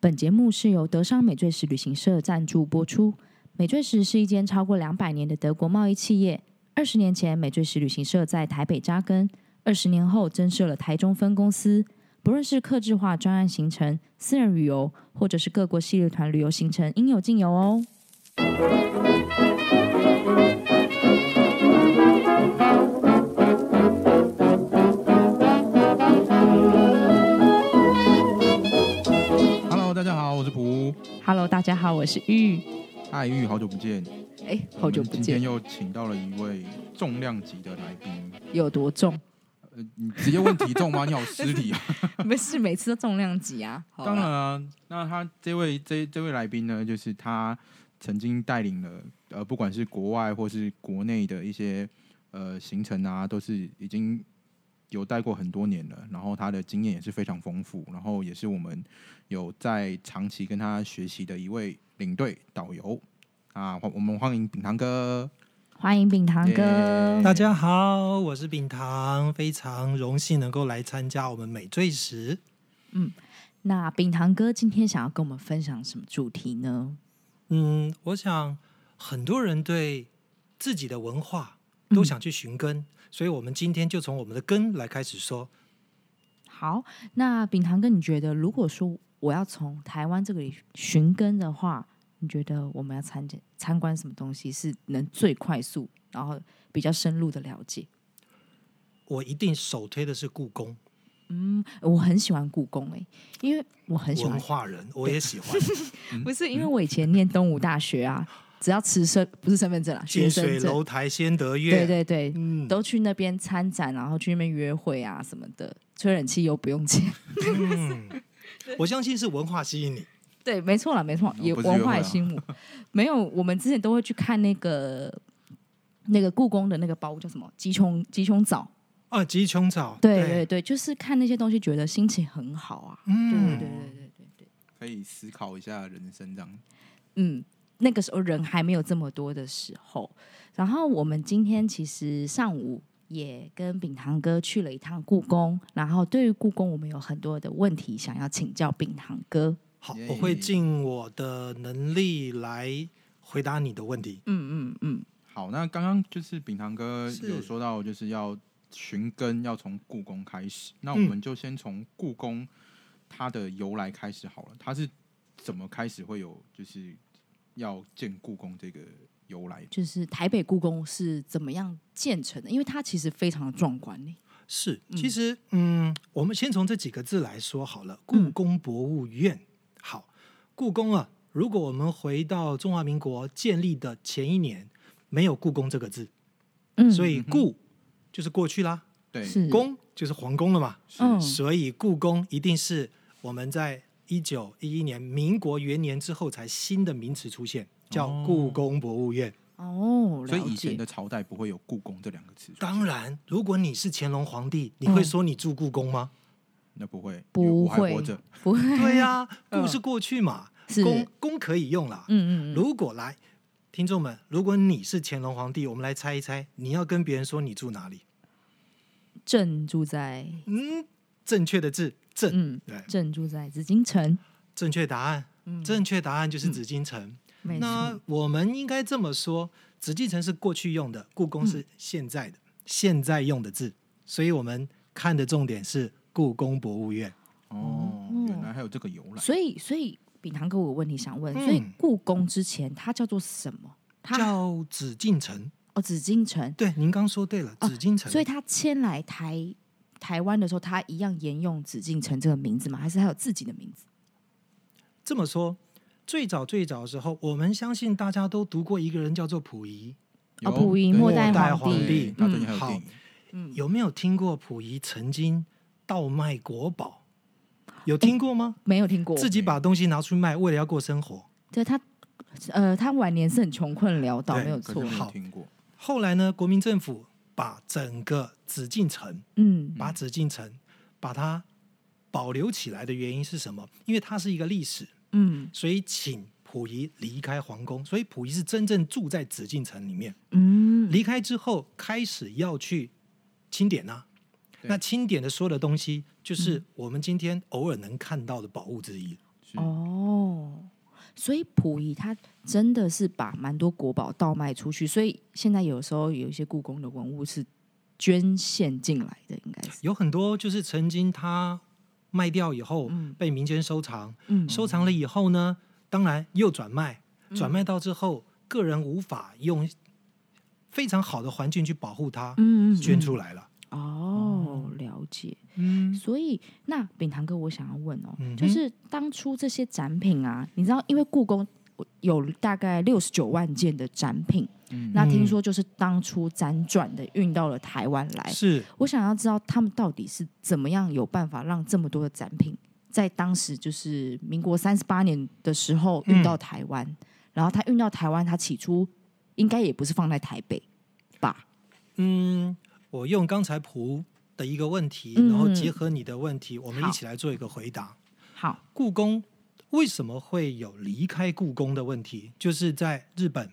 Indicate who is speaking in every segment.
Speaker 1: 本节目是由德商美最时旅行社赞助播出。美最时是一间超过两百年的德国贸易企业。二十年前，美最时旅行社在台北扎根；二十年后，增设了台中分公司。不论是客制化专案行程、私人旅游，或者是各国系列团旅游行程，应有尽有哦。
Speaker 2: Hello，大家好，我是蒲。
Speaker 1: Hello，大家好，我是玉。
Speaker 2: 嗨，玉，好久不见，
Speaker 1: 哎，好久不
Speaker 2: 嗯我们今天
Speaker 1: 见，
Speaker 2: 又请到了一位重量级的来宾。
Speaker 1: 有多重？
Speaker 2: 呃，你直接问体重吗？你好失礼啊！
Speaker 1: 不是每次都重量级啊。好啦
Speaker 2: 当然啊，那他这位这这位来宾呢，就是他曾经带领了呃，不管是国外或是国内的一些呃行程啊，都是已经有带过很多年了。然后他的经验也是非常丰富，然后也是我们有在长期跟他学习的一位领队导游啊。欢我们欢迎炳堂哥。哎
Speaker 1: 欢迎饼堂哥
Speaker 2: 耶
Speaker 1: 那
Speaker 2: 那
Speaker 3: 大家好，我是饼堂，非常荣幸能够来参加我们美醉时。
Speaker 1: 那饼堂哥今天想要跟我们分享什么主题呢？
Speaker 3: 嗯，我想很多人对自己的文化都想去寻根，所以我们今天就从我们的根来开始说。
Speaker 1: 好，那饼堂哥，你觉得如果说我要从台湾这个里寻根的话，你觉得我们要参见参观什么东西是能最快速，然后比较深入的了解？
Speaker 3: 我一定首推的是故宫
Speaker 1: 我很喜欢故宫诶、因为我很喜欢
Speaker 3: 文化人，我也 喜欢
Speaker 1: 不
Speaker 3: 嗯
Speaker 1: 是因为我以前念东吴大学啊，只要持身不是身份证啦，学
Speaker 3: 近
Speaker 1: 生
Speaker 3: 水
Speaker 1: 证，
Speaker 3: 楼台先得月。
Speaker 1: 对对对，
Speaker 3: 嗯，
Speaker 1: 都去那边参展，然后去那边约会啊什么的，吹冷气又不用钱。
Speaker 3: 嗯，我相信是文化吸引你。
Speaker 1: 对，没错啦，没错，
Speaker 2: 哦
Speaker 1: 也
Speaker 2: 不是约会啊
Speaker 1: 文化也心目没有。我们之前都会去看那个那个故宫的那个包叫什么鸡胸鸡胸枣，
Speaker 3: 啊，鸡胸枣，
Speaker 1: 对对对，就是看那些东西，觉得心情很好啊。对对对
Speaker 3: 嗯，
Speaker 1: 对对对对，
Speaker 2: 可以思考一下人生这样。
Speaker 1: 嗯，那个时候人还没有这么多的时候。然后我们今天其实上午也跟饼堂哥去了一趟故宫，然后对于故宫，我们有很多的问题想要请教饼堂哥。
Speaker 3: 好
Speaker 2: 耶，
Speaker 3: 我会尽我的能力来回答你的问题。
Speaker 1: 嗯嗯嗯，
Speaker 2: 好，那刚刚就是炳堂哥
Speaker 3: 是
Speaker 2: 有说到，就是要寻根，要从故宫开始。那我们就先从故宫它的由来开始好了。它是怎么开始会有就是要建故宫这个由来？
Speaker 1: 就是台北故宫是怎么样建成的？因为它其实非常的壮观呢。
Speaker 3: 是，
Speaker 1: 嗯
Speaker 3: 其实嗯我们先从这几个字来说好了。
Speaker 1: 嗯
Speaker 3: 故宫博物院，好，故宫啊，如果我们回到中华民国建立的前一年，没有故宫这个字，
Speaker 1: 嗯
Speaker 3: 所以
Speaker 2: 嗯哼
Speaker 3: 故就是过去啦，
Speaker 2: 对，
Speaker 1: 是
Speaker 3: 宫就是皇宫了嘛，
Speaker 2: 是
Speaker 1: 嗯
Speaker 3: 所以故宫一定是我们在一九一一年民国元年之后才新的名词出现，叫
Speaker 2: 哦
Speaker 3: 故宫博物院。
Speaker 1: 哦，
Speaker 2: 所
Speaker 1: 了
Speaker 2: 以以
Speaker 1: 解
Speaker 2: 前的朝代不会有故宫这两个词出现，
Speaker 3: 当然，如果你是乾隆皇帝，你会
Speaker 1: 嗯
Speaker 3: 说你住故宫吗？
Speaker 2: 那不会，
Speaker 1: 不
Speaker 2: 因为我还
Speaker 1: 会
Speaker 2: 活着。
Speaker 1: 不会
Speaker 3: 对啊呀、
Speaker 1: 嗯
Speaker 3: 故是过去嘛，
Speaker 1: 是
Speaker 3: 公公可以用啦。
Speaker 1: 嗯嗯嗯，
Speaker 3: 如果来，听众们，如果你是乾隆皇帝，我们来猜一猜，你要跟别人说你住哪里？
Speaker 1: 正住在
Speaker 3: 嗯，正确的字正，
Speaker 1: 嗯
Speaker 3: 对，
Speaker 1: 正住在紫禁城，
Speaker 3: 正确答案，
Speaker 1: 嗯，
Speaker 3: 正确答案就是紫禁城。
Speaker 1: 没错
Speaker 3: 那，我们应该这么说，紫禁城是过去用的，故宫是现在
Speaker 1: 嗯
Speaker 3: 的，现在用的字，所以我们看的重点是故宫博物院。
Speaker 2: 哦，
Speaker 1: 哦
Speaker 2: 原来还有这个由来。
Speaker 1: 所以所以饼堂哥，我有问题想问，
Speaker 3: 嗯
Speaker 1: 所以故宫之前它叫做什么？它
Speaker 3: 叫紫禁城，
Speaker 1: 哦紫禁城，
Speaker 3: 对，您刚说对了，
Speaker 1: 哦
Speaker 3: 紫禁城。
Speaker 1: 所以它迁来台台湾的时候，它一样沿用紫禁城这个名字吗？还是它有自己的名字？
Speaker 3: 这么说，最早最早的时候，我们相信大家都读过一个人叫做溥仪，
Speaker 2: 有
Speaker 1: 哦溥仪
Speaker 2: 对
Speaker 1: 末
Speaker 3: 代
Speaker 2: 代
Speaker 3: 皇帝
Speaker 2: 对他最近还
Speaker 3: 嗯
Speaker 2: 有
Speaker 3: 好
Speaker 2: 电影，
Speaker 1: 嗯，
Speaker 3: 有没有听过溥仪曾经倒卖国宝？有听过吗？
Speaker 1: 哎没有听过。
Speaker 3: 自己把东西拿出去卖，为了要过生活。
Speaker 1: 对他，呃，他晚年是很穷困潦倒，
Speaker 3: 对
Speaker 1: 没有
Speaker 2: 可
Speaker 1: 错
Speaker 2: 是。没有
Speaker 3: 好
Speaker 2: 听过。
Speaker 3: 后来呢，国民政府把整个紫禁城，
Speaker 1: 嗯
Speaker 3: 把紫禁城把它保留起来的原因是什么？因为它是一个历史，
Speaker 1: 嗯
Speaker 3: 所以请溥仪离开皇宫，所以溥仪是真正住在紫禁城里面。
Speaker 1: 嗯，
Speaker 3: 离开之后开始要去清点呐、啊
Speaker 2: 对
Speaker 3: 那清点的所有的东西，就是
Speaker 1: 嗯
Speaker 3: 我们今天偶尔能看到的宝物之一。
Speaker 2: 是
Speaker 1: 哦，所以溥仪他真的是把蛮多国宝倒卖出去，所以现在有时候有一些故宫的文物是捐献进来的，应该是
Speaker 3: 有很多就是曾经它卖掉以后被民间收藏，
Speaker 1: 嗯
Speaker 3: 收藏了以后呢，当然又转卖，转卖到之后，个人无法用非常好的环境去保护它，
Speaker 1: 嗯
Speaker 3: 捐出来了。
Speaker 1: 哦，了解。
Speaker 2: 嗯，
Speaker 1: 所以，那炳堂哥，我想要问哦，
Speaker 3: 嗯哼
Speaker 1: 就是当初这些展品啊，你知道，因为故宫有大概六十九万件的展品，
Speaker 2: 嗯
Speaker 1: 那听
Speaker 3: 嗯
Speaker 1: 说就是当初辗转的运到了台湾来。
Speaker 3: 是，
Speaker 1: 我想要知道他们到底是怎么样有办法让这么多的展品在当时就是民国三十八年的时候运
Speaker 3: 嗯
Speaker 1: 到台湾，然后他运到台湾，他起初应该也不是放在台北吧？
Speaker 3: 嗯，我用刚才蒲的一个问题，
Speaker 1: 嗯
Speaker 3: 然后结合你的问题，我们
Speaker 1: 好
Speaker 3: 一起来做一个回答。
Speaker 1: 好，
Speaker 3: 故宫为什么会有离开故宫的问题？就是在日本，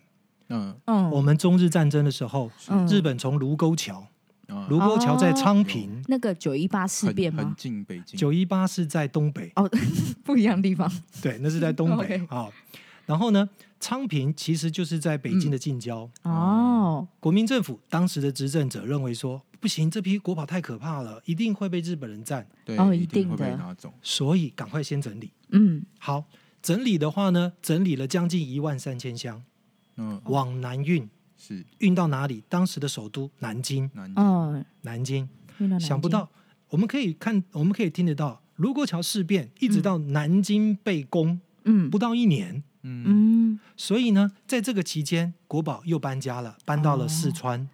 Speaker 2: 嗯
Speaker 1: 嗯，
Speaker 3: 我们中日战争的时候，
Speaker 1: 嗯
Speaker 3: 日本从卢沟桥，
Speaker 2: 啊，
Speaker 3: 卢沟桥在
Speaker 1: 哦
Speaker 3: 昌平，
Speaker 1: 那个九一八事
Speaker 2: 很
Speaker 1: 变
Speaker 2: 很
Speaker 1: 吗？
Speaker 2: 近北京，
Speaker 3: 九一八是在东北，
Speaker 1: 不一样的地方。
Speaker 3: 对，那是在东北
Speaker 1: OK
Speaker 3: 啊、然后呢，昌平其实就是在北京的近
Speaker 1: 嗯
Speaker 3: 郊。
Speaker 1: 哦，
Speaker 3: 国民政府当时的执政者认为说，不行，这批国宝太可怕了，一定会被日本人占，
Speaker 2: 对，
Speaker 1: 哦一
Speaker 2: 一
Speaker 1: 定
Speaker 2: 会被
Speaker 1: 的
Speaker 2: 拿走，
Speaker 3: 所以赶快先整理。
Speaker 1: 嗯，
Speaker 3: 好，整理的话呢，整理了将近一万三千箱，
Speaker 2: 嗯，
Speaker 3: 往南运，
Speaker 2: 是
Speaker 3: 运到哪里？当时的首都南京，
Speaker 2: 南京，
Speaker 1: 哦，
Speaker 3: 南京。
Speaker 1: 运到南
Speaker 3: 想不
Speaker 1: 京，
Speaker 3: 到，我们可以看，我们可以听得到，卢沟桥事变一直到南京被攻、
Speaker 1: 嗯
Speaker 3: 不到一年，
Speaker 2: 嗯
Speaker 1: 嗯，
Speaker 3: 所以呢，在这个期间，国宝又搬家了，搬到了四川。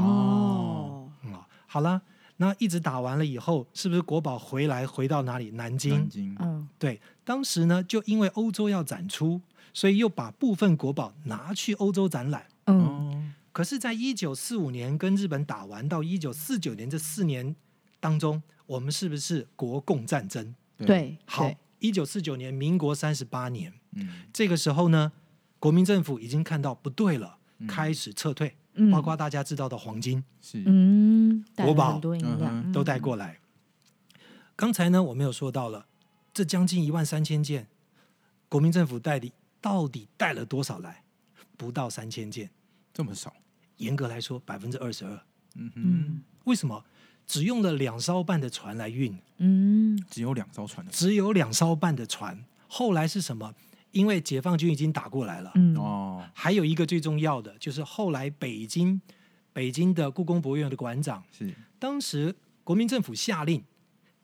Speaker 1: 哦，
Speaker 3: 嗯啊，好啦，那一直打完了以后，是不是国宝回来回到哪里？南京。
Speaker 2: 南京，
Speaker 1: 嗯，
Speaker 3: 对，当时呢，就因为欧洲要展出，所以又把部分国宝拿去欧洲展览。
Speaker 1: 嗯，
Speaker 2: 哦，
Speaker 3: 可是，在一九四五年跟日本打完到一九四九年这四年当中，我们是不是国共战争？
Speaker 1: 对，
Speaker 3: 嗯好
Speaker 1: 对，，
Speaker 3: 一九四九年，民国三十八年，
Speaker 2: 嗯，
Speaker 3: 这个时候呢，国民政府已经看到不对了，
Speaker 2: 嗯
Speaker 3: 开始撤退。
Speaker 1: 嗯
Speaker 3: 包括大家知道的黄金
Speaker 2: 是，
Speaker 1: 嗯，带
Speaker 3: 国
Speaker 1: 了
Speaker 3: 宝
Speaker 1: 很多营养
Speaker 2: 嗯哼
Speaker 1: 嗯
Speaker 3: 都带过来。刚才呢，我们有说到了，这将近一万三千件，国民政府代理到底带了多少来？不到三千件，
Speaker 2: 这么少，
Speaker 3: 严格来说百分之二十二。
Speaker 2: 嗯哼，
Speaker 1: 嗯
Speaker 3: 为什么？只用了两艘半的船来运，
Speaker 1: 嗯
Speaker 2: 只有两艘船的，
Speaker 3: 只有两艘半的船。后来是什么？因为解放军已经打过来了。
Speaker 1: 嗯，
Speaker 2: 哦，
Speaker 3: 还有一个最重要的就是后来北京，北京的故宫博物院的馆长，
Speaker 2: 是，
Speaker 3: 当时国民政府下令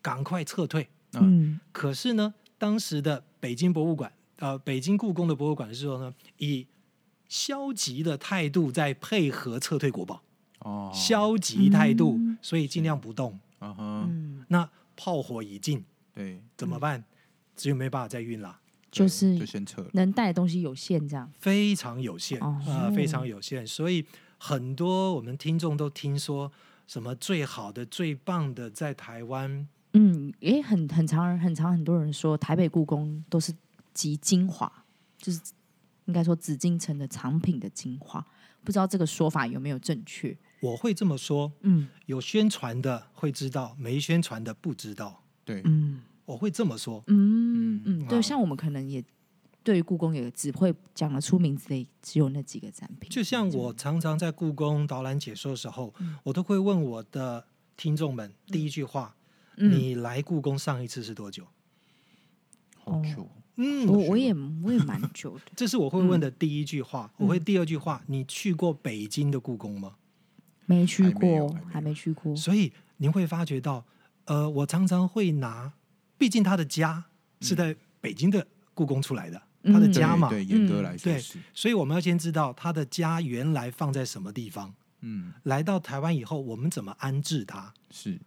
Speaker 3: 赶快撤退，
Speaker 1: 嗯
Speaker 3: 可是呢，当时的北京博物馆，呃，北京故宫的博物馆是说呢，以消极的态度在配合撤退国宝，
Speaker 2: 哦，，
Speaker 3: 消极态度，
Speaker 1: 嗯
Speaker 3: 所以尽量不动。
Speaker 2: 嗯哼，
Speaker 1: 嗯，
Speaker 3: 那炮火已尽，
Speaker 2: 对，
Speaker 3: 怎么办？只有没办法再运了，
Speaker 1: 就
Speaker 2: 对
Speaker 1: 是
Speaker 2: 就先撤了，
Speaker 1: 能带的东西有限，这样，
Speaker 3: 非常有限，
Speaker 1: 哦
Speaker 3: 呃，非常有限。所以很多我们听众都听说什么最好的、最棒的在台湾，
Speaker 1: 嗯，也很很常人很常很多人说台北故宫都是集精华，就是应该说紫禁城的藏品的精华，不知道这个说法有没有正确？
Speaker 3: 我会这么说：
Speaker 1: 嗯
Speaker 3: 有宣传的会知道，没宣传的不知道。
Speaker 2: 对，
Speaker 1: 嗯
Speaker 3: 我会这么说，
Speaker 1: 嗯嗯，对，
Speaker 3: 好
Speaker 1: 像我们可能也对于故宫也只会讲得出名字的，只有那几个展品，
Speaker 3: 就像
Speaker 1: 嗯
Speaker 3: 我常常在故宫导览解说的时候，我都会问我的听众们第一句话：
Speaker 1: 嗯，
Speaker 3: 你来故宫上一次是多久？
Speaker 2: 好
Speaker 1: 哦嗯
Speaker 2: 久，
Speaker 3: 嗯，
Speaker 1: 我我也我也蛮久 的，
Speaker 3: 这是我会问的第一句话。我
Speaker 1: 嗯
Speaker 3: 会第二句话：你去过北京的故宫吗？
Speaker 1: 没去
Speaker 2: 还没有
Speaker 1: 过
Speaker 2: 还没，有
Speaker 1: 还没去过，
Speaker 3: 所以您会发觉到，呃，我常常会拿，毕竟他的家是在北京的故宫出来的，
Speaker 1: 嗯
Speaker 3: 他的
Speaker 2: 对
Speaker 3: 家
Speaker 2: 嗯
Speaker 3: 嘛，
Speaker 2: 对，严
Speaker 1: 嗯
Speaker 2: 格来说
Speaker 3: 对
Speaker 2: 是，，
Speaker 3: 所以我们要先知道他的家原来放在什么地方。
Speaker 2: 嗯，
Speaker 3: 来到台湾以后，我们怎么安置它？
Speaker 2: 是，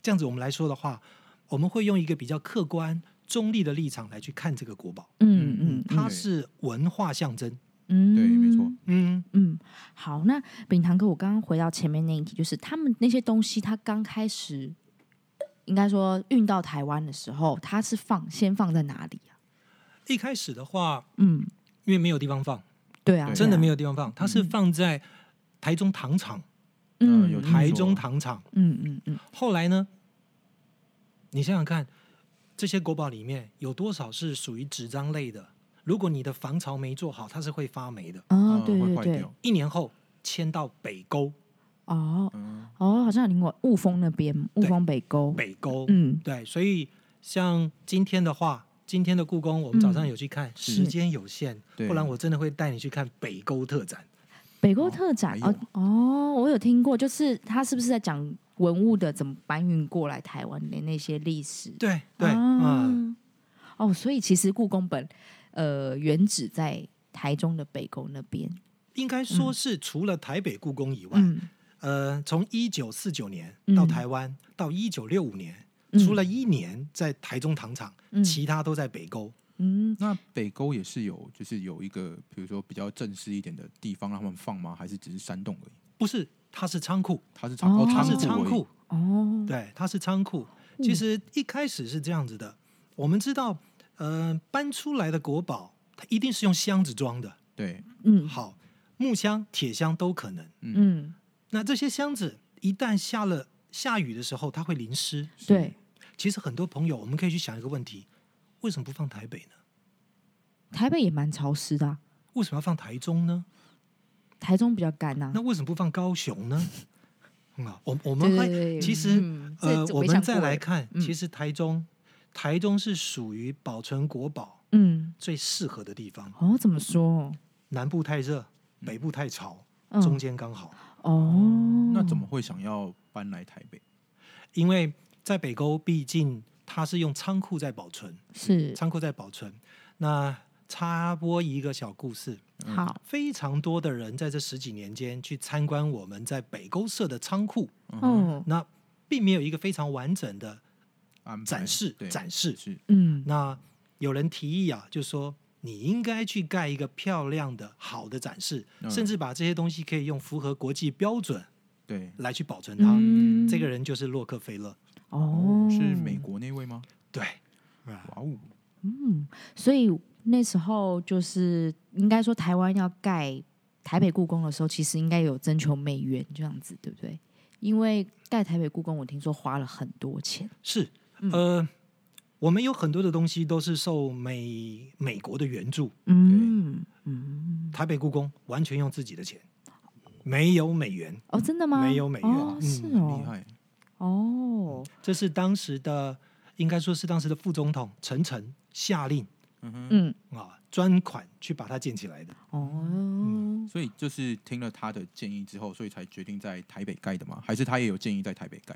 Speaker 3: 这样子我们来说的话，我们会用一个比较客观、中立的立场来去看这个国宝，
Speaker 1: 嗯嗯
Speaker 2: 嗯
Speaker 1: 嗯
Speaker 3: 它是文化象征。
Speaker 1: 嗯，
Speaker 2: 对，没错，
Speaker 3: 嗯，
Speaker 1: 嗯，好，那炳堂哥，我刚刚回到前面那一题，就是他们那些东西，他刚开始应该说运到台湾的时候，他是放先放在哪里啊？
Speaker 3: 一开始的话，
Speaker 1: 嗯，
Speaker 3: 因为没有地方放，
Speaker 1: 对啊，
Speaker 2: 对嗯
Speaker 3: 真的没
Speaker 1: 有，
Speaker 3: 有地方放，它是放在台中糖厂，
Speaker 1: 嗯，
Speaker 2: 呃有
Speaker 1: 嗯
Speaker 2: 台
Speaker 3: 台中糖厂。
Speaker 1: 嗯嗯嗯，
Speaker 3: 后来呢，你想想看，这些国宝里面有多少是属于纸张类的？如果你的防潮没做好，它是会发霉的。
Speaker 1: 哦
Speaker 2: 嗯，
Speaker 1: 对
Speaker 2: 会
Speaker 1: 对
Speaker 2: 坏
Speaker 1: 对，
Speaker 2: 掉。
Speaker 3: 一年后迁到北沟，
Speaker 1: 哦
Speaker 2: 嗯，
Speaker 1: 哦，好像有听过雾峰那边，雾
Speaker 3: 对
Speaker 1: 峰北沟，
Speaker 3: 北沟，
Speaker 1: 嗯，
Speaker 3: 对，所以像今天的话，今天的故宫我们早上有去看，
Speaker 1: 嗯
Speaker 3: 时间有限，
Speaker 2: 对
Speaker 3: 不然我真的会带你去看北沟特展。
Speaker 1: 北沟特展
Speaker 2: 还有
Speaker 1: 哦哦，我有听过，就是他是不是在讲文物的怎么搬运过来台湾的那些历史？
Speaker 3: 对对，
Speaker 1: 啊
Speaker 3: 嗯，
Speaker 1: 哦，所以其实故宫本呃原址在台中的北沟那边，
Speaker 3: 应该说是除了台北故宫以外，
Speaker 1: 嗯，
Speaker 3: 呃，从一九四九年
Speaker 1: 嗯
Speaker 3: 到台湾、到一九六五年，
Speaker 1: 嗯
Speaker 3: 除了一年在台中糖厂，
Speaker 1: 嗯
Speaker 3: 其他都在北沟。
Speaker 1: 嗯
Speaker 2: 那北沟也是有，就是有一个，比如说比较正式一点的地方让他们放吗？还是只是山洞而已？
Speaker 3: 不是，它是仓库，
Speaker 2: 它是仓，
Speaker 1: 哦嗯
Speaker 2: 它
Speaker 3: 它是仓
Speaker 2: 库
Speaker 3: 库，
Speaker 1: 哦，
Speaker 3: 对，它是仓库。其实一开始是这样子的，我们知道，呃，搬出来的国宝，它一定是用箱子装的，
Speaker 2: 而已，对，
Speaker 1: 嗯
Speaker 3: 好，木箱、铁箱都可能。
Speaker 1: 嗯，
Speaker 3: 那这些箱子一旦下了下雨的时候，它会淋湿。
Speaker 1: 对，
Speaker 3: 其实很多朋友，我们可以去想一个问题：为什么不放台北呢？
Speaker 1: 台北也蛮潮湿的啊、
Speaker 3: 为什么要放台中呢？
Speaker 1: 台中比较干啊呐、
Speaker 3: 那为什么不放高 雄呢？嗯啊，我我
Speaker 1: 我
Speaker 3: 们会其实、呃，我们再来，看，
Speaker 1: 嗯
Speaker 3: 其实台中，台中是属于保存国宝
Speaker 1: 对嗯，
Speaker 3: 最适合的地方。
Speaker 1: 哦，怎么说？
Speaker 3: 南部太热，北部太潮，
Speaker 1: 嗯、
Speaker 3: 中间刚好。
Speaker 1: 哦，
Speaker 2: 那怎么会想要搬来台北？
Speaker 3: 因为在北沟，毕竟它是用仓库在保存，
Speaker 1: 是
Speaker 3: 仓库在保存。那插播一个小故事，
Speaker 2: 嗯
Speaker 1: 好？
Speaker 3: 非常多的人在这十几年间去参观我们在北沟社的仓库，
Speaker 2: 嗯哼，
Speaker 1: 哦，
Speaker 3: 那并没有一个非常完整的
Speaker 2: 安排
Speaker 3: 展示
Speaker 2: 对
Speaker 3: 展示。
Speaker 2: 是
Speaker 1: 嗯
Speaker 3: 那有人提议啊，就说你应该去盖一个漂亮的、好的展示，
Speaker 2: 嗯
Speaker 3: 甚至把这些东西可以用符合国际标准
Speaker 2: 对，
Speaker 3: 来去保存它。
Speaker 1: 嗯，
Speaker 3: 这个人就是洛克菲勒，
Speaker 1: 哦
Speaker 2: 是美，国那位吗？
Speaker 3: 对，啊
Speaker 2: 哇哦，
Speaker 1: 嗯，所以那时候就是应该说台湾要盖台北故宫的时候，其实应该有征求美元这样子，对不对？因为盖台北故宫，我听说花了很多钱。
Speaker 3: 是，呃，我们有很多的东西都是受美美国的援助，
Speaker 1: 嗯嗯，
Speaker 3: 台北故宫完全用自己的钱，没有美元，
Speaker 1: 哦，真的吗？
Speaker 3: 没有美元
Speaker 1: 哦，
Speaker 3: 嗯
Speaker 1: 是
Speaker 2: 厉
Speaker 1: 哦，
Speaker 2: 害，
Speaker 1: 哦，
Speaker 3: 这是当时的，应该说是当时的副总统陈诚下令
Speaker 2: 嗯哼。
Speaker 1: 嗯，
Speaker 3: 啊，专款去把它建起来的。
Speaker 1: 哦，
Speaker 2: 所以就是听了他的建议之后，所以才决定在台北盖的吗？还是他也有建议在台北盖？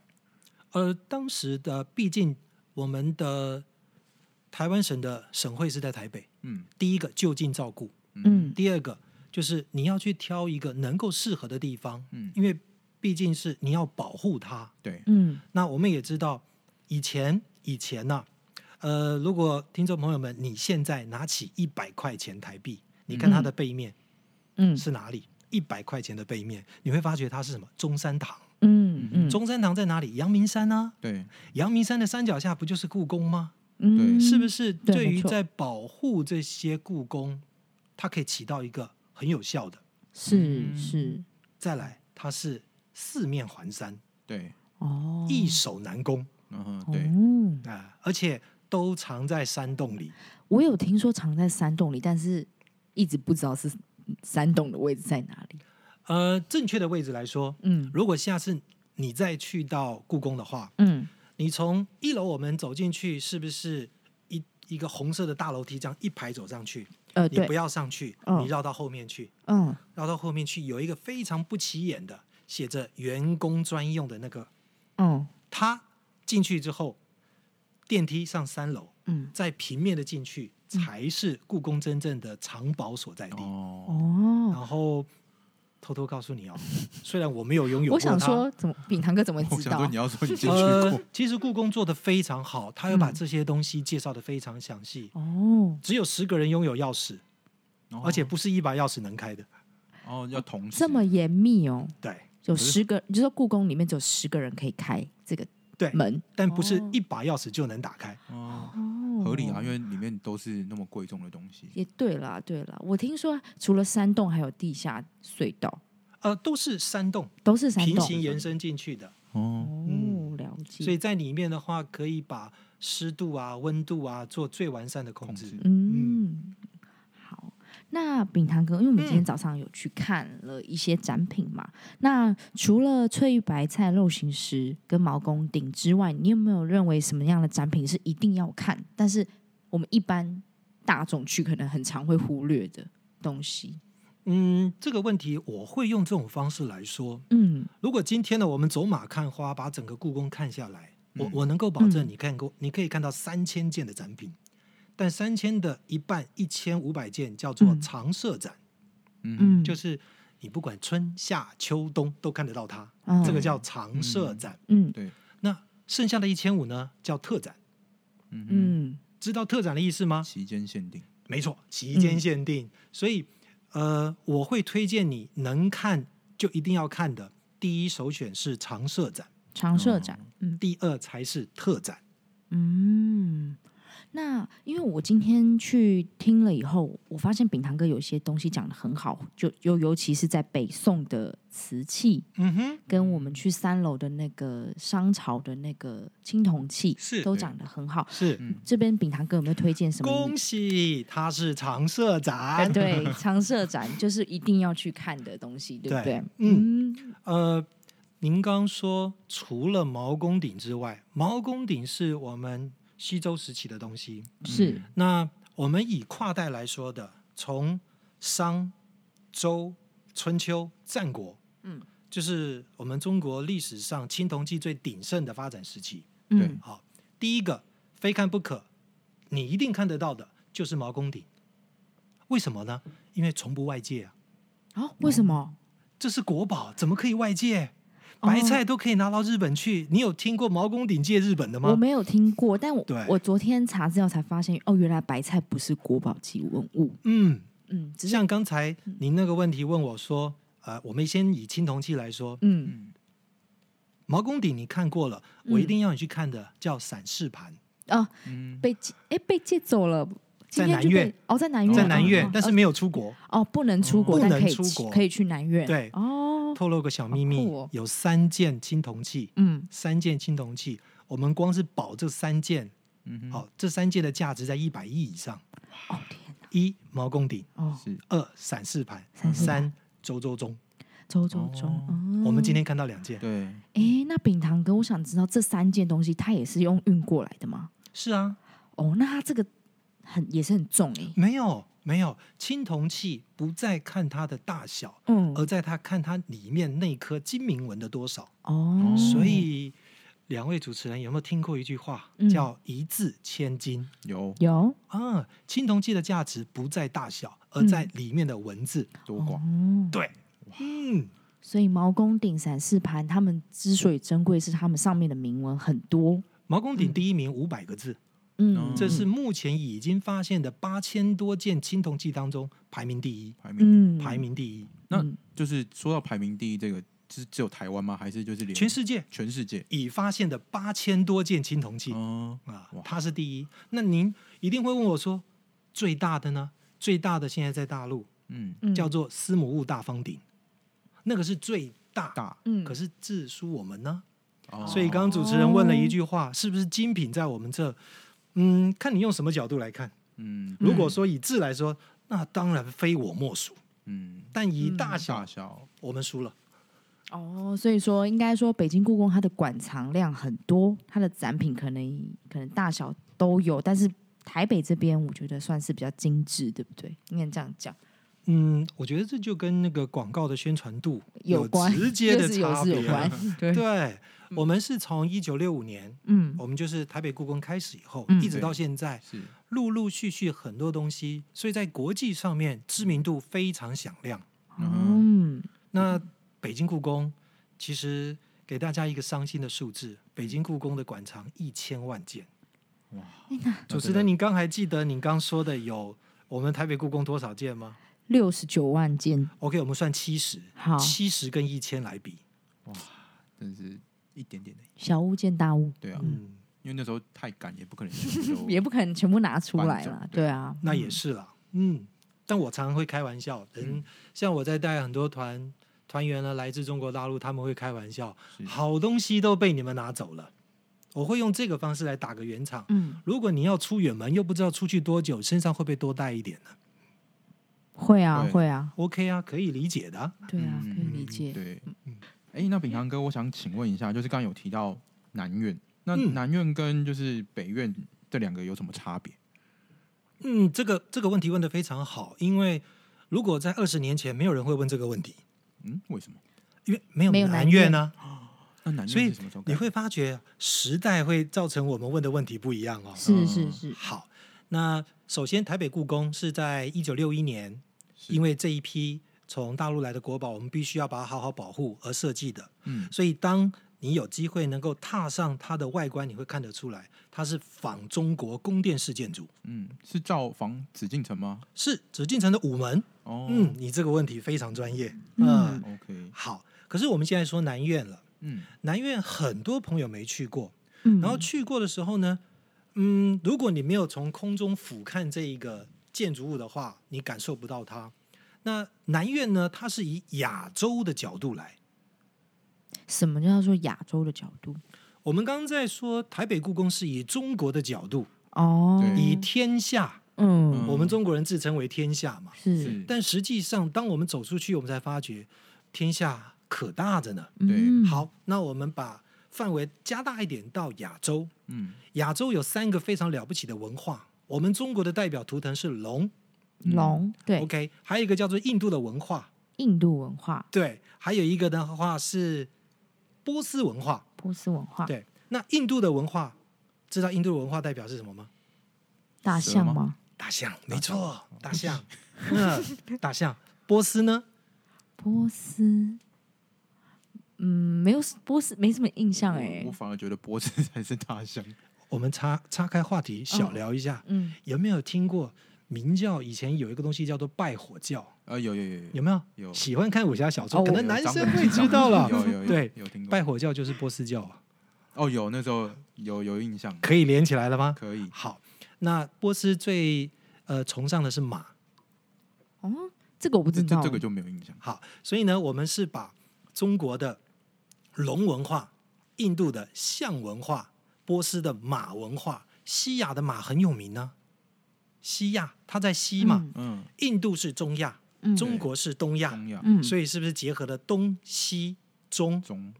Speaker 3: 而呃当时的，毕竟我们的台湾省的省会是在台北，
Speaker 2: 嗯
Speaker 3: 第一个就近照顾，
Speaker 1: 嗯，
Speaker 3: 第二个就是你要去挑一个能够适合的地方，
Speaker 2: 嗯，
Speaker 3: 因为毕竟是你要保护它。
Speaker 2: 对，
Speaker 1: 嗯，
Speaker 3: 那我们也知道，以前以前呐、呃，如果听众朋友们，你现在拿起一百块钱台币，你看它的背面
Speaker 1: 嗯，
Speaker 3: 是哪里？一百块钱的背面，你会发觉它是什么？中山堂。
Speaker 1: 嗯，嗯，
Speaker 3: 中山堂在哪里？阳明山啊。
Speaker 2: 对，
Speaker 3: 阳明山的山脚下不就是故宫吗？
Speaker 1: 嗯，
Speaker 3: 是不是
Speaker 1: 对
Speaker 3: 对
Speaker 1: 没
Speaker 3: 于
Speaker 1: 错
Speaker 3: 在保护这些故宫，它可以起到一个很有效的？
Speaker 1: 是是
Speaker 3: 再来，它是四面环山，
Speaker 2: 对，
Speaker 3: 嗯
Speaker 1: 哦，
Speaker 3: 易守难攻
Speaker 2: 嗯哼，对，
Speaker 1: 哦，
Speaker 3: 啊、而且都藏在山洞里。
Speaker 1: 我有听说藏在山洞里，但是一直不知道是山洞的位置在哪里。
Speaker 3: 呃，正确的位置来说，
Speaker 1: 嗯
Speaker 3: 如果下次你再去到故宫的话，
Speaker 1: 嗯，
Speaker 3: 你从一楼我们走进去，是不是一一个红色的大楼梯这样一排走上去？
Speaker 1: 呃，
Speaker 3: 你不
Speaker 1: 对，
Speaker 3: 要上去，
Speaker 1: 嗯
Speaker 3: 你绕到后面去，
Speaker 1: 嗯，
Speaker 3: 绕到后面去有一个非常不起眼的写着“员工专用”的那个，
Speaker 1: 哦，
Speaker 3: 它进去之后，电梯上三楼，
Speaker 1: 嗯，
Speaker 3: 再平面的进去才是故宫真正的藏宝所在地。
Speaker 2: 哦，
Speaker 1: 哦，
Speaker 3: 然后偷偷告诉你哦， 虽然我没有拥有
Speaker 1: 我
Speaker 3: 过它，
Speaker 1: 想说，怎么饼堂哥 怎么
Speaker 2: 我
Speaker 1: 知
Speaker 2: 想说
Speaker 1: 道啊
Speaker 2: 你？要说你进去
Speaker 3: 呃
Speaker 2: 过，，
Speaker 3: 其实故宫做的非常好，他有把
Speaker 1: 嗯
Speaker 3: 这些东西介绍的非常详细。
Speaker 1: 哦，
Speaker 3: 只有十个人拥有钥匙，
Speaker 2: 哦
Speaker 3: 而且不是一把钥匙能开的。
Speaker 2: 哦要同时
Speaker 1: 这么严密哦，
Speaker 3: 对
Speaker 1: 有
Speaker 2: 可是
Speaker 1: 十个，就是说故宫里面只有十个人可以开这个
Speaker 3: 对，
Speaker 1: 门
Speaker 3: 但不是一把钥匙就能打开。
Speaker 2: 哦，
Speaker 1: 哦，
Speaker 2: 合理啊，因为里面都是那么贵重的东西，
Speaker 1: 也对啦，对啦，我听说除了山洞，还有地下隧道，
Speaker 3: 呃，都是山洞
Speaker 1: 都是山
Speaker 3: 平
Speaker 1: 洞。
Speaker 3: 行延伸进去的，
Speaker 2: 哦，
Speaker 1: 哦，
Speaker 3: 嗯
Speaker 1: 了解。
Speaker 3: 所以在里面的话，可以把湿度啊、温度啊做最完善的控
Speaker 2: 控
Speaker 3: 制
Speaker 2: 制。
Speaker 1: 嗯，那炳堂哥，因为我们
Speaker 3: 嗯
Speaker 1: 今天早上有去看了一些展品嘛，那除了翠玉白菜、肉形石跟毛公鼎之外，你有没有认为什么样的展品是一定要看，但是我们一般大众去可能很常会忽略的东西？
Speaker 3: 嗯，这个问题我会用这种方式来说。
Speaker 1: 嗯
Speaker 3: 如果今天呢，我们走马看花，把整个故宫看下来，我
Speaker 2: 嗯
Speaker 3: 我能够保证
Speaker 1: 嗯
Speaker 3: 你看过，你可以看到三千件的展品，但三千的一半一千五百件叫做
Speaker 1: 嗯
Speaker 3: 常设展，
Speaker 2: 嗯，
Speaker 1: 嗯，
Speaker 3: 就是你不管春夏秋冬都看得到它，
Speaker 1: 嗯
Speaker 3: 这个叫常设展。
Speaker 1: 嗯
Speaker 2: 对，
Speaker 3: 那剩下的一千五呢，叫特展。
Speaker 2: 嗯嗯，
Speaker 1: 嗯
Speaker 3: 知道特展的意思吗？
Speaker 2: 期间限定，
Speaker 3: 没错，期间限定。所以，呃，我会推荐你能看就一定要看的，第一首选是常设展，
Speaker 1: 常设展，嗯
Speaker 3: 第二才是特展。
Speaker 1: 嗯，那因为我今天去听了以后，我发现炳堂哥有些东西讲的很好，就尤尤其是在北宋的瓷器，
Speaker 3: 嗯哼，
Speaker 1: 跟我们去三楼的那个商朝的那个青铜器，
Speaker 3: 是
Speaker 1: 都讲的很好。
Speaker 3: 是。
Speaker 2: 嗯
Speaker 1: 这边炳堂哥有没有推荐什么？
Speaker 3: 恭喜，它是常设
Speaker 1: 哎
Speaker 3: 展。
Speaker 1: 对，常设展就是一定要去看的东西，对不
Speaker 3: 对
Speaker 1: 对？嗯
Speaker 3: 呃，您刚说除了毛公鼎之外，毛公鼎是我们西周时期的东西。
Speaker 1: 是，
Speaker 3: 那我们以跨代来说的，从商、周、春秋、战国，
Speaker 1: 嗯，
Speaker 3: 就是我们中国历史上青铜器最鼎盛的发展时期。
Speaker 1: 嗯
Speaker 3: 好，第一个非看不可，你一定看得到的就是毛公鼎。为什么呢？因为从不外借啊，
Speaker 1: 啊，为什么？
Speaker 3: 这是国宝，怎么可以外借？
Speaker 1: 哦
Speaker 3: 白菜都可以拿到日本去，你有听过毛公鼎借日本的
Speaker 1: 我
Speaker 3: 吗？
Speaker 1: 没有听过，但我
Speaker 3: 对
Speaker 1: 我昨天查资料才发现，哦，原来白菜不是国宝级文物。
Speaker 3: 嗯，
Speaker 1: 嗯，只是
Speaker 3: 像刚才您那个问题问我说，呃，我们先以青铜器来说，
Speaker 1: 嗯
Speaker 3: 毛公鼎你看过了，
Speaker 1: 嗯
Speaker 3: 我一定要你去看的，叫散氏盘，
Speaker 1: 啊，
Speaker 2: 嗯
Speaker 1: 被哎被借走了。今
Speaker 3: 在
Speaker 1: 天
Speaker 3: 南
Speaker 1: 就被
Speaker 3: 院
Speaker 1: 哦，在南院，
Speaker 3: 在南
Speaker 1: 哦
Speaker 3: 院
Speaker 1: 哦，
Speaker 3: 但是没有出国。
Speaker 1: 哦，不能出国，
Speaker 3: 不
Speaker 1: 但
Speaker 3: 能
Speaker 1: 可以
Speaker 3: 出
Speaker 1: 去
Speaker 3: 国
Speaker 1: 可以去南院。
Speaker 3: 对
Speaker 1: 哦，
Speaker 3: 透露个小秘
Speaker 1: 好
Speaker 3: 密
Speaker 1: 酷哦，
Speaker 3: 有三件青铜器，
Speaker 1: 嗯
Speaker 3: 三件青铜器，我们光是保这三件，
Speaker 2: 嗯哼，
Speaker 3: 好，这三件的价值在一百亿以上。
Speaker 1: 哦天哪，
Speaker 3: 一毛公鼎，
Speaker 1: 哦，
Speaker 2: 是
Speaker 3: 二散氏盘，
Speaker 1: 散氏盘
Speaker 3: 三周周中。
Speaker 1: 周周周，
Speaker 2: 哦
Speaker 1: 哦
Speaker 3: 我们今天看到两件，
Speaker 2: 对，
Speaker 1: 哎，那饼堂哥，我想知道这三件东西，它也是用运过来的吗？
Speaker 3: 是啊，
Speaker 1: 哦，那它这个很也是很重哎、
Speaker 3: 没有没有，青铜器不再看它的大小，
Speaker 1: 嗯
Speaker 3: 而在它看它里面那颗金铭文的多少。
Speaker 1: 哦，
Speaker 3: 所以，两位主持人有没有听过一句话，
Speaker 1: 嗯
Speaker 3: 叫“一字千金
Speaker 2: 有”
Speaker 1: 有
Speaker 3: 啊？青铜器的价值不在大小，而
Speaker 1: 嗯
Speaker 3: 在里面的文字。
Speaker 2: 多广，
Speaker 1: 哦，
Speaker 3: 对，嗯，
Speaker 1: 所以毛公鼎、散氏盘，他们之所以珍贵，是他们上面的铭文很多。
Speaker 3: 毛公鼎第一名五百个字，
Speaker 1: 嗯，
Speaker 3: 哦这是目前已经发现的八千多件青铜器当中排名第一，
Speaker 2: 排名
Speaker 1: 嗯
Speaker 3: 排名第一，
Speaker 2: 那
Speaker 1: 嗯
Speaker 2: 就是说到排名第一这个，是只有台湾吗？还是就是连
Speaker 3: 全世界
Speaker 2: 全世界？
Speaker 3: 已发现的八千多件青铜器。
Speaker 2: 哦，
Speaker 3: 啊
Speaker 2: 哇，
Speaker 3: 它是第一。那您一定会问我说，最大的呢？最大的现在在大陆，
Speaker 2: 嗯，
Speaker 1: 嗯
Speaker 3: 叫做司母戊大方鼎，那个是最大。
Speaker 2: 大，
Speaker 1: 嗯，
Speaker 3: 可是字书我们呢？
Speaker 2: 哦
Speaker 3: 所以刚刚主持人问了一句话，是不是精品在我们这？嗯，看你用什么角度来看。
Speaker 2: 嗯
Speaker 3: 如果说以字来说，那当然非我莫属。
Speaker 2: 嗯，
Speaker 3: 但以大小，
Speaker 2: 大小
Speaker 3: 我们输了。
Speaker 1: 哦，所以说应该说北京故宫它的馆藏量很多，它的展品可能可能大小都有，但是台北这边我觉得算是比较精致，对不对？应该这样讲，
Speaker 3: 嗯，我觉得这就跟那个广告的宣传度
Speaker 1: 关
Speaker 3: 直接
Speaker 1: 又
Speaker 3: 的
Speaker 1: 是有
Speaker 3: 差
Speaker 1: 是
Speaker 3: 别。啊
Speaker 1: 有关， 对，
Speaker 3: 对，我们是从一九六五年
Speaker 1: 嗯
Speaker 3: 我们就是台北故宫开始以后，
Speaker 1: 嗯
Speaker 3: 一直到现在，
Speaker 2: 是
Speaker 3: 陆陆续续很多东西，所以在国际上面知名度非常响亮。
Speaker 1: 嗯
Speaker 3: 那北京故宫其实给大家一个伤心的数字，北京故宫的馆藏一千万件。
Speaker 2: 哇，
Speaker 1: 嗯
Speaker 3: 主
Speaker 1: 啊
Speaker 3: 持人，您刚还记得您刚说的有我们台北故宫多少件吗
Speaker 1: 六十九万件，
Speaker 3: ？OK，我们算七十，
Speaker 1: 好，
Speaker 3: 七十跟一千来比，
Speaker 2: 真是一点点的，
Speaker 1: 小巫见大巫，
Speaker 2: 对啊，
Speaker 3: 嗯，
Speaker 2: 因为那时候太赶，也不 可能全部都
Speaker 1: 也不可能全部拿出
Speaker 2: 搬
Speaker 1: 来
Speaker 2: 走
Speaker 1: 啦，
Speaker 2: 对
Speaker 1: 对啊，
Speaker 3: 那也是啦，嗯。但我常常会开玩笑，
Speaker 1: 嗯
Speaker 3: 人、像我在带很多团团员啊呢，来自中国大陆，他们会开玩笑，
Speaker 1: 嗯
Speaker 2: 是
Speaker 3: 好东西都被你们拿走了。我会用这个方式来打个圆场。
Speaker 1: 嗯，
Speaker 3: 如果你要出远门，又不知道出去多久，身上会不会多带一点呢？
Speaker 1: 会啊
Speaker 2: 对
Speaker 1: 会啊，
Speaker 3: ，OK 啊，可以理解的啊。
Speaker 1: 对啊，可以理
Speaker 3: 嗯
Speaker 1: 解。
Speaker 2: 对
Speaker 3: 嗯，
Speaker 2: 哎、那秉航哥，我想请问一下，就是刚刚有提到南院，那
Speaker 3: 嗯
Speaker 2: 南院跟就是北院这两个有什么差别？
Speaker 3: 嗯，这个这个问题问的非常好，因为如果在二十年前，没有人会问这个问题，
Speaker 2: 嗯，为什么？
Speaker 3: 因为没有
Speaker 1: 没有
Speaker 3: 南
Speaker 1: 南
Speaker 3: 院
Speaker 1: 院
Speaker 3: 呢、
Speaker 2: 那南
Speaker 3: 所
Speaker 2: 院
Speaker 3: 以
Speaker 2: 是什么时候改
Speaker 3: 你
Speaker 2: 的？
Speaker 3: 会发觉时代会造成我们问的问题不一样哦。
Speaker 1: 是是是，
Speaker 3: 好，那首先台北故宫是在一九六一年，因
Speaker 2: 为
Speaker 3: 为这一批从大陆来的国宝，我们必须要把它好好保护而设计的。
Speaker 2: 嗯
Speaker 3: 所以当你有机会能够踏上它的外观，你会看得出来，它是仿中国宫殿式建筑，
Speaker 2: 嗯，是照房紫禁城吗？
Speaker 3: 是紫禁城的午门。
Speaker 2: 哦，
Speaker 3: 嗯，你这个问题非常专业。
Speaker 1: 嗯
Speaker 3: 嗯，
Speaker 2: ，OK，
Speaker 3: 好。可是我们现在说南院了，
Speaker 2: 嗯
Speaker 3: 南院很多朋友没去过，
Speaker 1: 嗯，
Speaker 3: 然后去过的时候呢，嗯，如果你没有从空中俯瞰这一个建筑物的话，你感受不到它。那南院呢，它是以亚洲的角度来。
Speaker 1: 什么叫做亚洲的角度？
Speaker 3: 我们刚刚在说台北故宫是以中国的角度，
Speaker 1: 哦，
Speaker 2: 对
Speaker 3: 以天下，
Speaker 1: 嗯
Speaker 2: 嗯
Speaker 3: 我们中国人自称为天下嘛。
Speaker 1: 是，
Speaker 2: 是，
Speaker 3: 但实际上，当我们走出去，我们才发觉天下可大着呢。
Speaker 2: 对
Speaker 1: 嗯，
Speaker 3: 好，那我们把范围加大一点到亚洲，
Speaker 2: 嗯
Speaker 3: 亚洲有三个非常了不起的文化。我们中国的代表图腾是龙
Speaker 1: 龙对
Speaker 3: 嗯，OK，还有一个叫做印度的文化，
Speaker 1: 印度文化、
Speaker 3: 对，还有一个的话是波斯文化，
Speaker 1: 波斯文化，
Speaker 3: 对。那印度的文化，知道印度的文化代表是什么吗？
Speaker 1: 大
Speaker 2: 蛇
Speaker 1: 象
Speaker 2: 吗
Speaker 1: 吗？
Speaker 3: 大象，没错，大象，嗯，大象。波斯呢？
Speaker 1: 波斯，嗯，没有波斯没什么印象哎
Speaker 2: 我我，反而觉得脖子才是大象。
Speaker 3: 我们岔岔开话题，小聊一下，
Speaker 1: 嗯，
Speaker 3: 有没有听过明教以前有一个东西叫做拜火教？
Speaker 2: 呃，有有有
Speaker 3: 有没有？
Speaker 2: 有有，
Speaker 3: 喜欢看武侠小说，
Speaker 1: 哦
Speaker 3: 可
Speaker 1: 我
Speaker 3: 能男
Speaker 2: 有
Speaker 3: 生会知道了。
Speaker 2: 有有有
Speaker 3: 对，
Speaker 2: 有听过
Speaker 3: 拜。火教就是波斯教啊，
Speaker 2: 哦，有那时候有有印象，
Speaker 3: 可以连起来了吗？
Speaker 2: 可以。
Speaker 3: 好，那波斯最呃崇尚的是马，
Speaker 1: 哦，这个我不
Speaker 2: 这
Speaker 1: 知
Speaker 2: 这
Speaker 1: 道，
Speaker 2: 这个就没有印象。
Speaker 3: 好，所以呢，我们是把中国的龙文化、印度的象文化、波斯的马文化，西亚的马很有名呢、西亚，它在西嘛，
Speaker 2: 嗯，
Speaker 3: 印度是中亚，
Speaker 1: 嗯，
Speaker 3: 中国是东亚，
Speaker 2: 中亚
Speaker 1: 嗯，
Speaker 3: 所以是不是结合了东西中？
Speaker 2: 中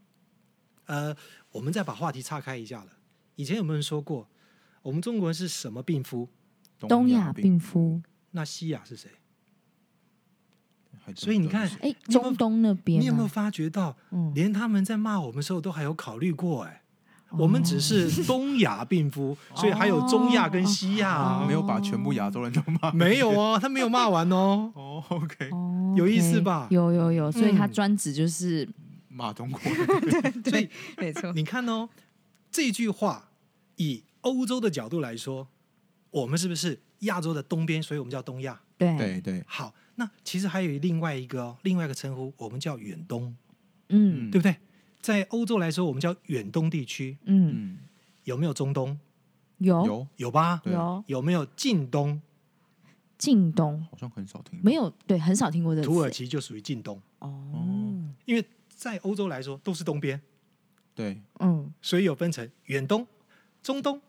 Speaker 3: 呃，我们再把话题岔开一下了。以前有没有人说过，我们中国人是什么病夫？
Speaker 1: 东
Speaker 2: 亚
Speaker 1: 亚病夫，
Speaker 3: 那西亚是谁？
Speaker 2: 还真
Speaker 3: 所以你
Speaker 2: 不知道
Speaker 3: 看
Speaker 2: 是
Speaker 1: 哎，
Speaker 3: 你有没有
Speaker 1: 中东那边
Speaker 3: 你有没有
Speaker 1: 啊，
Speaker 3: 发觉到，
Speaker 1: 嗯，
Speaker 3: 连他们在骂我们的时候都还有考虑过、哎。
Speaker 1: 哦
Speaker 3: 我们只是东亚病夫，所以还有中亚跟西亚、啊
Speaker 1: 哦
Speaker 2: 没有把全部亚洲人都骂。
Speaker 3: 没有哦，他没有骂完哦。
Speaker 2: 哦，OK，
Speaker 1: 哦
Speaker 3: 有意思
Speaker 1: OK，
Speaker 3: 吧
Speaker 1: 有有有，所以他
Speaker 3: 嗯
Speaker 1: 专指 就是
Speaker 2: 骂中国。
Speaker 3: 所 以
Speaker 1: 没错，
Speaker 3: 你看哦，这句话以欧洲的角度来说，我们是不是亚洲的东边？所以我们叫东亚。
Speaker 1: 对，
Speaker 2: 对对，
Speaker 3: 好，那其实还有另外一个、哦、另外一个称呼，我们叫远东，
Speaker 1: 嗯
Speaker 2: 嗯
Speaker 3: 对不对？在欧洲来说，我们叫远东地区，
Speaker 1: 嗯，
Speaker 2: 嗯，
Speaker 3: 有没有中东？
Speaker 1: 有
Speaker 2: 有，
Speaker 3: 有吧？
Speaker 2: 对
Speaker 1: 有
Speaker 3: 有没有近东？
Speaker 1: 近东
Speaker 2: 好像很少听。
Speaker 1: 没有，对，很少听过这个
Speaker 3: 土耳
Speaker 1: 词
Speaker 3: 其就属于近东，
Speaker 1: 哦，
Speaker 3: 因为在欧洲来说都是东边。
Speaker 2: 对，
Speaker 1: 嗯
Speaker 3: 所以有分成远东、中东、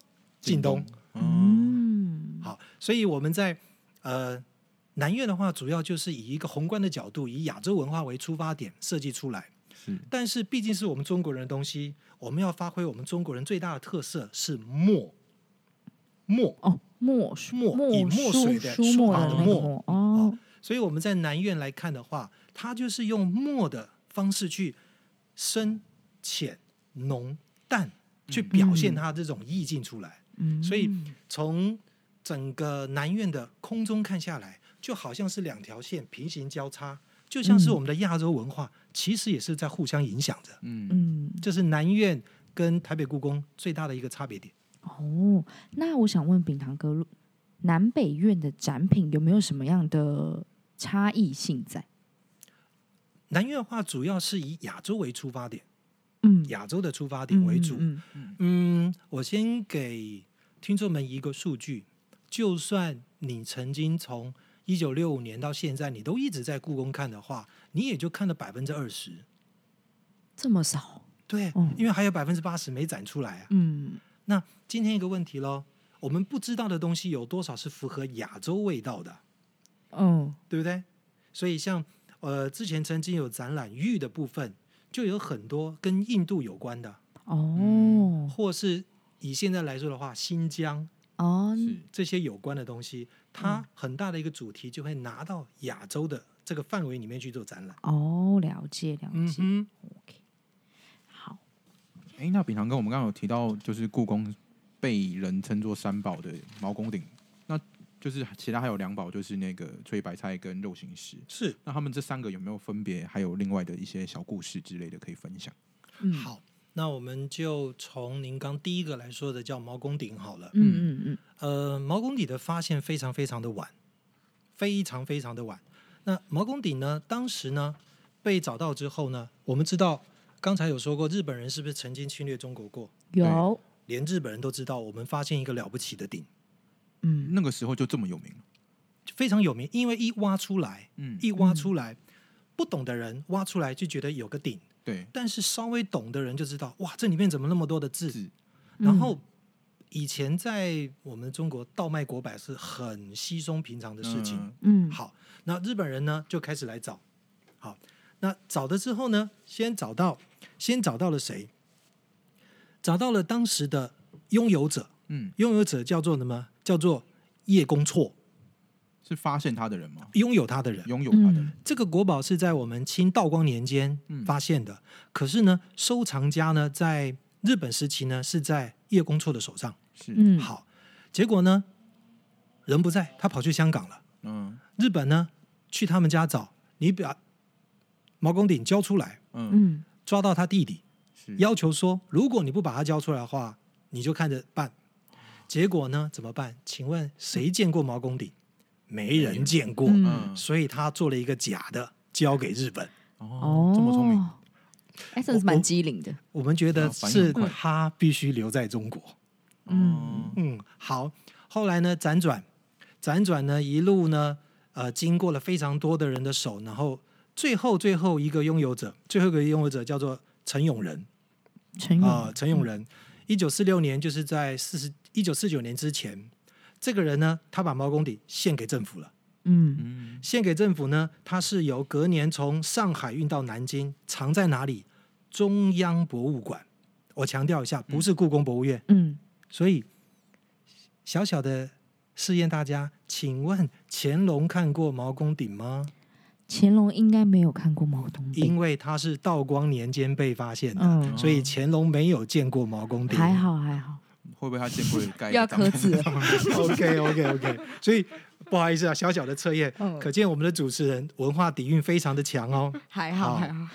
Speaker 3: 近东。。
Speaker 2: 嗯，
Speaker 1: 嗯，
Speaker 3: 好，所以我们在呃南越的话，主要就是以一个宏观的角度，以亚洲文化为出发点设计出来。
Speaker 2: 是
Speaker 3: 但是毕竟是我们中国人的东西，我们要发挥我们中国人最大的特色是墨，墨。
Speaker 1: 哦，墨书
Speaker 3: 墨以
Speaker 1: 墨
Speaker 3: 墨
Speaker 1: 书
Speaker 3: 水的
Speaker 1: 书
Speaker 3: 书
Speaker 1: 墨
Speaker 3: 法
Speaker 1: 的
Speaker 3: 的
Speaker 1: 那个
Speaker 3: 墨啊
Speaker 1: 墨哦，
Speaker 3: 所以我们在南院来看的话，它就是用墨的方式去深、浅、浓、淡，去表现它这种意境出来。
Speaker 1: 嗯，
Speaker 3: 所以从整个南院的空中看下来，就好像是两条线平行交叉，就像是我们的亚洲文化，其实也是在互相影响着。
Speaker 2: 嗯，
Speaker 1: 嗯
Speaker 3: 这是南院跟台北故宫最大的一个差别点。
Speaker 1: 哦，那我想问饼堂哥，如南北院的展品有没有什么样的差异性在？
Speaker 3: 南院的话，主要是以亚洲为出发点，
Speaker 1: 嗯，
Speaker 3: 亚洲的出发点为主。
Speaker 1: 嗯，
Speaker 3: 嗯，我先给听众们一个数据，就算你曾经从一九六五年到现在，你都一直在故宫看的话，你也就看了百分之二十。
Speaker 1: 这么少，
Speaker 3: 对，
Speaker 1: 嗯
Speaker 3: 因为还有百分之八十没展出来啊。
Speaker 1: 嗯
Speaker 3: 那今天一个问题喽，我们不知道的东西有多少是符合亚洲味道的？
Speaker 1: 嗯，
Speaker 3: 对不对？所以像呃之前曾经有展览玉的部分，就有很多跟印度有关的，
Speaker 1: 哦，
Speaker 3: 或是以现在来说的话，新疆
Speaker 1: 哦，
Speaker 2: 是
Speaker 3: 这些有关的东西，它很大的一个主题就会拿到亚洲的这个范围里面去做展览。
Speaker 1: 哦，了解了
Speaker 3: 嗯
Speaker 1: 解。
Speaker 3: 哼，
Speaker 1: 好，
Speaker 2: 哎、那秉常哥，我们刚刚有提到，就是故宫被人称作三宝的毛公鼎，那就是其他还有两宝，就是那个翠白菜跟肉形石。
Speaker 3: 是
Speaker 2: 那他们这三个有没有分别？还有另外的一些小故事之类的可以分享？
Speaker 1: 嗯，
Speaker 3: 好。那我们就从您刚第一个来说的叫毛公鼎好了。
Speaker 1: 嗯，嗯嗯
Speaker 3: 呃，毛公鼎的发现非常非常的晚，非常非常的晚。那毛公鼎呢，当时呢被找到之后呢，我们知道刚才有说过，日本人是不是曾经侵略中国过？
Speaker 1: 嗯，有，
Speaker 3: 连日本人都知道，我们发现一个了不起的鼎，
Speaker 1: 嗯
Speaker 2: 那个时候就这么有名了
Speaker 3: 非常有名，因为一挖出来，
Speaker 2: 嗯，
Speaker 3: 一挖出来，不懂的人挖出来就觉得有个鼎，
Speaker 2: 对，
Speaker 3: 但是稍微懂的人就知道，哇，这里面怎么那么多的字？
Speaker 2: 字嗯
Speaker 3: 然后以前在我们中国倒卖国宝是很稀松平常的事情。
Speaker 2: 嗯
Speaker 1: 嗯，
Speaker 3: 好，那日本人呢就开始来找。好，那找的之后呢，先找到，先找到了谁？找到了当时的拥有者，
Speaker 2: 嗯，
Speaker 3: 拥有者叫做什么？叫做叶公绰，
Speaker 2: 是发现他的人吗？
Speaker 3: 拥有他的人。
Speaker 2: 拥有他的人，
Speaker 3: 这个国宝是在我们清道光年间
Speaker 1: 嗯
Speaker 3: 发现的，可是呢，收藏家呢在日本时期呢是在叶公绰的手上。
Speaker 2: 是
Speaker 1: 嗯，
Speaker 3: 好，结果呢，人不在，他跑去香港了。
Speaker 2: 嗯
Speaker 3: 日本呢，去他们家找，你把毛公鼎交出来，
Speaker 2: 嗯
Speaker 1: 嗯
Speaker 3: 抓到他弟弟，
Speaker 2: 是
Speaker 3: 要求说，如果你不把他交出来的话，你就看着办。结果呢，怎么办？请问谁见过毛公鼎？没人见过，
Speaker 1: 嗯
Speaker 2: 嗯
Speaker 3: 所以他做了一个假的交给日本。
Speaker 2: 哦
Speaker 1: 哦，
Speaker 2: 这么聪明，
Speaker 1: 哎，真的是蛮机灵的，
Speaker 3: 我们觉
Speaker 2: 啊
Speaker 3: 得
Speaker 2: 反应很
Speaker 3: 是
Speaker 2: 快
Speaker 3: 他必须留在中国。
Speaker 1: 嗯
Speaker 2: 嗯
Speaker 3: 嗯，好。后来呢，辗转，辗转呢，一路呢，呃，经过了非常多的人的手，然后最后最后一个拥有者，最后一个拥有者叫做陈永仁
Speaker 1: 陈
Speaker 3: 啊、
Speaker 1: 勇，
Speaker 3: 陈永仁，一九四六年，就是在四十一九四九年之前，这个人呢，他把毛公鼎献给政府了。
Speaker 1: 嗯
Speaker 2: 嗯
Speaker 3: 献给政府呢，它是由隔年从上海运到南京，藏在哪里？中央博物馆。我强调一下，不是故宫博物院。
Speaker 1: 嗯，
Speaker 3: 所以小小的试验大家，请问乾隆看过毛公鼎吗？
Speaker 1: 乾隆应该没有看过毛东
Speaker 3: 因
Speaker 1: 兵，
Speaker 3: 为它是道光年间被发现的，
Speaker 1: 嗯，
Speaker 3: 所以乾隆没有见过毛公鼎。
Speaker 1: 还 好还好，
Speaker 2: 会不会他见 过盖
Speaker 1: 又
Speaker 3: 哎
Speaker 2: 一
Speaker 1: 要
Speaker 2: 个章
Speaker 1: 刻字了，
Speaker 3: OK OK OK，所以不好意思啊，小小的测验，
Speaker 1: 嗯
Speaker 3: 可见我们的主持人文化底蕴非常的强哦。
Speaker 1: 还好
Speaker 3: 好
Speaker 1: 还好，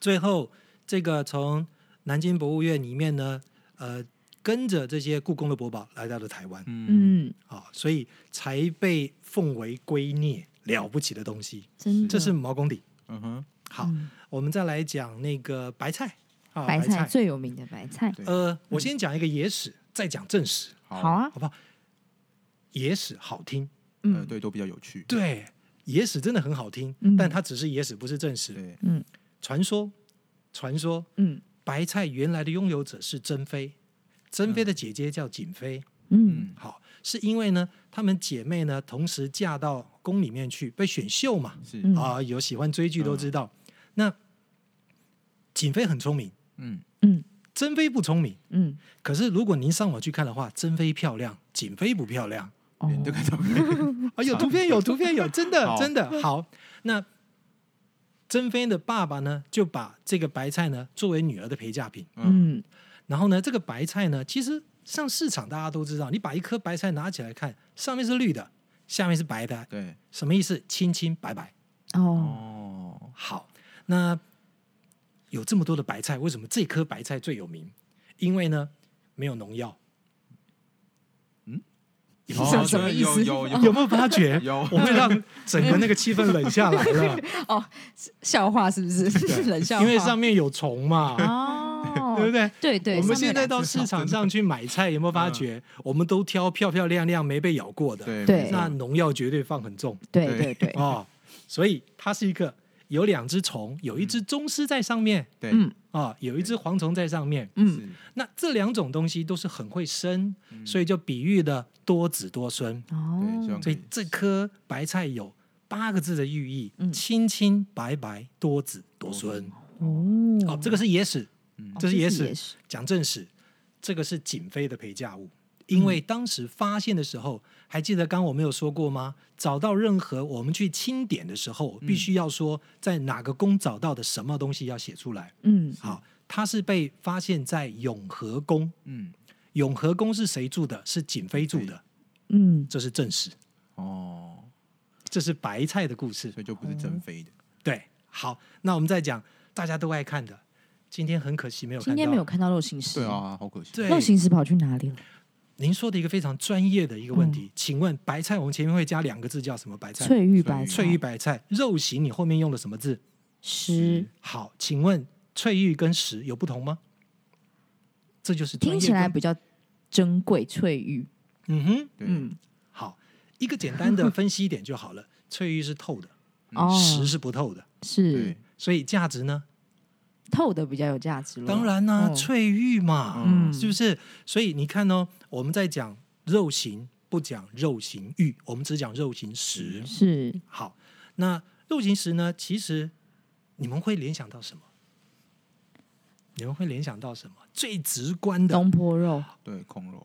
Speaker 3: 最后，这个从南京博物院里面呢，呃，跟着这些故宫的国宝来到了台湾
Speaker 2: 嗯
Speaker 1: 嗯，
Speaker 3: 啊、所以才被奉为圭臬，了不起的东西。
Speaker 1: 真的，
Speaker 3: 这是毛公鼎。
Speaker 2: 嗯哼，
Speaker 3: 好，
Speaker 1: 嗯
Speaker 3: 我们再来讲那个白菜啊，
Speaker 1: 白
Speaker 3: 菜
Speaker 1: 菜。最有名的白菜，
Speaker 2: 对
Speaker 3: 呃，我先讲一个野史，再讲正史，
Speaker 1: 好，啊，
Speaker 3: 好不好？野史好听，
Speaker 2: 呃，
Speaker 1: 嗯
Speaker 2: 对，都比较有趣，
Speaker 3: 对，野史真的很好听，
Speaker 1: 嗯
Speaker 3: 但它只是野史，不是正史。
Speaker 2: 对，
Speaker 1: 嗯
Speaker 3: 传说，传说
Speaker 1: 嗯
Speaker 3: 白菜原来的拥有者是珍妃，珍妃的姐姐叫瑾妃。
Speaker 1: 嗯
Speaker 2: 嗯
Speaker 3: 好，是因为呢，她们姐妹呢同时嫁到宫里面去，被选秀嘛。
Speaker 2: 是
Speaker 1: 嗯
Speaker 3: 啊、有喜欢追剧都知道。那瑾妃很聪明，
Speaker 2: 嗯
Speaker 1: 嗯
Speaker 3: 珍妃不聪明。
Speaker 1: 嗯，
Speaker 3: 可是如果您上网去看的话，珍妃漂亮，瑾妃不漂亮。
Speaker 1: 哦，
Speaker 2: 连这个都可以，
Speaker 3: 啊，有图片，有图片，有真的
Speaker 2: 好，
Speaker 3: 真的好。那珍妃的爸爸呢，就把这个白菜呢作为女儿的陪嫁品。
Speaker 2: 嗯
Speaker 1: 嗯
Speaker 3: 然后呢，这个白菜呢，其实上市场大家都知道，你把一颗白菜拿起来看，上面是绿的，下面是白的，
Speaker 2: 对，
Speaker 3: 什么意思？清清白白。
Speaker 1: 哦，
Speaker 2: 哦，
Speaker 3: 好，那有这么多的白菜，为什么这颗白菜最有名？因为呢，没有农药。
Speaker 2: 什
Speaker 1: 么什么意思
Speaker 2: 有有
Speaker 3: 有没有发觉？
Speaker 2: 有
Speaker 3: 我们让整个那个气氛冷下 来了，
Speaker 1: 笑话是不是？冷笑话，
Speaker 3: 因为上面有虫嘛，
Speaker 1: 哦，
Speaker 3: 对不 对？
Speaker 1: 对对，
Speaker 3: 我
Speaker 1: 上
Speaker 3: 们
Speaker 1: 面
Speaker 3: 现
Speaker 1: 有
Speaker 3: 在
Speaker 1: 两
Speaker 3: 到
Speaker 1: 只手
Speaker 3: 市场上去买菜，有没有发觉？我们都挑漂漂亮亮、没被咬过的，
Speaker 2: 对
Speaker 1: 对
Speaker 2: 没错
Speaker 3: 那农药绝对放很重
Speaker 1: 对
Speaker 2: 对
Speaker 1: 对对，
Speaker 3: 哦。所以它是一个有两只虫，有一只棕丝在上面
Speaker 2: 对，
Speaker 1: 嗯
Speaker 3: 啊、有一只蝗虫在上面。
Speaker 1: 嗯，
Speaker 2: 是
Speaker 3: 那这两种东西都是很会生，所以就比喻的多子多孙。
Speaker 1: 哦
Speaker 2: 对，希望
Speaker 3: 所以这颗白菜有八个字的寓意：
Speaker 1: 嗯
Speaker 3: 清清白白，多子多孙。
Speaker 1: 哦
Speaker 3: 哦，这个是野史，嗯
Speaker 1: 哦
Speaker 3: 这是野
Speaker 1: 是
Speaker 3: 史
Speaker 1: 野史，
Speaker 3: 讲正史，这个是景妃的陪嫁物。
Speaker 1: 嗯
Speaker 3: 因为当时发现的时候，还记得刚刚我们有说过吗？找到任何我们去清点的时候，
Speaker 1: 嗯
Speaker 3: 必须要说在哪个宫找到的什么东西要写出来。
Speaker 1: 嗯
Speaker 3: 好，它是被发现在永和宫。
Speaker 2: 嗯，
Speaker 3: 永和宫是谁住的？是景妃住
Speaker 2: 景
Speaker 3: 的，
Speaker 1: 嗯，
Speaker 3: 这是正史，
Speaker 2: 哦，
Speaker 3: 这是白菜的故事
Speaker 2: 所。以就不是正妃的。
Speaker 3: 对，好，那我们再讲大家都爱看的，今天很可惜没有看到。
Speaker 1: 今天没有看到肉形石，
Speaker 2: 对，啊，好可惜。
Speaker 3: 对
Speaker 1: 肉形石跑去哪里了？
Speaker 3: 您说的一个非常专业的一个问题，请问白菜，我们前面会加两个字叫什么白
Speaker 1: 嗯
Speaker 3: 菜？
Speaker 1: 翠玉白菜
Speaker 3: 翠玉白菜，肉形你后面用了什么字？
Speaker 1: 石，
Speaker 3: 好，请问翠玉跟石有不同吗？这就是专
Speaker 1: 听
Speaker 3: 业
Speaker 1: 起来
Speaker 3: 跟
Speaker 1: 比较珍贵，翠玉，
Speaker 3: 嗯哼，
Speaker 2: 对，
Speaker 1: 嗯，
Speaker 3: 好，一个 简单的分析一点就好了。翠玉是透的，
Speaker 1: 哦，
Speaker 3: 石是不透的，
Speaker 1: 是
Speaker 2: 对，
Speaker 3: 所以价值呢？
Speaker 1: 透的比较有价值了，
Speaker 3: 当然啦、
Speaker 1: 哦
Speaker 3: 翠玉嘛，
Speaker 1: 嗯
Speaker 3: 是不是？所以你看哦，我们在讲肉形，不讲肉形玉，我们只讲肉形
Speaker 1: 嗯
Speaker 3: 石。
Speaker 1: 是
Speaker 3: 好，那肉形石呢？其实你们会联想到什么？你们会联想到什么？最直观的
Speaker 1: 东坡肉，
Speaker 2: 对，空肉。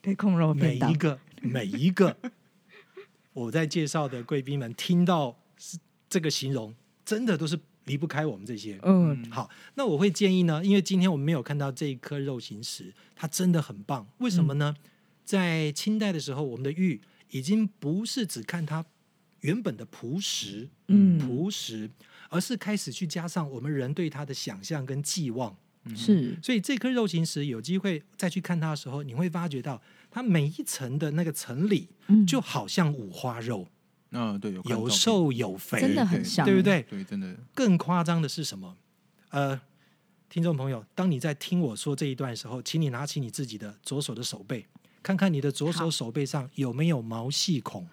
Speaker 1: 对，控肉
Speaker 3: 每
Speaker 1: 便当
Speaker 3: 一，个每一个，我在介绍的贵宾们听到是这个形容，真的都是离不开我们这些。
Speaker 1: 嗯，
Speaker 3: 好，那我会建议呢，因为今天我们没有看到这一颗肉形石，它真的很棒。为什么呢？
Speaker 1: 嗯
Speaker 3: 在清代的时候，我们的玉已经不是只看它原本的璞石，
Speaker 1: 嗯
Speaker 3: 璞石，而是开始去加上我们人对它的想象跟寄望。
Speaker 1: 是，
Speaker 3: 所以这颗肉形石有机会再去看它的时候，你会发觉到它每一层的那个层理，
Speaker 1: 嗯
Speaker 3: 就好像五花肉，
Speaker 2: 嗯，对，有看照
Speaker 3: 有
Speaker 2: 片，
Speaker 3: 瘦有肥，
Speaker 1: 真的很
Speaker 2: 对
Speaker 1: 像，
Speaker 3: 对不？对？
Speaker 2: 对，真的，
Speaker 3: 更夸张的是什么？呃，听众朋友，当你在听我说这一段的时候，请你拿起你自己的左手的手背，看看你的左手
Speaker 1: 好
Speaker 3: 手背上有没有毛细孔，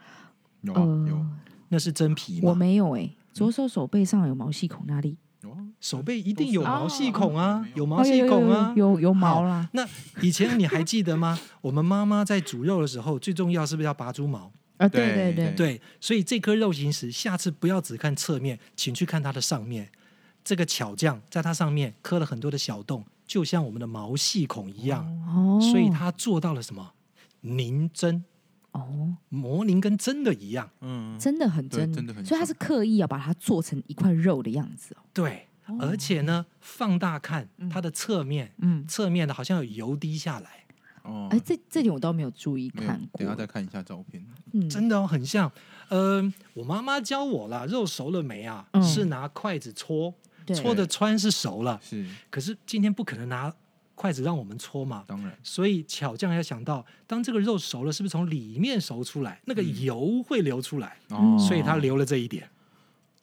Speaker 2: 有
Speaker 1: 어.
Speaker 2: 啊，有
Speaker 1: 呃，
Speaker 3: 那是真皮
Speaker 1: 我
Speaker 3: 吗？
Speaker 1: 没有哎，左手手背上有毛细孔哪里？
Speaker 2: 有啊，
Speaker 3: 手背一定有
Speaker 2: 都是
Speaker 3: 毛细孔啊
Speaker 2: 哦，
Speaker 3: 有
Speaker 1: 哦
Speaker 3: 毛细
Speaker 1: 有有
Speaker 3: 孔
Speaker 1: 有
Speaker 3: 啊。
Speaker 1: 有有毛啦，
Speaker 3: 那以前你还记得吗？我们妈妈在煮肉的时候，最重要是不是要拔猪毛？
Speaker 1: 啊，
Speaker 2: 对
Speaker 1: 对
Speaker 2: 对
Speaker 1: 对，
Speaker 3: 对，所以这颗肉形石，下次不要只看侧面，请去看它的上面。这个巧匠在它上面刻了很多的小洞，就像我们的毛细孔一样。
Speaker 1: 哦，
Speaker 3: 所以他做到了什么？凝真，
Speaker 1: 哦，
Speaker 3: 模凝跟真的一样。
Speaker 2: 嗯，
Speaker 1: 真的很
Speaker 2: 对
Speaker 1: 真，
Speaker 2: 真的很
Speaker 1: 所以他
Speaker 2: 像
Speaker 1: 是刻意要把它做成一块肉的样子哦，
Speaker 3: 对，而且呢，放大看它的侧面，
Speaker 1: 嗯，
Speaker 3: 侧面的好像有油滴下来，
Speaker 2: 哦
Speaker 1: 哎，，这这点我倒没有注意
Speaker 2: 没有
Speaker 1: 看，过，
Speaker 2: 等一下再看一下照片。
Speaker 1: 嗯，
Speaker 3: 真的、哦、很像。呃，我妈妈教我啦，肉熟了没啊？
Speaker 1: 嗯
Speaker 3: 是拿筷子戳，
Speaker 1: 对
Speaker 3: 戳的穿是熟了，
Speaker 2: 是，
Speaker 3: 可是今天不可能拿筷子让我们戳嘛。
Speaker 2: 当然，
Speaker 3: 所以巧匠要想到，当这个肉熟了，是不是从里面熟出来？那个
Speaker 1: 嗯
Speaker 3: 油会流出来，
Speaker 2: 哦，
Speaker 3: 所以他留了这一点。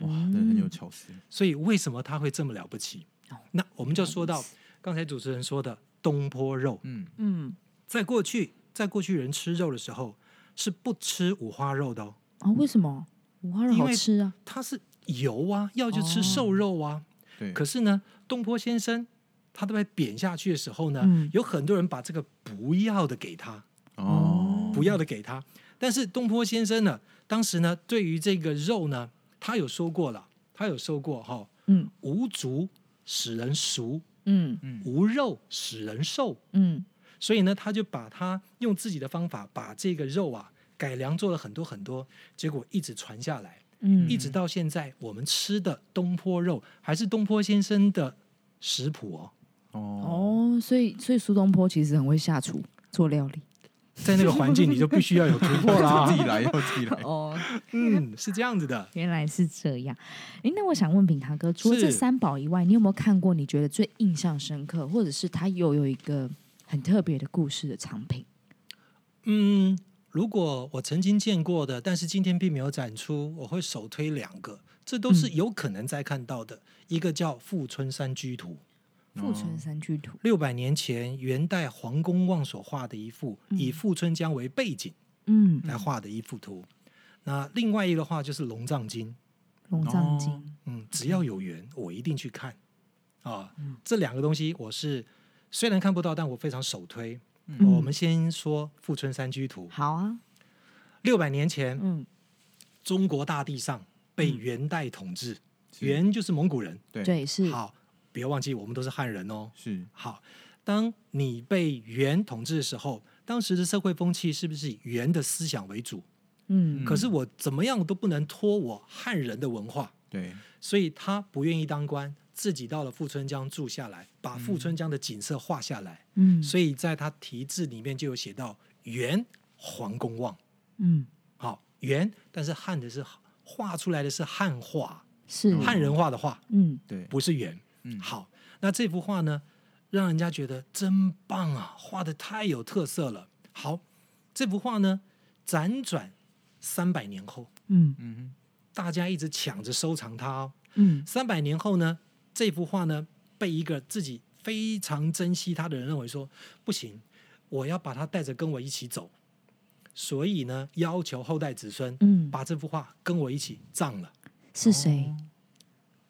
Speaker 2: 哇，真的很有巧思。
Speaker 3: 所以为什么它会这么了不起
Speaker 1: 哦？
Speaker 3: 那我们就说到刚才主持人说的东坡肉，
Speaker 2: 嗯，
Speaker 1: 嗯，
Speaker 3: 在过去，在过去人吃肉的时候是不吃五花肉的哦，
Speaker 1: 啊，为什么五花肉
Speaker 3: 因
Speaker 1: 好
Speaker 3: 为
Speaker 1: 吃啊？
Speaker 3: 它是油啊，要就吃
Speaker 1: 哦
Speaker 3: 瘦肉啊。
Speaker 2: 对，
Speaker 3: 可是呢，东坡先生他都被贬下去的时候呢，
Speaker 1: 嗯
Speaker 3: 有很多人把这个不要的给他，
Speaker 2: 아.哦，
Speaker 3: 不要的给他。但是东坡先生呢，当时呢，对于这个肉呢，他有说过了，他有说过哈、
Speaker 1: 嗯
Speaker 3: 无足使人熟，
Speaker 1: 嗯
Speaker 3: 无肉使人瘦，
Speaker 1: 嗯
Speaker 3: 所以呢，他就把他用自己的方法把这个肉啊改良做了很多很多，结果一直传下来，
Speaker 1: 嗯，
Speaker 3: 一直到现在我们吃的东坡肉还是东坡先生的食谱哦，
Speaker 1: 어.
Speaker 2: 哦，
Speaker 1: 哦，所以所以苏东坡其实很会下厨做料理
Speaker 3: 在那个环境你就必须要有突破 了
Speaker 2: 自己
Speaker 3: 啊，
Speaker 2: 来，要自己来。
Speaker 1: 哦，
Speaker 3: 嗯，是这样子的。
Speaker 1: 原来是这样。诶，那我想问品堂哥，除了这
Speaker 3: 是
Speaker 1: 三宝以外，你有没有看过你觉得最印象深刻，或者是他又有一个很特别的故事的藏品？
Speaker 3: 嗯，如果我曾经见过的，但是今天并没有展出，我会首推两个，这都是
Speaker 1: 嗯
Speaker 3: 有可能再看到的。一个叫《富春山居图》，
Speaker 1: 富
Speaker 3: 哦
Speaker 1: 春山居图，
Speaker 3: 六百年前元代黄公望所画的一幅，以富春江为背景
Speaker 1: 嗯，
Speaker 3: 来画的一幅图。那另外一个画就是《龙藏经》，
Speaker 1: 龙藏经，
Speaker 2: 哦
Speaker 3: 嗯，只要有缘，我一定去看啊。
Speaker 1: 嗯
Speaker 3: 这两个东西我是虽然看不到，但我非常首推。哦
Speaker 1: 嗯
Speaker 3: 我们先说《富春山居图》，
Speaker 1: 好啊，
Speaker 3: 六百年前
Speaker 1: 嗯
Speaker 3: 中国大地上被元代统治，
Speaker 2: 是
Speaker 3: 元就是蒙古人。
Speaker 2: 对
Speaker 1: 对，是，
Speaker 3: 好，别忘记我们都是汉人哦。
Speaker 2: 是
Speaker 3: 好，当你被元统治的时候，当时的社会风气是不是以元的思想为主？
Speaker 1: 嗯，
Speaker 3: 可是我怎么样都不能脱我汉人的文化，
Speaker 2: 对，
Speaker 3: 所以他不愿意当官，自己到了富春江住下来，把富春江的景色画下来。
Speaker 1: 嗯，
Speaker 3: 所以在他题字里面就有写到“元皇公望
Speaker 1: 嗯，”，
Speaker 3: 好“元”，但是汉的是画出来的是汉画，
Speaker 1: 是，
Speaker 2: 嗯
Speaker 3: 汉人画的画，
Speaker 1: 嗯，
Speaker 2: 对，
Speaker 3: 不是元。
Speaker 2: 嗯，
Speaker 3: 好，那这幅画呢，让人家觉得真棒啊，画的太有特色了。好，这幅画呢，辗转三百年后，
Speaker 1: 嗯
Speaker 2: 嗯哼，
Speaker 3: 大家一直抢着收藏它、哦。
Speaker 1: 嗯
Speaker 3: 三百年后呢，这幅画呢，被一个自己非常珍惜它的人认为说，不行，我要把它带着跟我一起走。所以呢，要求后代子孙
Speaker 1: 嗯，
Speaker 3: 把这幅画跟我一起葬了，
Speaker 1: 是谁？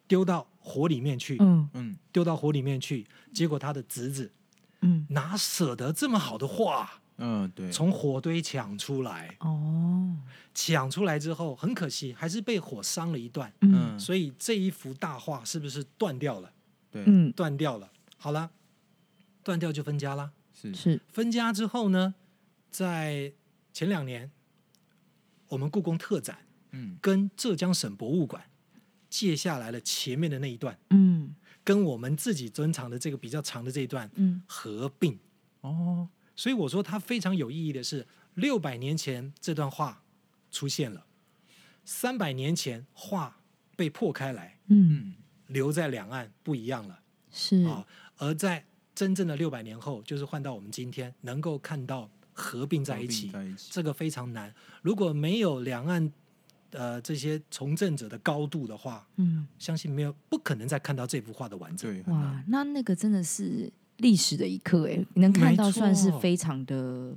Speaker 3: 丢到火里面去，
Speaker 1: 嗯
Speaker 2: 嗯，
Speaker 3: 丢到火里面去。结果他的侄子
Speaker 1: 嗯，
Speaker 3: 哪舍得这么好的画
Speaker 2: 嗯，对，
Speaker 3: 从火堆抢出来？
Speaker 1: 哦，
Speaker 3: 抢出来之后，很可惜，还是被火伤了一段。
Speaker 1: 嗯
Speaker 2: 嗯，
Speaker 3: 所以这一幅大画是不是断掉了？
Speaker 2: 对，
Speaker 1: 嗯，
Speaker 3: 断掉了。好了，断掉就分家啦。
Speaker 2: 是
Speaker 1: 是，
Speaker 3: 分家之后呢，在前两年，我们故宫特展
Speaker 2: 嗯，
Speaker 3: 跟浙江省博物馆借下来了前面的那一段，
Speaker 1: 嗯
Speaker 3: 跟我们自己珍藏的这个比较长的这一段
Speaker 1: 嗯
Speaker 3: 合并。
Speaker 2: 哦，
Speaker 3: 所以我说它非常有意义的是，六百年前这段画出现了，三百年前画被破开来，
Speaker 1: 嗯，
Speaker 2: 嗯，
Speaker 3: 留在两岸不一样了
Speaker 1: 是，
Speaker 3: 啊。而在真正的六百年后，就是换到我们今天能够看到合并在
Speaker 2: 合
Speaker 3: 一
Speaker 2: 并
Speaker 3: 起，
Speaker 2: 在一起，
Speaker 3: 这个非常难。如果没有两岸呃这些从政者的高度的话，
Speaker 1: 嗯，
Speaker 3: 相信没有不可能再看到这幅画的完整。
Speaker 2: 对，很
Speaker 1: 哇
Speaker 2: 难，，
Speaker 1: 那那个真的是历史的一刻哎，能看到
Speaker 3: 没
Speaker 1: 算是
Speaker 3: 错
Speaker 1: 非常的，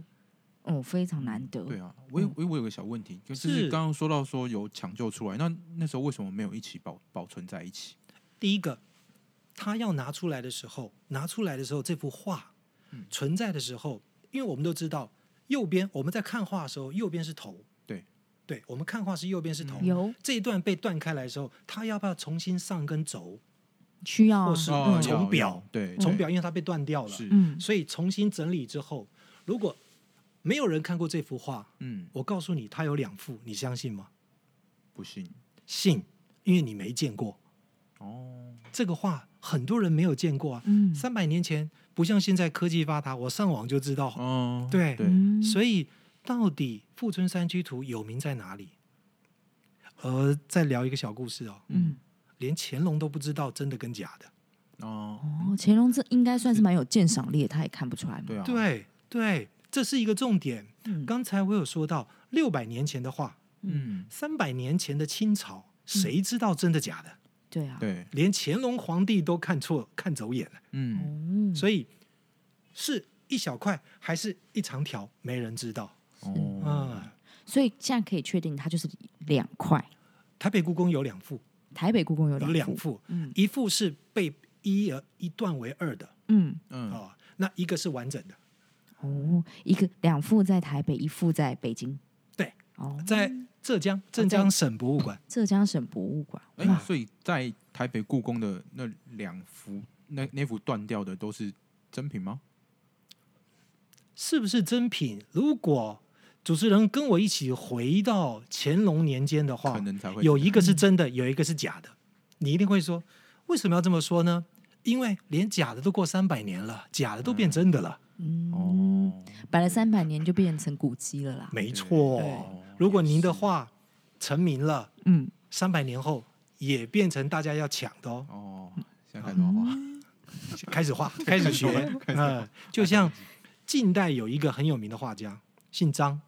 Speaker 1: 哦，非常难得。
Speaker 2: 对啊，我有我有我有个小问题，就是
Speaker 3: 是
Speaker 2: 刚刚说到说有抢救出来，那那时候为什么没有一起保保存在一起？
Speaker 3: 第一个，他要拿出来的时候，拿出来的时候，这幅画、
Speaker 2: 嗯
Speaker 3: 存在的时候，因为我们都知道，右边我们在看画的时候，右边是头，
Speaker 2: 对，
Speaker 3: 对，我们看画是右边是头。
Speaker 2: 嗯
Speaker 1: 有
Speaker 3: 这一段被断开来的时候，他要不要重新上根轴？
Speaker 1: 需要啊
Speaker 3: 或是
Speaker 2: 哦，
Speaker 3: 从
Speaker 2: 要
Speaker 3: 表
Speaker 2: 要对，
Speaker 3: 从
Speaker 2: 对
Speaker 3: 表，因为它被断掉了，
Speaker 2: 是，
Speaker 1: 嗯
Speaker 3: 所以重新整理之后，如果没有人看过这幅画，
Speaker 2: 嗯，
Speaker 3: 我告诉你，它有两幅，你相信吗？
Speaker 2: 不信
Speaker 3: 信，因为你没见过
Speaker 2: 哦，
Speaker 3: 这个画，很多人没有见过啊。
Speaker 1: 嗯
Speaker 3: 三百年前不像现在科技发达，我上网就知道。
Speaker 2: 哦，
Speaker 3: 对
Speaker 2: 对，
Speaker 1: 嗯
Speaker 3: 所以到底富春山居图有名在哪里？呃，再聊一个小故事哦，
Speaker 1: 嗯
Speaker 3: 连乾隆都不知道真的跟假的。
Speaker 2: 哦，
Speaker 1: 哦，乾隆这应该算是蛮有鉴赏力的，他也看不出来嘛。
Speaker 2: 对啊，
Speaker 3: 对对，这是一个重点。
Speaker 1: 嗯
Speaker 3: 刚才我有说到六百年前的画，
Speaker 2: 嗯，
Speaker 3: 三百年前的清朝，谁知道真的假的？
Speaker 1: 对啊，
Speaker 2: 对，
Speaker 3: 连乾隆皇帝都看错、看走眼了。
Speaker 2: 嗯，
Speaker 1: 哦，
Speaker 3: 所以是一小块还是一长条，没人知道。
Speaker 2: 哦，
Speaker 3: 啊。
Speaker 1: 所以现在可以确定，它就是两块。
Speaker 3: 台北故宫有两幅，
Speaker 1: 台北故宫有
Speaker 3: 有
Speaker 1: 两
Speaker 3: 两
Speaker 1: 幅，
Speaker 3: 幅，
Speaker 1: 嗯
Speaker 3: 一幅是被一而一段为二的
Speaker 1: 嗯，
Speaker 3: 啊、
Speaker 2: 嗯，
Speaker 3: 那一个是完整的。
Speaker 1: 哦，一个两幅在台北，一幅在北京。
Speaker 3: 对，
Speaker 1: 哦，
Speaker 3: 在浙江浙江省博物馆，
Speaker 1: 浙江省博物馆。
Speaker 2: 哎，所以在台北故宫的那两幅那那幅断掉的都是真品吗？
Speaker 3: 是不是真品？如果主持人跟我一起回到乾隆年间的
Speaker 2: 可
Speaker 3: 话，
Speaker 2: 能才会
Speaker 3: 有一个
Speaker 1: 嗯
Speaker 3: 是真的，有一个是假的。你一定会说，为什么要这么说呢？因为连假的都过三百年了，假的都变真的了。
Speaker 1: 嗯，
Speaker 2: 哦，
Speaker 1: 摆了三百年就变成古迹了啦。
Speaker 3: 没错
Speaker 1: 对，
Speaker 3: 如果您的画成名了，
Speaker 1: 嗯，
Speaker 3: 三百年后也变成大家要抢的哦，
Speaker 2: 哦，现在开始画画，
Speaker 3: 开始画， 开始学。嗯，就像近代有一个很有名的画家，姓张，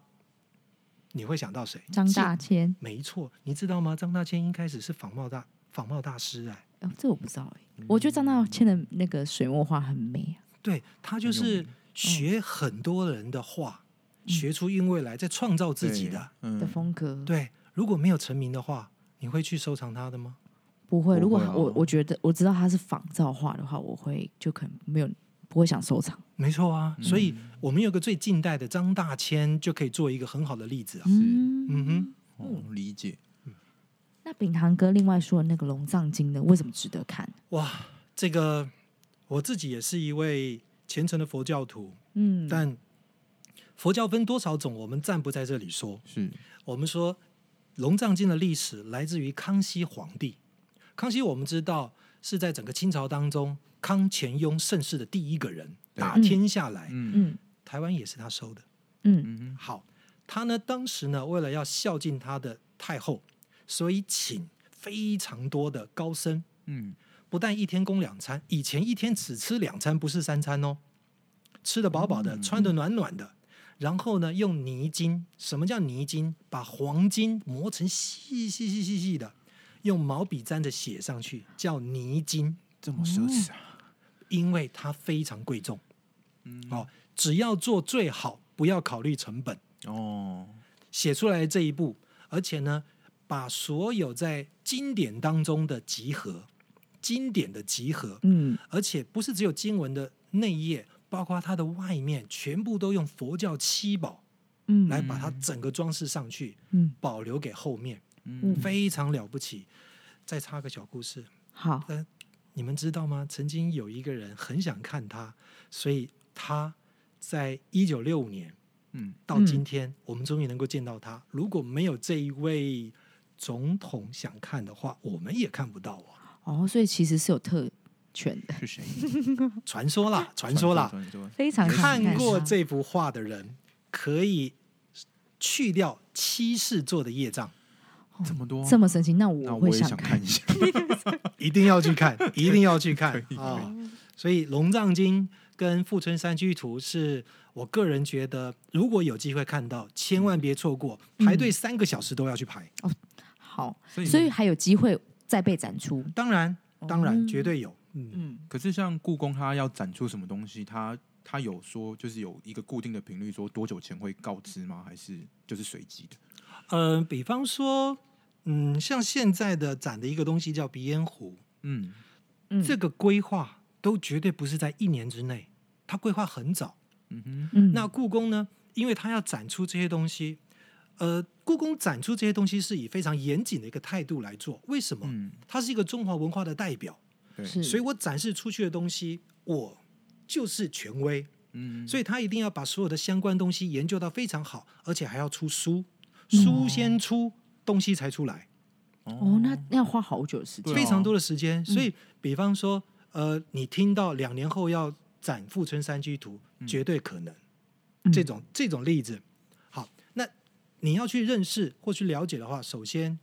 Speaker 3: 你会想到谁？
Speaker 1: 张大
Speaker 3: 近。
Speaker 1: 千，
Speaker 3: 没错，你知道吗？张大千一开始是仿冒大仿冒大师哎，
Speaker 1: 哦，这我不知道哎、我觉得张大千的那个水墨画很美啊。
Speaker 3: 对他就
Speaker 2: 很有
Speaker 3: 是
Speaker 2: 名
Speaker 3: 学很多人的画，
Speaker 1: 嗯
Speaker 3: 学出韵味来，再创造自己的。
Speaker 2: 对，嗯
Speaker 1: 的风格。，
Speaker 3: 对，如果没有成名的话，你会去收藏他的吗？
Speaker 1: 不会。
Speaker 2: 不
Speaker 1: 如果
Speaker 2: 会啊
Speaker 1: 我我觉得我知道它是仿造画的话，我会就可能没有不会想收藏。
Speaker 3: 没错啊，所以我们有个最近代的张大千，就可以做一个很好的例子啊。
Speaker 1: 嗯
Speaker 3: 嗯哼，
Speaker 2: 哦，理界。
Speaker 1: 那秉堂哥另外说的那个龙藏经呢，为什么值得看？
Speaker 3: 哇，这个我自己也是一位虔诚的佛教徒，
Speaker 1: 嗯，
Speaker 3: 但佛教分多少种，我们暂不在这里说。
Speaker 2: 是，
Speaker 3: 我们说《龙藏经》的历史来自于康熙皇帝。康熙我们知道是在整个清朝当中，康乾雍盛世的第一个人，
Speaker 2: 对
Speaker 3: 打
Speaker 1: 嗯
Speaker 3: 天下来，
Speaker 2: 嗯
Speaker 1: 嗯
Speaker 3: 台湾也是他收的。
Speaker 1: 嗯
Speaker 2: 嗯哼，
Speaker 3: 好，他呢当时呢为了要孝敬他的太后，所以请非常多的高僧，
Speaker 2: 嗯，
Speaker 3: 不但一天供两餐，以前一天只吃两餐，不是三餐哦，吃的饱饱的，穿的暖暖的。然后呢，用泥金，什么叫泥金？把黄金磨成细细细细细的，用毛笔沾着写上去，叫泥金。
Speaker 2: 这么奢侈啊，
Speaker 3: 因为它非常贵重。
Speaker 2: 嗯
Speaker 3: 哦，只要做最好，不要考虑成本，
Speaker 2: 哦，
Speaker 3: 写出来这一步，而且呢，把所有在经典当中的集合，经典的集合，
Speaker 1: 嗯，
Speaker 3: 而且不是只有经文的内页，包括它的外面，全部都用佛教七宝
Speaker 1: 嗯
Speaker 3: 来把它整个装饰上去，
Speaker 1: 嗯，
Speaker 3: 保留给后面，
Speaker 1: 嗯
Speaker 3: 非常了不起。再插个小故事，
Speaker 1: 好，
Speaker 3: 你们知道吗？曾经有一个人很想看他，所以他在一九六五年
Speaker 2: 嗯，
Speaker 3: 到今天，我们终于能够见到他。如果没有这一位总统想看的话，我们也看不到啊。
Speaker 1: 哦，所以其实是有特权的，
Speaker 2: 是谁？
Speaker 3: 传说啦，传说啦，
Speaker 2: 传说，
Speaker 1: 非常想
Speaker 3: 看过
Speaker 2: 啊
Speaker 1: 它
Speaker 3: 这幅画的人可以去掉七世做的业障，
Speaker 2: 这么多，
Speaker 1: 这么神奇，那
Speaker 2: 那
Speaker 1: 我
Speaker 2: 我
Speaker 1: 会
Speaker 2: 也
Speaker 1: 想
Speaker 2: 想看一下。
Speaker 3: 一定要 去看，一定要去看
Speaker 2: 可以
Speaker 3: 啊、所以《龙藏经》跟《富春山居图》是我个人觉得，如果有机会看到，千万别错过，排队三个小时都要去排。
Speaker 2: 嗯
Speaker 1: 好，
Speaker 2: 所以
Speaker 1: 所以还有机会再被展出。
Speaker 3: 当然，当
Speaker 1: 哦
Speaker 3: 然，绝对有。嗯，
Speaker 1: 嗯
Speaker 2: 可是像故宫，它要展出什么东西，它它有说就是有一个固定的频率，说多久前会告知吗？还是就是随机的？
Speaker 3: 呃，比方说，嗯，像现在的展的一个东西叫鼻烟壶，
Speaker 2: 嗯，
Speaker 1: 嗯，
Speaker 3: 这个规划都绝对不是在一年之内，它规划很早。
Speaker 2: 嗯哼，
Speaker 1: 嗯
Speaker 3: 那故宫呢，因为它要展出这些东西，呃，故宫展出这些东西是以非常严谨的一个态度来做。为什么？
Speaker 2: 嗯，
Speaker 3: 它是一个中华文化的代表，
Speaker 2: 对，
Speaker 1: 是，
Speaker 3: 所以我展示出去的东西，我就是权威，
Speaker 2: 嗯，
Speaker 3: 所以他一定要把所有的相关东西研究到非常好，而且还要出书，
Speaker 2: 嗯
Speaker 3: 书先出，东西才出来，
Speaker 1: 哦，那那要花好久的时间
Speaker 2: 对啊。
Speaker 3: 非常多的时间。所以，比方说，呃，你听到两年后要展《富春山居图》，绝对可能。
Speaker 1: 嗯
Speaker 3: 这种这种例子。好，那你要去认识或去了解的话，首先，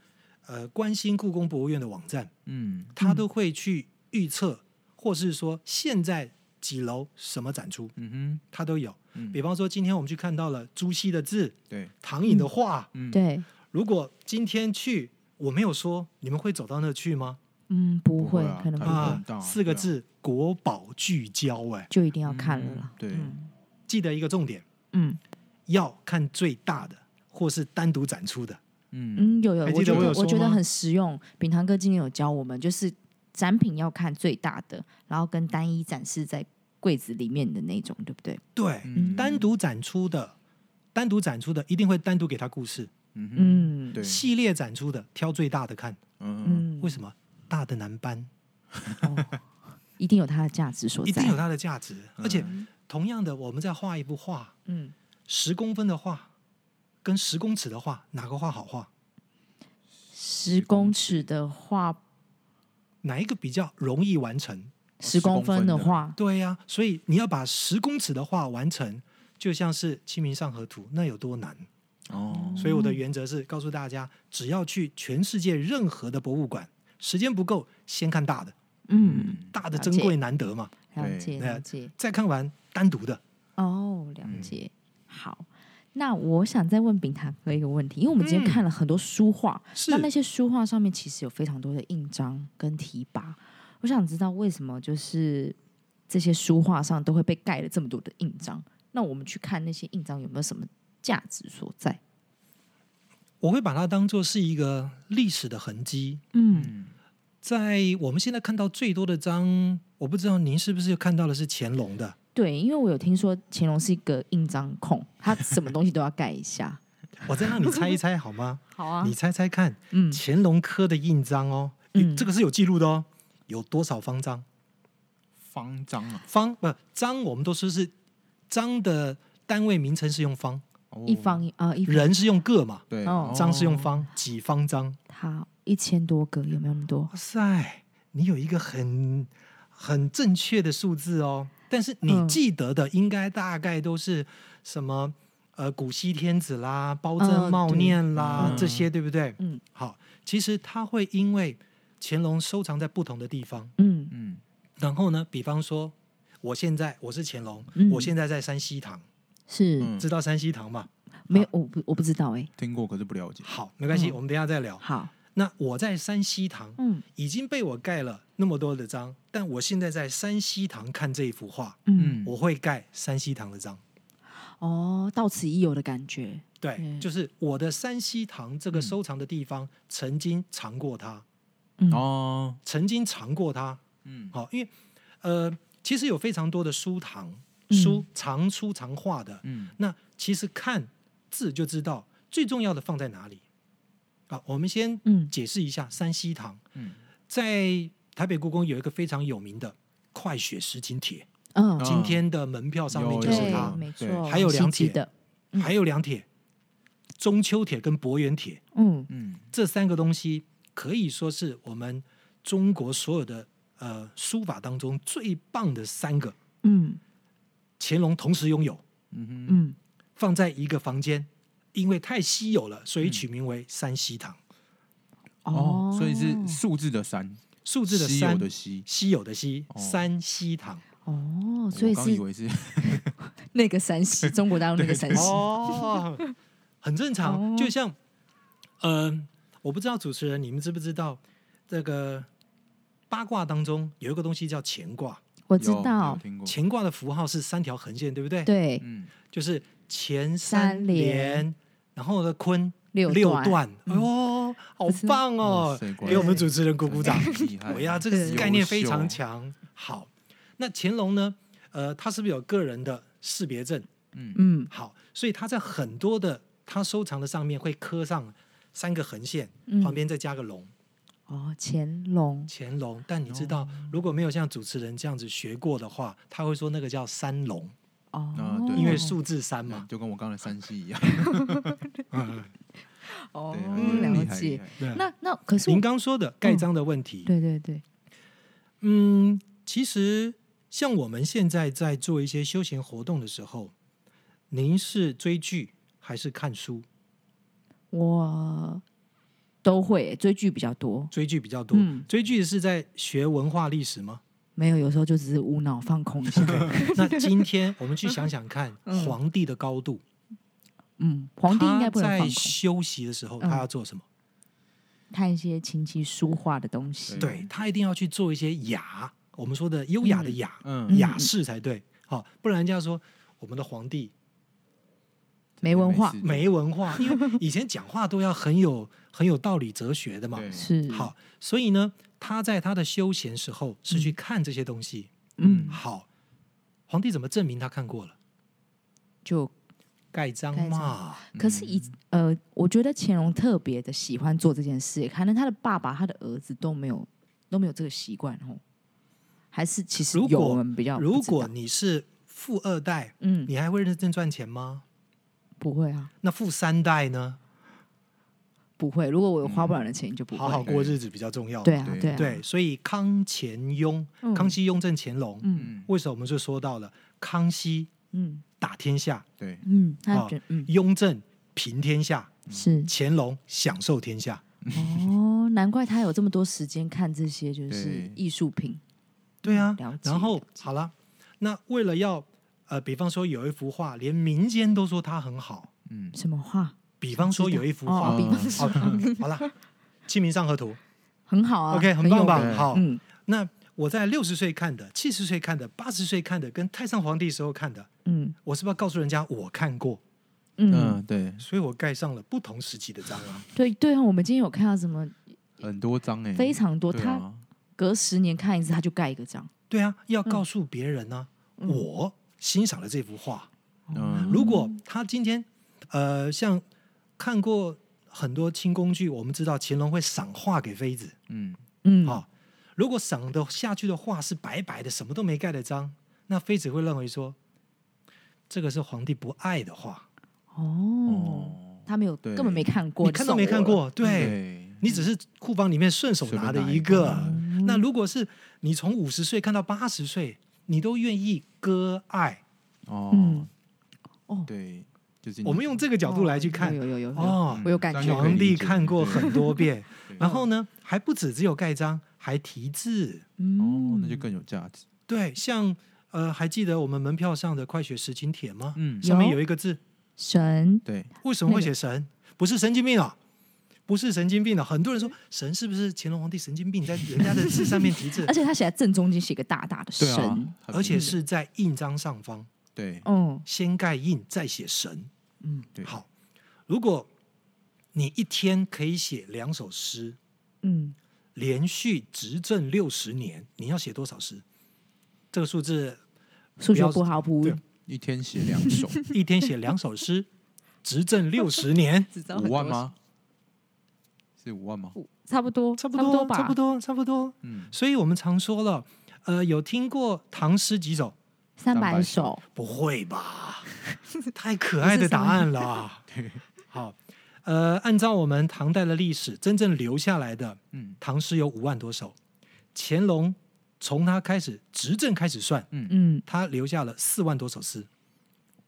Speaker 3: 呃，关心故宫博物院的网站，
Speaker 2: 嗯
Speaker 3: 它都会去预测，或是说现在几楼什么展出，
Speaker 2: 嗯哼，
Speaker 3: 它都有。
Speaker 2: 嗯
Speaker 3: 比方说，今天我们去看到了朱熹的字、
Speaker 2: 对，
Speaker 3: 唐寅的画，
Speaker 2: 嗯，
Speaker 1: 对，
Speaker 3: 如果今天去，我没有说你们会走到那去吗？
Speaker 1: 嗯，不
Speaker 2: 不
Speaker 1: 会
Speaker 2: 会啊，
Speaker 1: 可能
Speaker 2: 它
Speaker 1: 不
Speaker 2: 嗯
Speaker 1: 会
Speaker 2: 看
Speaker 3: 啊
Speaker 2: 不到，
Speaker 3: 四个
Speaker 2: 对啊
Speaker 3: 字，国宝聚焦、哎，
Speaker 1: 就一定要看了啦
Speaker 2: 嗯。对
Speaker 1: 嗯
Speaker 3: 记得一个重点，
Speaker 1: 嗯
Speaker 3: 要看最大的或是单独展出的。
Speaker 2: 嗯
Speaker 1: 嗯，有有，
Speaker 3: 还
Speaker 1: 我
Speaker 3: 记
Speaker 1: 觉
Speaker 3: 得我
Speaker 1: 得
Speaker 3: 有说
Speaker 1: 我觉得
Speaker 3: 吗
Speaker 1: 很实用。秉堂哥今天有教我们，就是展品要看最大的，然后跟单一展示在柜子里面的那种，对不对？
Speaker 3: 对，
Speaker 2: 嗯
Speaker 3: 单独展出的，单独展出的一定会单独给他故事；
Speaker 2: 嗯哼，
Speaker 1: 嗯，
Speaker 2: 对，
Speaker 3: 系列展出的挑最大的看，
Speaker 2: 嗯
Speaker 1: 嗯，
Speaker 3: 为什么？大的难搬，
Speaker 1: 哦一定有它的价值所
Speaker 3: 一定有
Speaker 1: 在。
Speaker 3: 它的价值。
Speaker 2: 嗯
Speaker 3: 而且，同样的，我们在画一幅画，
Speaker 1: 嗯，
Speaker 3: 十公分的画跟十公尺的画，哪个画好画？
Speaker 1: 十公尺的话，
Speaker 3: 哪一个比较容易完成？
Speaker 1: 十公分的
Speaker 2: 的
Speaker 1: 话，
Speaker 3: 对呀、所以你要把十公尺的画完成，就像是《清明上河图》，那有多难？
Speaker 2: 哦，
Speaker 3: 所以我的原则是告诉大家，只要去全世界任何的博物馆，时间不够，先看大的。
Speaker 1: 嗯，
Speaker 3: 大
Speaker 1: 了
Speaker 3: 的珍
Speaker 1: 解
Speaker 3: 贵难得嘛，
Speaker 1: 嗯了
Speaker 2: 对
Speaker 1: 解
Speaker 3: 那
Speaker 1: 了解。
Speaker 3: 再看完单独的，
Speaker 1: 哦，了解。好，那我想再问秉堂哥一个问题，因为我们今天
Speaker 3: 嗯
Speaker 1: 看了很多书画，
Speaker 3: 是
Speaker 1: 那那些书画上面其实有非常多的印章跟题跋，我想知道为什么就是这些书画上都会被盖了这么多的印章？那我们去看那些印章有没有什么价值所在？
Speaker 3: 我会把它当做是一个历史的痕迹。
Speaker 1: 嗯
Speaker 3: 在我们现在看到最多的章，我不知道您是不是看到的是乾隆的，
Speaker 1: 对，因为我有听说乾隆是一个印章控，他什么东西都要盖一下。
Speaker 3: 我再让你猜一猜好吗？
Speaker 1: 好啊
Speaker 3: 你，猜猜看，
Speaker 1: 嗯，
Speaker 3: 乾隆科的印章哦，
Speaker 1: 嗯
Speaker 3: 这个是有记录的哦，有多少方章？
Speaker 2: 方丈啊，
Speaker 3: 方不章，我们都说是章的单位名称是用方，
Speaker 2: 哦
Speaker 1: 一方一呃一方
Speaker 3: 人是用个嘛，
Speaker 2: 对
Speaker 1: 哦
Speaker 3: 章是用，方，几方章？
Speaker 1: 好一千多个，有没有那么多？
Speaker 3: 哇塞，你有一个很很正确的数字哦，但是你
Speaker 1: 嗯
Speaker 3: 记得的应该大概都是什么？呃，古稀天子啦，包
Speaker 1: 嗯
Speaker 3: 拯茂念啦，
Speaker 2: 对
Speaker 3: 这些对不对？
Speaker 1: 嗯
Speaker 3: 好，其实它会因为乾隆收藏在不同的地方，
Speaker 1: 嗯
Speaker 2: 嗯
Speaker 3: 然后呢，比方说，我现在我是乾隆，
Speaker 1: 嗯
Speaker 3: 我现在在山西堂，
Speaker 1: 是、
Speaker 2: 嗯，
Speaker 3: 知道山西堂嘛？
Speaker 1: 没有，我不我不知道哎、
Speaker 2: 听过可是不了解，
Speaker 3: 好，没关系，
Speaker 1: 嗯
Speaker 3: 我们等一下再聊。
Speaker 1: 好，
Speaker 3: 那我在山西堂
Speaker 1: 嗯
Speaker 3: 已经被我盖了那么多的章，但我现在在山西堂看这一幅画，
Speaker 1: 嗯，
Speaker 2: 嗯，
Speaker 3: 我会盖山西堂的章。
Speaker 1: 哦，到此一游的感觉，
Speaker 3: 对，
Speaker 1: 嗯
Speaker 3: 就是我的山西堂这个收藏的地方，曾经藏过它，
Speaker 1: 嗯
Speaker 2: 哦，
Speaker 3: 曾经藏过它。
Speaker 2: 嗯
Speaker 3: 好，因为呃，其实有非常多的书堂
Speaker 1: 嗯
Speaker 3: 书藏书藏画的，
Speaker 2: 嗯
Speaker 3: 那其实看字就知道最重要的放在哪里啊。我们先
Speaker 1: 嗯
Speaker 3: 解释一下山西堂，
Speaker 2: 嗯，
Speaker 3: 在台北故宫有一个非常有名的快雪时晴帖，
Speaker 1: 嗯，
Speaker 2: 哦
Speaker 3: 今天的门票上面
Speaker 2: 有
Speaker 3: 就是
Speaker 1: 对，
Speaker 3: 它，
Speaker 1: 没
Speaker 2: 对
Speaker 1: 错，
Speaker 3: 还有
Speaker 1: 两
Speaker 3: 两
Speaker 1: 记
Speaker 3: 帖
Speaker 1: 得，嗯
Speaker 3: 还有两帖，中秋帖跟博元帖
Speaker 1: 嗯
Speaker 2: 嗯
Speaker 3: 这三个东西可以说是我们中国所有的呃书法当中最棒的三个，
Speaker 1: 嗯
Speaker 3: 乾隆同时拥有，
Speaker 2: 嗯哼
Speaker 1: 嗯，
Speaker 3: 放在一个房间。因为太稀有了，所以取名为山西堂。
Speaker 1: 嗯
Speaker 2: 哦，所以是数字的三，
Speaker 3: 数字的
Speaker 2: 稀有
Speaker 3: 三，
Speaker 2: 的稀。
Speaker 3: 稀有的稀，
Speaker 2: 哦
Speaker 3: 山 西堂。
Speaker 1: 哦，所
Speaker 2: 我
Speaker 1: 以
Speaker 2: 刚以
Speaker 1: 是
Speaker 2: 为是
Speaker 1: 那个山西，中国大陆那个山西，
Speaker 3: 哦，很正常。
Speaker 1: 哦
Speaker 3: 就像，嗯，我不知道主持人你们知不知道，这个八卦当中有一个东西叫乾卦，
Speaker 1: 我
Speaker 2: 我
Speaker 1: 知道，
Speaker 2: 听过，
Speaker 3: 乾卦的符号是三条横线，对不对？，
Speaker 1: 对，
Speaker 2: 嗯，
Speaker 3: 就是乾
Speaker 1: 三
Speaker 3: 三
Speaker 1: 连
Speaker 3: 连，然后呢坤
Speaker 1: 六
Speaker 3: 段，哦，好棒
Speaker 2: 嗯
Speaker 3: 哦
Speaker 2: 哇塞！果然
Speaker 3: 给我们主持人鼓鼓掌。
Speaker 2: 厉害，
Speaker 3: 我呀，这个
Speaker 1: 对
Speaker 3: 概念非
Speaker 2: 哎优秀
Speaker 3: 常强。好，那乾隆呢？呃，他是不是有个人的识别证？
Speaker 1: 嗯
Speaker 3: 好，所以他在很多的他收藏的上面会刻上三个横线，
Speaker 1: 嗯
Speaker 3: 旁边再加个龙，
Speaker 1: 哦，乾隆，
Speaker 3: 乾隆。但你知道，如果没有像主持人这样子学过的话，他会说那个叫三龙，
Speaker 1: 哦
Speaker 2: 啊，对
Speaker 3: 因为数字三嘛。
Speaker 2: 就跟我刚才山西一样，
Speaker 3: 嗯，
Speaker 1: 哦嗯
Speaker 2: 对，很
Speaker 1: 了
Speaker 2: 厉害厉
Speaker 1: 解。
Speaker 2: 害
Speaker 3: 对。
Speaker 1: 那那可是我
Speaker 3: 您刚说的盖章的问题，
Speaker 1: 对对对，
Speaker 3: 嗯，其实像我们现在在做一些休闲活动的时候，您是追剧还是看书？
Speaker 1: 我都会追剧比较多，
Speaker 3: 追剧比较多。
Speaker 1: 嗯
Speaker 3: 追剧是在学文化历 史吗？
Speaker 1: 没有有时候就只是无脑放空一 下。
Speaker 3: 那今天我们去想想看，
Speaker 1: 嗯
Speaker 3: 皇帝的高度，
Speaker 1: 嗯，皇帝应该不能放
Speaker 3: 他在
Speaker 1: 空，
Speaker 3: 休息的时候，
Speaker 1: 嗯
Speaker 3: 他要做什么？
Speaker 1: 看一些琴棋书画的东西。
Speaker 2: 对
Speaker 3: 对他一定要去做一些雅，我们说的优雅的雅，
Speaker 2: 嗯，
Speaker 3: 雅士才对。好、不然人家说我们的皇帝
Speaker 1: 没文化
Speaker 2: 事情
Speaker 3: 没 文化，因为以前讲话都要很有很有道理、哲学的嘛。
Speaker 2: 对，
Speaker 1: 是，
Speaker 3: 好，所以呢，他在他的休闲时候是去看这些东西。
Speaker 1: 嗯，
Speaker 3: 好，皇帝怎么证明他看过了？
Speaker 1: 就
Speaker 3: 盖章
Speaker 1: 盖章
Speaker 3: 嘛。
Speaker 1: 可是以
Speaker 2: 嗯
Speaker 1: 呃，我觉得乾隆特别的喜欢做这件事，可能他的爸爸、他的儿子都没有都没有这个习惯哦，还是其实
Speaker 3: 如
Speaker 1: 有
Speaker 3: 果
Speaker 1: 我们比较不
Speaker 3: 如
Speaker 1: 知
Speaker 3: 果
Speaker 1: 道
Speaker 3: 你是富二代，
Speaker 1: 嗯
Speaker 3: 你还会认真赚钱吗？
Speaker 1: 不会啊，
Speaker 3: 那富三代呢？
Speaker 1: 不会。如果我有花不完的钱，你就不会。
Speaker 3: 嗯好好过日子比较重要。
Speaker 1: 对啊，
Speaker 2: 对
Speaker 1: 对啊，
Speaker 3: 对，所以康乾雍、
Speaker 1: 嗯
Speaker 3: 康熙、雍正、乾隆，
Speaker 1: 嗯
Speaker 2: 嗯，
Speaker 3: 为什么我们就说到了康熙
Speaker 1: 嗯
Speaker 3: 打天下，
Speaker 2: 对，
Speaker 1: 嗯，他
Speaker 3: 好
Speaker 1: 觉得嗯
Speaker 3: 雍正平天下，
Speaker 1: 是
Speaker 3: 乾隆享受天下。
Speaker 1: 哦，难怪他有这么多时间看这些就是
Speaker 2: 对
Speaker 1: 艺术品。
Speaker 3: 对啊
Speaker 1: 嗯了，解
Speaker 3: 然后
Speaker 1: 了解
Speaker 3: 好了，那为了要呃，比方说有一幅画，连民间都说它很好。
Speaker 2: 嗯，
Speaker 1: 什么画？
Speaker 3: 比方说有一幅画，
Speaker 1: 哦，比方
Speaker 2: 嗯
Speaker 1: 说
Speaker 3: 好了，《清明上河图》
Speaker 1: 很好啊
Speaker 3: OK，很棒
Speaker 1: 有
Speaker 3: 吧
Speaker 1: 名？
Speaker 2: 名
Speaker 3: 好，
Speaker 1: 嗯，
Speaker 3: 那我在六十岁看的、七十岁看的、八十岁看的，跟太上皇帝时候看的，
Speaker 1: 嗯
Speaker 3: 我是不是要告诉人家我看过？
Speaker 1: 嗯，
Speaker 2: 嗯，对，
Speaker 3: 所以我盖上了不同时期的章啊。
Speaker 1: 对对啊，我们今天有看到什么
Speaker 2: 很多张哎，
Speaker 1: 非常多，
Speaker 2: 对
Speaker 1: 他
Speaker 2: 啊
Speaker 1: 隔十年看一次，他就盖一个章。
Speaker 3: 对啊，要告诉别人啊呢、
Speaker 1: 嗯
Speaker 3: 我欣赏了这幅画。
Speaker 2: 嗯
Speaker 1: 哦
Speaker 3: 如果他今天，呃，像看过很多清宫剧，我们知道乾隆会赏画给妃子，
Speaker 2: 嗯，
Speaker 1: 嗯，
Speaker 3: 好、如果赏的下去的画是白白的，什么都没盖的章，那妃子会认为说，这个是皇帝不爱的画，
Speaker 1: 哦，
Speaker 2: 哦，
Speaker 1: 他没有
Speaker 2: 对
Speaker 1: 根本没看过，
Speaker 3: 你看都没看
Speaker 1: 就送我了，嗯
Speaker 3: 过，对
Speaker 2: 对，
Speaker 3: 你只是库房里面顺手
Speaker 2: 随便
Speaker 3: 拿的
Speaker 2: 拿
Speaker 3: 一
Speaker 2: 一
Speaker 3: 个。
Speaker 2: 个
Speaker 1: 嗯
Speaker 3: 那如果是你从五十岁看到八十岁，你都愿意割爱，
Speaker 2: 哦
Speaker 1: 嗯，，哦，
Speaker 2: 对，就是嗯
Speaker 3: 我们用这个角度来去看
Speaker 1: 有，有有有有，
Speaker 3: 哦
Speaker 1: 我有感
Speaker 2: 这
Speaker 1: 觉
Speaker 2: 样就可以
Speaker 3: 皇帝
Speaker 2: 理解
Speaker 3: 看过很多遍，
Speaker 2: 对
Speaker 3: 然后呢，还不止只有盖章，还题字。
Speaker 2: 哦
Speaker 1: 嗯，，
Speaker 2: 那就更有价值。
Speaker 3: 对，像呃，还记得我们门票上的快雪时晴帖吗？
Speaker 2: 嗯，
Speaker 3: 上面
Speaker 1: 有
Speaker 3: 有一个字，
Speaker 1: 神，
Speaker 2: 对，
Speaker 3: 为什么会
Speaker 1: 那
Speaker 3: 写神？不是神经病啊，不是神经病啊！很多人说神是不是乾隆皇帝神经病，在人家的字上面 题字
Speaker 1: 而，且他写在正中间写一个大大的
Speaker 2: 对啊
Speaker 1: 神，，
Speaker 2: 很
Speaker 3: 而且
Speaker 2: 明
Speaker 3: 是在印章上方
Speaker 2: 对
Speaker 1: 哦，
Speaker 3: 先盖印，再写神。
Speaker 1: 嗯，
Speaker 2: 对，
Speaker 3: 好，如果你一天可以写两首诗，
Speaker 1: 嗯，
Speaker 3: 连续执政六十年，你要写多少诗？这个数字
Speaker 1: 数
Speaker 3: 不
Speaker 1: 学
Speaker 3: 要
Speaker 1: 不好不
Speaker 3: 对
Speaker 2: 一天写两首，
Speaker 3: 一天写两首诗，执政六十年，
Speaker 1: 只知
Speaker 2: 五万？吗？是五万吗？
Speaker 1: 差不多，差
Speaker 3: 差不多，
Speaker 1: 吧，
Speaker 3: 差不多，差不多。
Speaker 2: 嗯，
Speaker 3: 所以我们常说了，呃，有听过唐诗几首？
Speaker 1: 三
Speaker 2: 300
Speaker 1: 百首，
Speaker 3: 不会吧？ 太可爱的答案了啊。 好，呃，按照我们唐代的历史，真正留下来的
Speaker 2: 嗯
Speaker 3: 唐诗有五万多首。乾隆从他开始执政开始算，
Speaker 1: 嗯，
Speaker 3: 他留下了四万多首诗，
Speaker 2: 嗯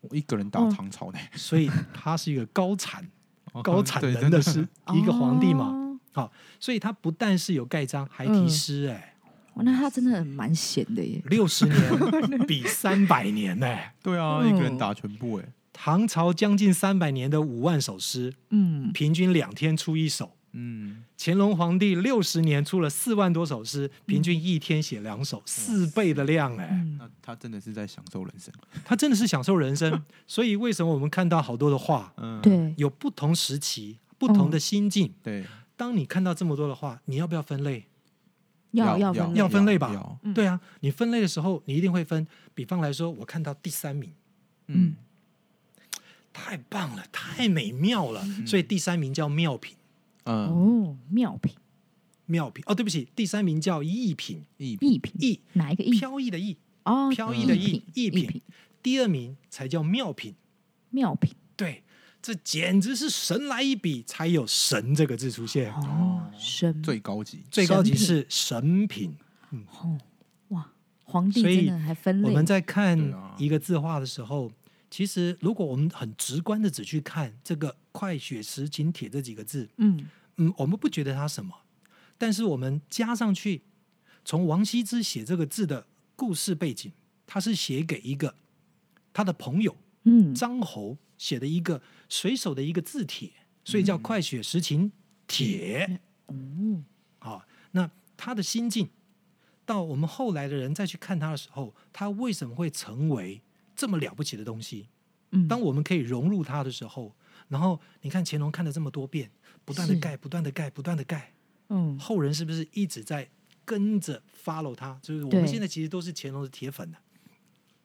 Speaker 2: 我一个人打
Speaker 1: 哦
Speaker 2: 唐朝呢，
Speaker 3: 所以他是一个高产、
Speaker 2: 哦
Speaker 3: 高产
Speaker 2: 对
Speaker 3: 能
Speaker 2: 真
Speaker 3: 的
Speaker 2: 的
Speaker 3: 诗， 一个皇帝嘛。
Speaker 1: 哦。
Speaker 3: 所以他不但是有盖章，还题诗、
Speaker 2: 嗯
Speaker 3: 哎、
Speaker 1: 哇那他真的蛮闲的耶，
Speaker 3: 六十年比三百年 呢、哎
Speaker 2: 对啊，
Speaker 1: 嗯
Speaker 2: 一个人打全部哎，
Speaker 3: 唐朝将近三百年的五万首诗，
Speaker 1: 嗯，
Speaker 3: 平均两天出一首。
Speaker 2: 嗯，
Speaker 3: 乾隆皇帝六十年出了四万多首诗，平均一天写两首，四倍的量哎、
Speaker 1: 嗯
Speaker 2: 那他真的是在享受人生，
Speaker 3: 他真的是享受 人生。所以为什么我们看到好多的画，
Speaker 2: 嗯，
Speaker 1: 对，
Speaker 3: 有不同时期、不同的心境？
Speaker 1: 嗯
Speaker 2: 对，
Speaker 3: 当你看到这么多的画，你要不要分类？
Speaker 1: 要
Speaker 2: 要
Speaker 1: 分类
Speaker 3: 要分类吧
Speaker 2: 要
Speaker 1: 嗯
Speaker 3: 对啊，你分类的时候，你一定会分。比方来说，我看到第三名，
Speaker 2: 嗯
Speaker 1: 嗯，
Speaker 3: 太棒了，太美妙了，
Speaker 1: 嗯
Speaker 3: 所以第三名叫妙品，
Speaker 2: 嗯，
Speaker 1: 哦，妙品
Speaker 3: 妙品哦，对不起，第三名叫逸品，
Speaker 2: 一
Speaker 1: 逸品
Speaker 3: 逸
Speaker 1: 哪一个逸？
Speaker 3: 飘逸的逸，
Speaker 1: 哦，
Speaker 3: 飘
Speaker 2: 逸的
Speaker 1: 逸
Speaker 3: 逸逸品
Speaker 1: 逸品
Speaker 3: 第二名才叫妙品，
Speaker 1: 妙品
Speaker 3: 对，这简直是神来一笔才有“神”这个字出现，
Speaker 1: 哦，神
Speaker 2: 最高级，
Speaker 3: 最高级
Speaker 1: 神品
Speaker 3: 是神品。
Speaker 1: 哦，哇，皇帝
Speaker 3: 所以
Speaker 1: 真的还分
Speaker 3: 我
Speaker 1: 类，
Speaker 3: 们在看
Speaker 2: 对啊
Speaker 3: 一个字画的时候，其实如果我们很直观的只去看这个“快雪时晴帖”这几个字，
Speaker 1: 嗯
Speaker 3: 嗯，我们不觉得它什么，但是我们加上去，从王羲之写这个字的故事背景，他是写给一个他的朋友
Speaker 1: 嗯
Speaker 3: 张侯写的一个随手的一个字帖，所以
Speaker 1: 嗯
Speaker 3: 叫《快雪时晴帖
Speaker 1: 哦，》
Speaker 3: 啊。那他的心境，到我们后来的人再去看他的时候，他为什么会成为这么了不起的东西？
Speaker 1: 嗯，
Speaker 3: 当我们可以融入他的时候，然后你看乾隆看了这么多遍，不断的
Speaker 1: 是
Speaker 3: 盖，不断的盖，不断的盖，
Speaker 1: 嗯
Speaker 3: 后人是不是一直在跟着 follow 他？就是我们
Speaker 1: 对
Speaker 3: 现在其实都是乾隆的铁粉的，啊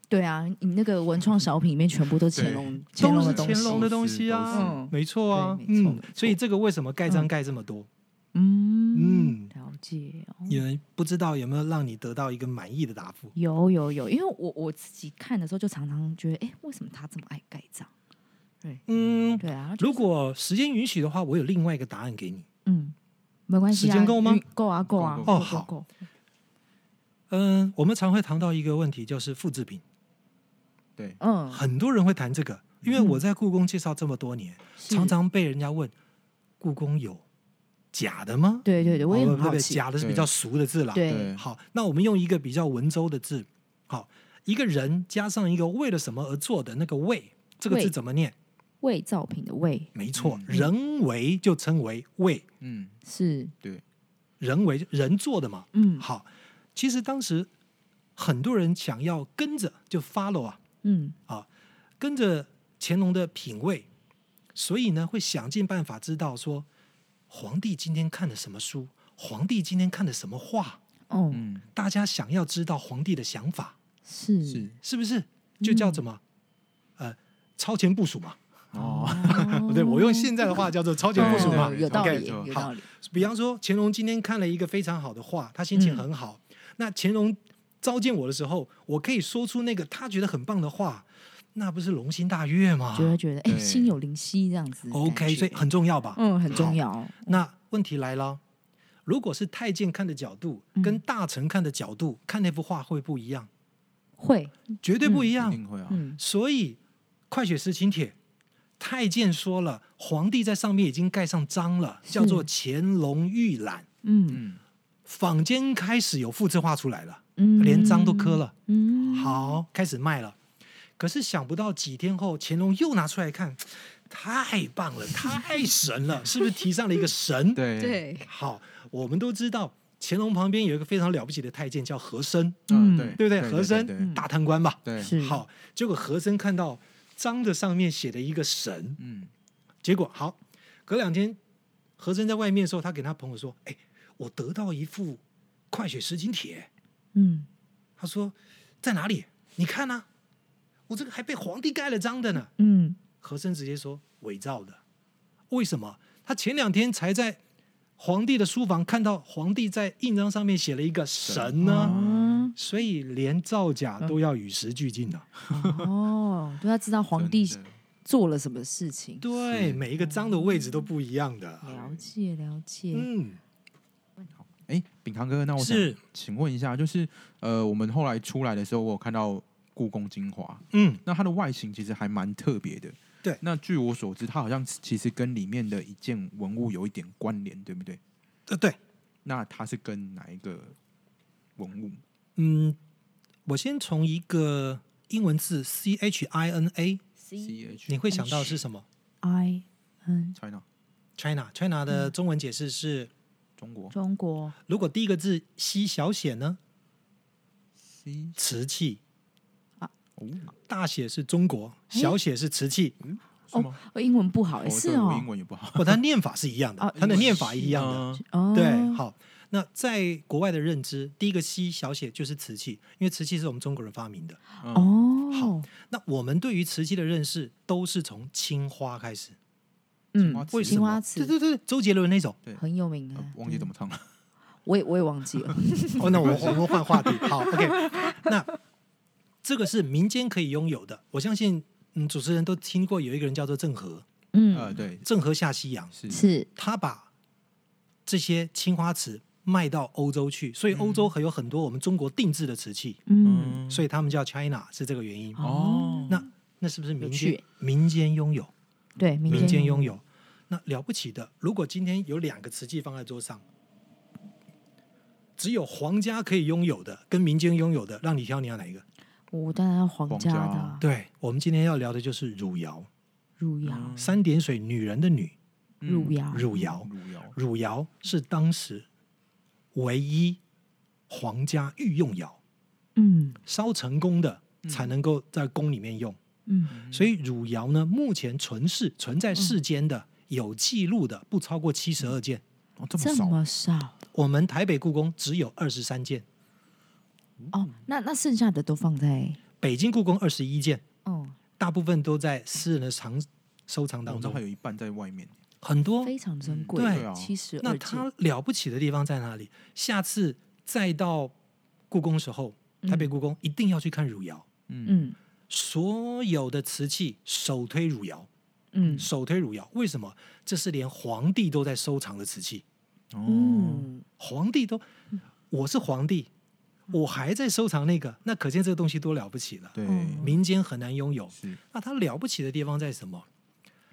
Speaker 1: 对啊，你那个文创小品里面全部都是乾
Speaker 2: 对
Speaker 1: 隆，乾
Speaker 3: 都
Speaker 1: 隆
Speaker 3: 是
Speaker 1: 的东
Speaker 3: 乾隆
Speaker 1: 西，
Speaker 3: 的东西
Speaker 2: 都是都
Speaker 3: 啊，
Speaker 2: 是
Speaker 1: 嗯
Speaker 3: 没错啊，
Speaker 1: 对没错
Speaker 3: 嗯
Speaker 1: 没错，
Speaker 3: 所以这个为什么盖章盖这么多？
Speaker 1: 嗯
Speaker 3: 嗯
Speaker 1: 了解哦。
Speaker 3: 你们不知道有没有让你得到一个满意的答复？
Speaker 1: 有有有，因为我我自己看的时候就常常觉得，哎，为什么他这么爱盖章？
Speaker 3: 嗯，
Speaker 1: 对啊，
Speaker 3: 如果时间允许的话，我有另外一个答案给你。
Speaker 1: 嗯，没关系啊，
Speaker 3: 时间够吗
Speaker 1: 嗯？够啊，够啊，
Speaker 2: 够
Speaker 3: 够
Speaker 1: 够
Speaker 3: 哦
Speaker 1: 够
Speaker 3: 好
Speaker 1: 够
Speaker 3: 嗯、我们常会谈到一个问题，就是复制品，
Speaker 2: 对，
Speaker 1: 嗯，
Speaker 3: 很多人会谈这个，因为我在故宫介绍这么多年，
Speaker 1: 是
Speaker 3: 常常被人家问，故宫有假的吗？
Speaker 1: 对对对，我也
Speaker 3: 哦
Speaker 1: 很
Speaker 3: 不不
Speaker 1: 好
Speaker 3: 不
Speaker 1: 奇，
Speaker 3: 假的是比较俗的字啦。
Speaker 1: 对
Speaker 2: 对，
Speaker 3: 好，那我们用一个比较文绉的字，好，一个人加上一个为了什么而做的那个为，这个字
Speaker 1: 为
Speaker 3: 怎么念？
Speaker 1: 伪造品的伪
Speaker 3: 没错，
Speaker 2: 嗯
Speaker 3: 人为就称为为，
Speaker 2: 嗯，
Speaker 1: 是
Speaker 2: 对，
Speaker 3: 人为人做的嘛。
Speaker 1: 嗯
Speaker 3: 好，其实当时很多人想要跟着就 follow 啊，
Speaker 1: 嗯
Speaker 3: 跟着乾隆的品味，所以呢会想尽办法知道说皇帝今天看的什么书，皇帝今天看的什么画，
Speaker 1: 哦
Speaker 2: 嗯，
Speaker 3: 大家想要知道皇帝的想法。
Speaker 1: 是
Speaker 2: 是，
Speaker 1: 嗯
Speaker 3: 是不是？就叫怎么？呃，超前部署嘛。哦，对我用现在的话叫做超前部署
Speaker 2: 对
Speaker 3: 嘛
Speaker 2: 对。
Speaker 1: 有道理，
Speaker 2: OK，
Speaker 1: 有
Speaker 3: 好
Speaker 1: 道理。
Speaker 3: 比方说，乾隆今天看了一个非常好的画，他心情很好。
Speaker 1: 嗯
Speaker 3: 那乾隆召见我的时候，我可以说出那个他觉得很棒的话，那不是龙心大悦吗
Speaker 1: 就会觉得哎，
Speaker 2: 对
Speaker 1: 心有灵犀这样子的感觉。
Speaker 3: ？OK，所以很重要吧？
Speaker 1: 嗯，很重
Speaker 3: 好
Speaker 1: 要。
Speaker 3: 那问题来了，如果是太监看的角度
Speaker 1: 嗯
Speaker 3: 跟大臣看的角度、看那幅画会不一样，
Speaker 1: 会，
Speaker 3: 绝对不一样
Speaker 2: 一。定会啊。
Speaker 1: 嗯，
Speaker 3: 所以《快雪时晴帖》，太监说了，皇帝在上面已经盖上章了，
Speaker 1: 是
Speaker 3: 叫做乾隆御览。
Speaker 1: 嗯
Speaker 2: 嗯，
Speaker 3: 坊间开始有复制画出来了，
Speaker 1: 嗯，
Speaker 3: 连章都刻了，
Speaker 1: 嗯，
Speaker 3: 好，开始卖了。可是想不到几天后，乾隆又拿出来看，太棒了，太神 了，是不是提上了一个神？
Speaker 2: 对，
Speaker 1: 对，
Speaker 3: 好，我们都知道乾隆旁边有一个非常了不起的太监叫和珅，
Speaker 2: 嗯，
Speaker 1: 嗯
Speaker 2: 对，
Speaker 3: 对不
Speaker 2: 对？
Speaker 3: 和珅
Speaker 2: 对对
Speaker 3: 大贪官吧？
Speaker 2: 对，
Speaker 1: 是，
Speaker 3: 好，结果和珅看到章的上面写了一个神，
Speaker 2: 嗯，
Speaker 3: 结果好，隔两天和珅在外面的时候，他给他朋友说：“哎，我得到一副快雪时晴帖。
Speaker 1: 嗯，”
Speaker 3: 他说：“在哪里？你看呐、我这个还被皇帝盖了章的呢。”
Speaker 1: 嗯，
Speaker 3: 和珅直接说伪造的。为什么？他前两天才在皇帝的书房看到皇帝在印章上面写了一个神呢，
Speaker 1: 啊，
Speaker 3: 所以连造假都要与时俱进的。
Speaker 1: 哦，都要知道皇帝
Speaker 2: 真的
Speaker 1: 做了什么事情。
Speaker 3: 对，
Speaker 2: 是
Speaker 3: 每一个章的位置都不一样的。
Speaker 1: 了解，了解。
Speaker 3: 嗯，
Speaker 2: 哎，秉堂哥，那我想
Speaker 3: 是，
Speaker 2: 请问一下，就是呃，我们后来出来的时候，我有看到故宫精华，
Speaker 3: 嗯，
Speaker 2: 那它的外形其实还蛮特别的。
Speaker 3: 对
Speaker 2: 那据我所知，它好像其实跟里面的一件文物有一点关联，对不对？
Speaker 3: 呃，对，
Speaker 2: 那它是跟哪一个文物？
Speaker 3: 嗯，我先从一个英文字 C H I N A，
Speaker 1: C
Speaker 3: 你会想到是什么
Speaker 1: I N
Speaker 2: China
Speaker 3: ？China，China 的中文解释是，
Speaker 2: 中国
Speaker 1: 中国
Speaker 3: 如果第一个字西小写呢，
Speaker 2: C
Speaker 3: 瓷器；
Speaker 2: 哦，
Speaker 3: 大写是中国，小写是瓷器。
Speaker 2: 是吗？
Speaker 1: 哦英文不好，
Speaker 2: 哦
Speaker 1: 是
Speaker 2: 对我
Speaker 1: 哦
Speaker 2: 英，文也不好。
Speaker 3: 不，它念法是一样的
Speaker 1: 哦，
Speaker 3: 它的念法一样的。
Speaker 2: 嗯
Speaker 1: 哦，
Speaker 3: 对，好。那在国外的认知，第一个西小写就是瓷器，因为瓷器是我们中国人发明的。
Speaker 2: 嗯
Speaker 1: 哦，
Speaker 3: 好，那我们对于瓷器的认识都是从青花开始。
Speaker 1: 嗯，
Speaker 2: 为
Speaker 1: 青
Speaker 2: 什
Speaker 1: 花
Speaker 2: 么啊
Speaker 3: 对
Speaker 1: 瓷
Speaker 3: 对对，对周杰伦那 种。
Speaker 1: 很有名
Speaker 2: 呃
Speaker 1: 啊，
Speaker 2: 忘记怎
Speaker 1: 么，
Speaker 2: 么唱了。
Speaker 1: 我也我也忘记 了，
Speaker 3: 哦，那我们我们换话题。好，OK。那这个是民间可以拥有的，我相信嗯，主持人都听过有一个人叫做郑和，
Speaker 2: 呃，
Speaker 1: 嗯，
Speaker 2: 对，
Speaker 3: 郑和下西洋，
Speaker 2: 是
Speaker 1: 是，
Speaker 3: 他把这些青花瓷卖到欧洲去，所以欧洲还有很多我们中国定制的瓷器，
Speaker 1: 嗯，
Speaker 3: 所以他们叫 China 是这个原因。
Speaker 1: 哦，
Speaker 3: 那那是不是民
Speaker 1: 有
Speaker 3: 间
Speaker 1: 趣
Speaker 3: 民间拥有？
Speaker 1: 对，
Speaker 3: 民间
Speaker 1: 间
Speaker 3: 拥有。那了不起的，如果今天有两个瓷器放在桌上，只有皇家可以拥有的跟民间拥有的，让你挑，你要哪一个？
Speaker 1: 我哦当然要皇
Speaker 2: 皇
Speaker 1: 家
Speaker 2: 家
Speaker 1: 的啊
Speaker 3: 对我们今天要聊的就是汝窑，
Speaker 1: 汝窑，
Speaker 2: 嗯
Speaker 3: 三点水女人的女，
Speaker 1: 汝窑，
Speaker 3: 汝窑，
Speaker 2: 汝嗯窑，
Speaker 3: 汝窑是当时唯一皇家御用窑，
Speaker 1: 嗯
Speaker 3: 烧成功的才能够在宫里面用。
Speaker 1: 嗯，
Speaker 3: 所以汝窑呢，目前存世存在世间
Speaker 1: 嗯
Speaker 3: 的、有记录的不超过七十二件。
Speaker 2: 哦，这
Speaker 1: 这
Speaker 2: 么少
Speaker 1: 么少
Speaker 3: 我们台北故宫只有二十三件，
Speaker 1: 哦，那那剩下的都放在，
Speaker 3: 北京故宫二十一件，
Speaker 1: 哦，
Speaker 3: 大部分都在私人的藏收藏
Speaker 2: 哦
Speaker 3: 当
Speaker 2: 那还
Speaker 3: 中，
Speaker 2: 有一半在外面。
Speaker 3: 很多。
Speaker 1: 非常珍贵
Speaker 3: 哦嗯对，
Speaker 2: 啊
Speaker 1: 七十
Speaker 3: 那
Speaker 1: 二件，
Speaker 3: 它了不起的地方在哪里？下次再到故宫的时候，台北故宫一定要去看汝窑，
Speaker 1: 嗯
Speaker 3: 所有的瓷器首推汝窑，
Speaker 1: 嗯
Speaker 3: 首推汝窑。为什么？这是连皇帝都在收藏的瓷器，
Speaker 2: 哦，
Speaker 1: 嗯，
Speaker 3: 皇帝都，我是皇帝，我还在收藏那个，那可见这个东西多了不起了，
Speaker 2: 对，
Speaker 1: 嗯
Speaker 3: 民间很难拥有。
Speaker 2: 是
Speaker 3: 那它了不起的地方在什么？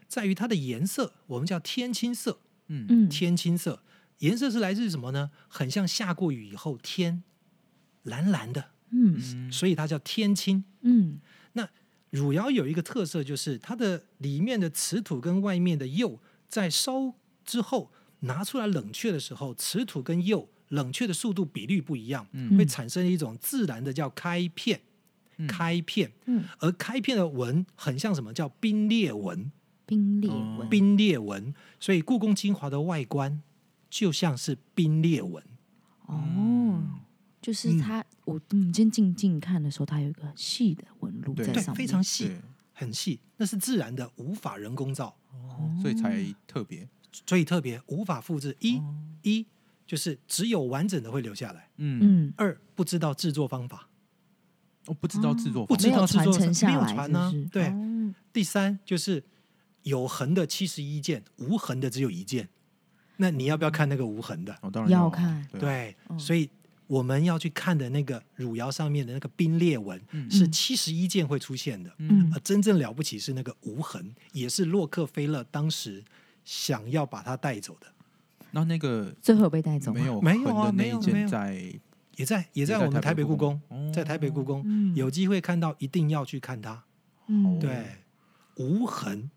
Speaker 3: 在于它的颜色，我们叫天青色。
Speaker 2: 嗯
Speaker 1: 嗯
Speaker 3: 天青色颜色是来自于什么呢？很像下过雨以后天蓝蓝的，
Speaker 1: 嗯
Speaker 2: 嗯
Speaker 3: 所以它叫天青。
Speaker 1: 嗯
Speaker 3: 汝窑有一个特色，就是它的里面的瓷土跟外面的釉在烧之后拿出来冷却的时候，瓷土跟釉冷却的速度比率不一样，
Speaker 2: 嗯
Speaker 3: 会产生一种自然的叫开片。
Speaker 2: 嗯
Speaker 3: 开片，
Speaker 1: 嗯
Speaker 3: 而开片的纹很像什么叫冰裂纹，
Speaker 1: 冰裂纹，
Speaker 3: 哦冰裂纹，所以故宫精华的外观就像是冰裂纹。
Speaker 1: 哦，就是
Speaker 3: 嗯
Speaker 1: 它，我嗯今天静静看的时候，它有一个细的纹路
Speaker 2: 对
Speaker 1: 在
Speaker 3: 对
Speaker 1: 上，面，
Speaker 3: 非常细，
Speaker 2: 对
Speaker 3: 很细，那是自然的，无法人工造，
Speaker 1: 哦
Speaker 2: 所以才特别。
Speaker 3: 所以特别无法复制。一
Speaker 1: 哦
Speaker 3: 一就是只有完整的会留下来，
Speaker 2: 嗯，
Speaker 1: 嗯，
Speaker 3: 二不知道制作方法，
Speaker 2: 我不知道制作
Speaker 3: 不
Speaker 2: 方
Speaker 3: 知
Speaker 1: 没
Speaker 2: 法
Speaker 3: 道
Speaker 1: 有
Speaker 3: 是做
Speaker 1: 传承
Speaker 3: 没
Speaker 1: 下
Speaker 3: 有
Speaker 1: 来，
Speaker 3: 传
Speaker 1: 是不
Speaker 3: 啊
Speaker 1: 是？
Speaker 3: 对
Speaker 1: 哦
Speaker 3: 第三就是有痕的七十一件，无痕的只有一件。那你要不要看那个无痕的？
Speaker 2: 哦，当然
Speaker 1: 要
Speaker 2: 啊
Speaker 1: 看
Speaker 2: 对啊，
Speaker 3: 对，
Speaker 1: 嗯
Speaker 3: 所以我们要去看的那个汝窑上面的那个冰裂纹，
Speaker 2: 嗯
Speaker 3: 是七十一件会出现的。
Speaker 1: 嗯
Speaker 3: 啊，真正了不起是那个无痕，也是洛克菲勒当时想要把它带走的，
Speaker 2: 那那个
Speaker 1: 最后有被带走吗
Speaker 2: 没有
Speaker 3: 没
Speaker 2: 痕
Speaker 3: 有啊
Speaker 2: 的那
Speaker 3: 没有
Speaker 2: 一
Speaker 3: 没
Speaker 2: 件
Speaker 3: 有
Speaker 2: 在
Speaker 3: 也在也
Speaker 2: 也
Speaker 3: 在
Speaker 2: 在
Speaker 3: 我们
Speaker 2: 台
Speaker 3: 台
Speaker 2: 北
Speaker 3: 北故
Speaker 2: 故
Speaker 3: 宫，
Speaker 2: 宫
Speaker 3: 在台北故宫、
Speaker 1: 嗯
Speaker 3: 有机会看到，一定要去看它。
Speaker 1: 嗯，
Speaker 3: 对，无痕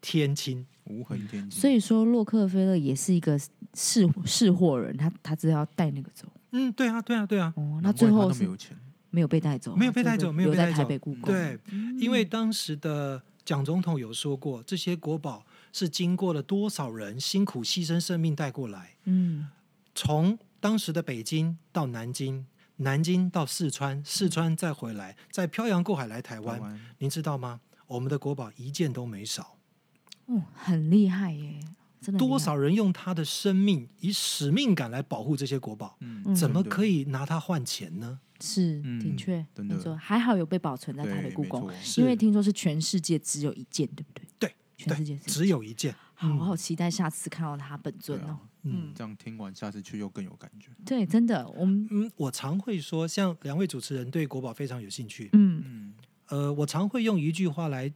Speaker 3: 天亲，
Speaker 2: 无痕天际，
Speaker 1: 所以说洛克菲勒也是一个是是货人，他他只要带那个走。
Speaker 3: 嗯，对啊，对啊，对啊，
Speaker 1: 哦，那
Speaker 2: 难
Speaker 1: 最
Speaker 2: 怪他
Speaker 1: 后
Speaker 2: 那么
Speaker 1: 是
Speaker 2: 有钱。
Speaker 1: 没有被带走啊，
Speaker 3: 没有被带
Speaker 1: 最后
Speaker 3: 走没有
Speaker 1: 留
Speaker 3: 被
Speaker 1: 在
Speaker 3: 带
Speaker 1: 台
Speaker 3: 走
Speaker 1: 北故宫。
Speaker 3: 对，
Speaker 1: 嗯
Speaker 3: 因为当时的蒋总统有说过，这些国宝是经过了多少人辛苦牺牲生命带过来，
Speaker 1: 嗯，
Speaker 3: 从当时的北京到南京，南京到四川，四川再回来，再漂洋过海来台湾。
Speaker 2: 湾
Speaker 3: 您知道吗？我们的国宝一件都没少，
Speaker 1: 哦，很厉害耶，真的很厉害
Speaker 3: 多？少人用他的生命以使命感来保护这些国宝，
Speaker 2: 嗯
Speaker 1: 嗯
Speaker 3: 怎么可
Speaker 2: 以？
Speaker 3: 以拿它换钱呢？
Speaker 1: 是，
Speaker 2: 嗯
Speaker 1: 的确，
Speaker 2: 真的
Speaker 1: 没错，还好有被保存在
Speaker 2: 对
Speaker 1: 台北故宫，，
Speaker 2: 没错
Speaker 1: 因为听说是全世界只有一件，对不对？
Speaker 3: 对，
Speaker 1: 全世界
Speaker 3: 只有一件。
Speaker 1: 好，我好期待下次看到他本尊哦
Speaker 2: 对啊。
Speaker 1: 嗯，
Speaker 2: 这样听完下次去又更有感觉。
Speaker 1: 对，真的，我们
Speaker 3: 嗯，我常会说，像两位主持人对国宝非常有兴趣。
Speaker 1: 嗯
Speaker 2: 嗯，
Speaker 3: 呃，我常会用一句话来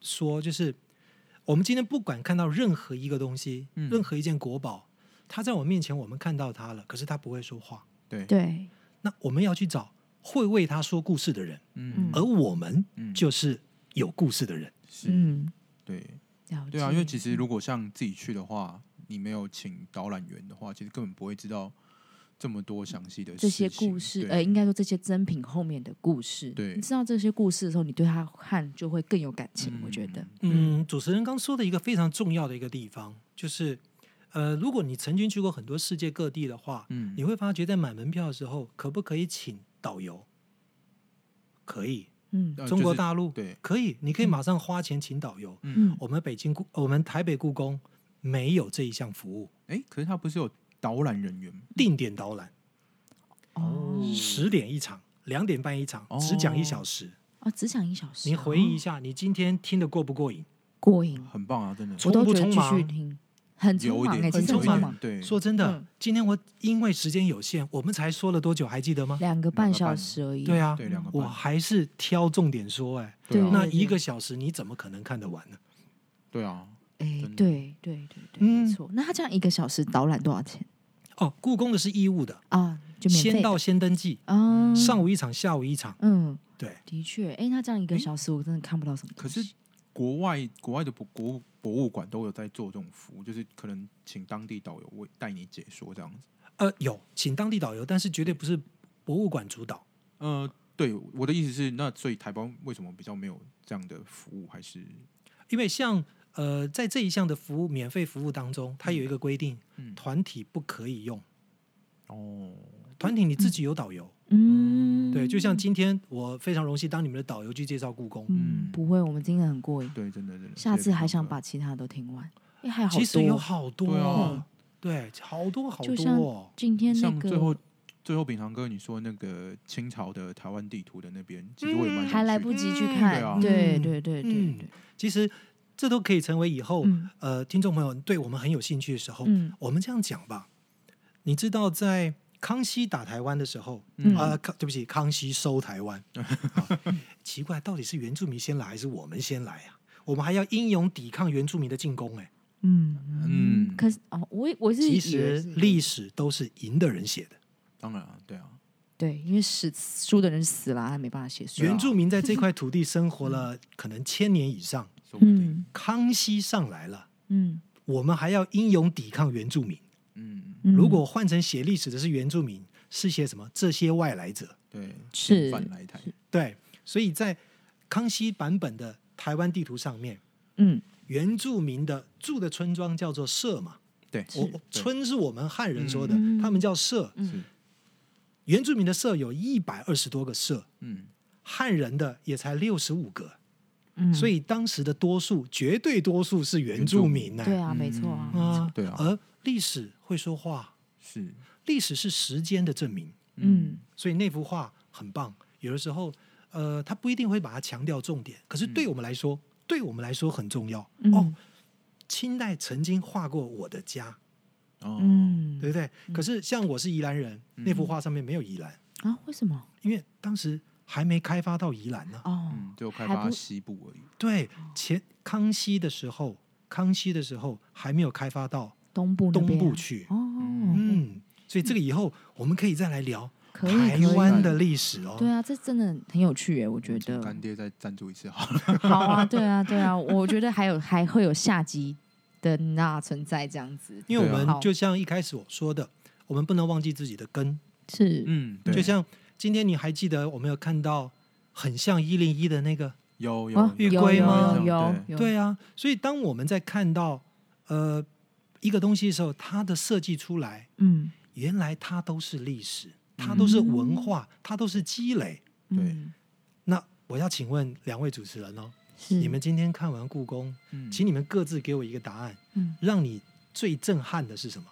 Speaker 3: 说，就是我们今天不管看到任何一个东西，
Speaker 2: 嗯
Speaker 3: 任何一件国宝，它在我面前，我们看到它了，可是它不会说话。
Speaker 2: 对，
Speaker 1: 对，
Speaker 3: 那我们要去找会为它说故事的人，
Speaker 2: 嗯
Speaker 3: 而我们
Speaker 2: 嗯，
Speaker 3: 就是有故事的人。
Speaker 2: 是，
Speaker 1: 嗯，
Speaker 2: 对，
Speaker 1: 了解
Speaker 2: 对啊，因为
Speaker 1: 嗯
Speaker 2: 其实如果像自己去的话，你没有请导览员的话，其实根本不会知道这么多详细的
Speaker 1: 这些
Speaker 2: 事情
Speaker 1: 故事，
Speaker 2: 对
Speaker 1: 呃，应该说这些珍品后面的故事，
Speaker 2: 对
Speaker 1: 你知道这些故事的时候，你对他看就会更有感情，我觉得，
Speaker 3: 嗯，主持人刚说的一个非常重要的一个地方，就是呃，如果你曾经去过很多世界各地的话，
Speaker 2: 嗯，
Speaker 3: 你会发觉在买门票的时候，可不可以请导游？可以，
Speaker 1: 嗯
Speaker 2: 呃
Speaker 3: 中国、
Speaker 2: 就是
Speaker 3: 大陆、
Speaker 2: 对
Speaker 3: 可以，你可以马上花钱请导游。
Speaker 1: 嗯，
Speaker 3: 我们北京故，我们台北故宫没有这一项服务，
Speaker 2: 哎，可是他不是有导览人员吗？
Speaker 3: 定点导览，
Speaker 1: 哦
Speaker 2: 嗯
Speaker 3: 十点一场，两点半一场，只讲一小时。
Speaker 1: 哦，只讲一小时，
Speaker 3: 你回忆一下，你今天听得过不过瘾？
Speaker 1: 过瘾，
Speaker 2: 很棒啊，真的，
Speaker 1: 我都
Speaker 3: 不
Speaker 1: 觉得
Speaker 3: 匆
Speaker 1: 继续
Speaker 3: 忙
Speaker 1: 听，很
Speaker 2: 有
Speaker 1: 匆
Speaker 2: 一
Speaker 1: 忙哎，
Speaker 2: 点，
Speaker 1: 其实很
Speaker 3: 很
Speaker 1: 匆
Speaker 2: 有一
Speaker 3: 匆
Speaker 2: 点
Speaker 1: 忙，
Speaker 2: 对，
Speaker 3: 说真的，
Speaker 1: 嗯
Speaker 3: 今天我因为时间有限，我们才说了多久？还记得吗？
Speaker 1: 两个
Speaker 2: 两
Speaker 1: 半
Speaker 2: 个
Speaker 1: 小
Speaker 2: 半
Speaker 1: 时而已，
Speaker 3: 对啊，
Speaker 2: 对两个
Speaker 3: 我
Speaker 2: 半，
Speaker 3: 还是挑重点说、哎，
Speaker 2: 对
Speaker 1: 哦对
Speaker 2: 啊，
Speaker 3: 那一个小时你怎么可能看得完呢？
Speaker 2: 对啊，
Speaker 1: 哎
Speaker 2: 真，的
Speaker 1: 对对对对，
Speaker 3: 嗯
Speaker 1: 没错。那他这样一个小时导览多少钱
Speaker 3: 哦，故宫的是义务的，
Speaker 1: 啊？就免
Speaker 3: 先
Speaker 1: 费的
Speaker 3: 到先登记，
Speaker 1: 啊，
Speaker 3: 上午一场，下午一场。
Speaker 1: 嗯，
Speaker 3: 对，
Speaker 1: 的确，哎，那这样一个
Speaker 2: 诶
Speaker 1: 小时我真的看不到什么东
Speaker 2: 可
Speaker 1: 西。
Speaker 2: 是国外国外的博国博物馆都有在做这种服务，就是可能请当地导游为带你解说这样子。
Speaker 3: 呃，有请当地导游，但是绝对不是博物馆主导。
Speaker 2: 呃，对，我的意思是，那所以台湾为什么比较没有这样的服务？还是
Speaker 3: 因为像呃，在这一项的服务免费服务当中，它有一个规定，
Speaker 2: 嗯
Speaker 3: 团体不可以用。
Speaker 2: 哦，
Speaker 3: 团体你自己有导游，
Speaker 1: 嗯，
Speaker 3: 对，就像今天我非常荣幸当你们的导游去介绍故宫。
Speaker 1: 嗯，
Speaker 2: 嗯
Speaker 1: 不会，我们今天很过瘾，
Speaker 2: 对，真的真的。
Speaker 1: 下次还想把
Speaker 2: 把
Speaker 1: 其他的都听完，哎，还有好
Speaker 3: 其实有
Speaker 1: 多。
Speaker 3: 好多
Speaker 2: 对啊
Speaker 3: 哦，对，好多好
Speaker 1: 就
Speaker 3: 多
Speaker 1: 像
Speaker 3: 哦。
Speaker 1: 今天那
Speaker 2: 像最后
Speaker 1: 个
Speaker 2: 最后秉堂哥你说那个清朝的台湾地图的那边，其实我也蛮想
Speaker 1: 还来
Speaker 2: 去
Speaker 1: 不及去
Speaker 3: 嗯
Speaker 2: 对
Speaker 1: 看，
Speaker 2: 啊
Speaker 1: 对
Speaker 3: 嗯
Speaker 1: 对对对
Speaker 3: 嗯
Speaker 1: 对，
Speaker 3: 其实这都可以成为以后、
Speaker 1: 嗯
Speaker 3: 呃，听众朋友对我们很有兴趣的时候，
Speaker 1: 嗯
Speaker 3: 我们这样讲吧。你知道在康熙打台湾的时候，
Speaker 1: 嗯
Speaker 3: 啊、康对不起，康熙收台湾、啊奇怪，到底是原住民先来还是我们先来啊？我们还要英勇抵抗原住民的进攻、哎，
Speaker 1: 嗯嗯
Speaker 2: 嗯，
Speaker 1: 可是哦，我我是
Speaker 3: 其
Speaker 1: 以为
Speaker 3: 实
Speaker 1: 是
Speaker 3: 历史都是赢的人写的。
Speaker 2: 当然啊，对啊，
Speaker 1: 对，因为死书的人死了，他没办法写书。
Speaker 2: 对啊
Speaker 3: 原住民在这 块土地生活了可能千年以上，
Speaker 2: 说不定，
Speaker 1: 嗯
Speaker 3: 康熙上来了，
Speaker 1: 嗯，
Speaker 3: 我们还要英勇抵抗原住民。
Speaker 2: 嗯，
Speaker 1: 嗯
Speaker 3: 如果换成写历史的是原住民，是写什么？这些外来者。
Speaker 2: 对，
Speaker 1: 是
Speaker 2: 反来台，
Speaker 3: 对，所以在康熙版本的台湾地图上面，
Speaker 1: 嗯
Speaker 3: 原住民的住的村庄叫做社嘛，
Speaker 2: 对，哦
Speaker 1: 是
Speaker 3: 我我
Speaker 2: 对
Speaker 3: 村是我们汉人说的，
Speaker 1: 嗯
Speaker 3: 他们叫社。
Speaker 2: 是，
Speaker 3: 原住民的社有一百二十多个社，
Speaker 2: 嗯，
Speaker 3: 汉人的也才六十五个，
Speaker 1: 嗯，
Speaker 3: 所
Speaker 1: 以
Speaker 3: 以当时的多数，绝对多数是原住民呐、
Speaker 1: 对啊，没错啊，
Speaker 3: 啊，
Speaker 2: 对啊
Speaker 3: 而历史会说话，
Speaker 2: 是，
Speaker 3: 历史是时间的证明，
Speaker 1: 嗯
Speaker 3: 所以那幅画很棒。有的时候，呃，他不一定会把它强调重点，可是对我们来说，对我们来说很重要。哦，
Speaker 1: 嗯
Speaker 3: 清代曾经画过我的家，
Speaker 2: 哦，
Speaker 1: 嗯
Speaker 3: 对不对？可是像我是宜兰人，那幅画上面没有宜兰，
Speaker 1: 啊，为什么？
Speaker 3: 因为当时还没开发到宜兰呢、
Speaker 1: 哦，
Speaker 2: 嗯，就开
Speaker 1: 还
Speaker 2: 发
Speaker 1: 不
Speaker 2: 西部而已，
Speaker 3: 对，前康熙的时候，康熙的时候还没有开发到
Speaker 1: 东部那
Speaker 3: 东
Speaker 1: 边啊
Speaker 3: 部去。
Speaker 1: 哦，
Speaker 3: 嗯，所以这个以后我们可以再来聊
Speaker 1: 可以
Speaker 3: 台
Speaker 1: 可以
Speaker 3: 湾嗯的历史哦。
Speaker 1: 对啊，这真的很有趣耶，我觉
Speaker 2: 请
Speaker 1: 得
Speaker 2: 干爹再赞助一次好了。
Speaker 1: 好啊，对啊，对啊，我觉得还有还会有下集的那存在这样子，
Speaker 3: 因为我
Speaker 2: 对啊
Speaker 3: 们
Speaker 1: 好
Speaker 3: 就像一开始我说的，我们不能忘记自己的根。
Speaker 1: 是
Speaker 2: 嗯，对，
Speaker 3: 就像今天你还记得我们有看到很像一零一的那个，
Speaker 2: 有
Speaker 1: 哦
Speaker 2: 有
Speaker 3: 玉
Speaker 1: 有
Speaker 3: 龟
Speaker 1: 有
Speaker 3: 吗
Speaker 1: 有有有，
Speaker 3: 对啊。所以当我们在看到呃一个东西的时候，它的设计出来，
Speaker 1: 嗯，
Speaker 3: 原来它都是历史，它都是文化，它都是积累。
Speaker 1: 嗯
Speaker 2: 对，
Speaker 3: 那我要请问两位主持人哦，
Speaker 1: 是
Speaker 3: 你们今天看完故宫，
Speaker 2: 嗯
Speaker 3: 请你们各自给我一个答案，
Speaker 1: 嗯，
Speaker 3: 让你最震撼的是什么？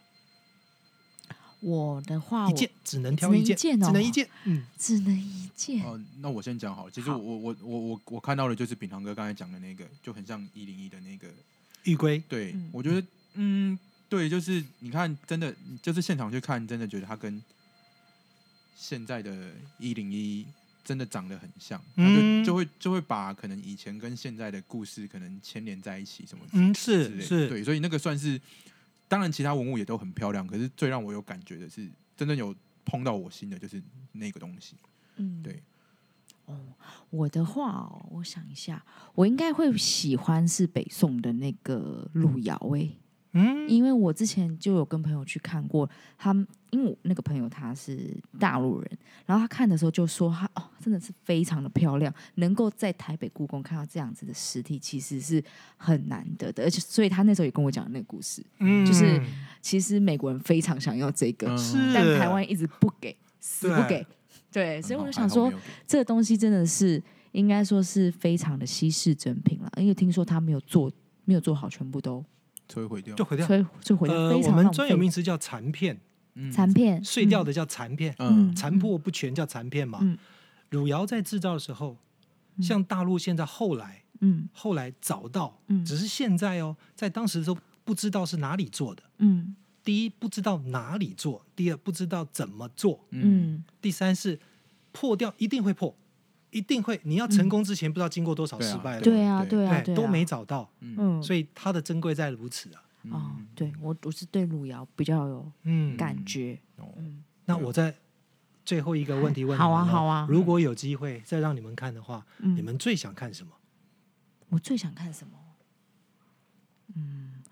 Speaker 1: 我的话，
Speaker 3: 一
Speaker 1: 啊我
Speaker 3: 件只能挑一件，
Speaker 1: 只能一件哦
Speaker 3: 只能一件。嗯，
Speaker 1: 只能一件，
Speaker 2: 哦，那我先讲好了。其实
Speaker 1: 好
Speaker 2: 我我我我我看到的就是秉航哥刚才讲的那个，就很像一零一的那个。
Speaker 3: 玉龟，
Speaker 2: 对，
Speaker 1: 嗯
Speaker 2: 我觉得，嗯，对，就是你看，真的就是现场去看，真的觉得它跟现在的一零一真的长得很像，它就、
Speaker 3: 嗯
Speaker 2: 就会就会把可能以前跟现在的故事可能牵连在一起什么之
Speaker 3: 嗯，
Speaker 2: 之类
Speaker 3: 是
Speaker 2: 的。
Speaker 3: 是，
Speaker 2: 对，所以那个算是，当然其他文物也都很漂亮，可是最让我有感觉的是，真正有碰到我心的就是那个东西。
Speaker 1: 嗯，
Speaker 2: 对。
Speaker 1: 哦，我的话、哦，我想一下，我应该会喜欢是北宋的那个路遥诶、
Speaker 3: 嗯
Speaker 1: 因为我之前就有跟朋友去看过，他们因为我那个朋友他是大陆人，然后他看的时候就说他哦，真的是非常的漂亮，能够在台北故宫看到这样子的实体，其实是很难得的，而且所以他那时候也跟我讲那个故事，
Speaker 3: 嗯
Speaker 1: 就是其实美国人非常想要这个，
Speaker 2: 嗯
Speaker 3: 是，
Speaker 1: 但台湾一直不给，死不
Speaker 3: 对
Speaker 1: 给，对，所以我
Speaker 2: 很
Speaker 1: 就
Speaker 2: 好
Speaker 1: 想，说
Speaker 2: 嗯还好没，有给
Speaker 1: 这个东西真的是应该说是非常的稀世珍品了，因为听说他没有做。
Speaker 3: 啊
Speaker 1: 没有做好，全部都
Speaker 2: 摧毁掉
Speaker 3: 就，回掉。
Speaker 1: 摧摧毁的
Speaker 3: 呃，
Speaker 1: 非
Speaker 3: 我
Speaker 1: 常浪
Speaker 3: 们
Speaker 1: 费。
Speaker 3: 专有名词叫残片，
Speaker 2: 嗯
Speaker 1: 残片
Speaker 3: 碎掉的叫残片，
Speaker 2: 嗯
Speaker 1: 嗯
Speaker 3: 残破不全叫残片嘛
Speaker 1: 嗯。
Speaker 3: 汝窑在制造的时候，
Speaker 1: 嗯
Speaker 3: 像大陆现在后来
Speaker 1: 嗯
Speaker 3: 后来找到，
Speaker 1: 嗯
Speaker 3: 只是现在哦，在当时都不知道是哪里做的。
Speaker 1: 嗯
Speaker 3: 第一不知道哪里做，第二不知道怎么做，
Speaker 1: 嗯
Speaker 3: 第三是破掉一定会破，一定会。你要成功之前不知道经过多少
Speaker 2: 对啊
Speaker 3: 失败了，哎
Speaker 1: 对啊
Speaker 2: 对
Speaker 1: 对啊对啊
Speaker 3: 都没找到，
Speaker 2: 嗯
Speaker 1: 嗯，
Speaker 3: 所以它的珍贵在如此啊。
Speaker 1: 以哦，对我我是对汝窑比较有
Speaker 3: 嗯，
Speaker 1: 感觉，
Speaker 2: 哦
Speaker 1: 嗯
Speaker 3: 那我在最后一个问题问你
Speaker 1: 好啊
Speaker 3: 们哦
Speaker 1: 好啊
Speaker 3: 如果有机会再让你们看的话，
Speaker 1: 嗯，
Speaker 3: 你们最想看什么？
Speaker 1: 我最想看什么？嗯，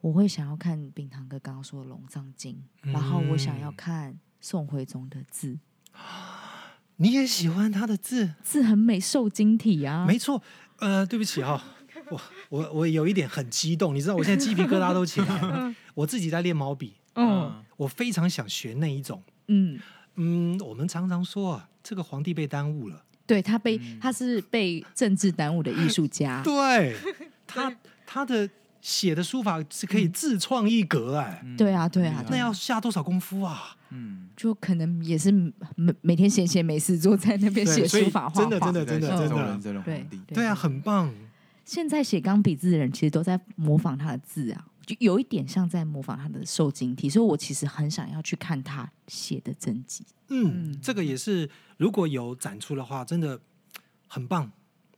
Speaker 1: 我会想要看冰糖哥刚刚说的《龙藏经》，
Speaker 3: 嗯
Speaker 1: 然后我想要看宋徽宗的字，
Speaker 3: 你也喜欢他的字？
Speaker 1: 字很美，瘦金体啊，
Speaker 3: 没错，呃，对不 起哈、我我我有一点很激动，你知道我现在鸡皮疙瘩都起 来了。我自己在练毛笔，
Speaker 1: 嗯
Speaker 2: 啊
Speaker 3: 我非常想学那一种。
Speaker 1: 嗯，
Speaker 3: 嗯，我们常常说啊，这个皇帝被耽误了。
Speaker 1: 对他被他是被政治耽误的艺术家，
Speaker 3: 嗯对，他他的写的书法是可以自创一格哎、
Speaker 1: 对啊对啊
Speaker 3: 那要下多少功夫啊？
Speaker 2: 嗯
Speaker 1: 就可能也是每每天闲闲没事坐在那边写
Speaker 3: 对所以
Speaker 1: 书法画画，
Speaker 3: 真的真的真的
Speaker 2: 在
Speaker 3: 真
Speaker 2: 周
Speaker 3: 的
Speaker 2: 人这种
Speaker 1: 对
Speaker 2: 皇帝，
Speaker 3: 对啊，很棒。
Speaker 1: 现在写钢笔字的人其实都在模仿他的字啊，就有一点像在模仿他的瘦金体，所以我其实很想要去看他写的真迹。
Speaker 3: 嗯，这个也是，如果有展出的话，真的很棒，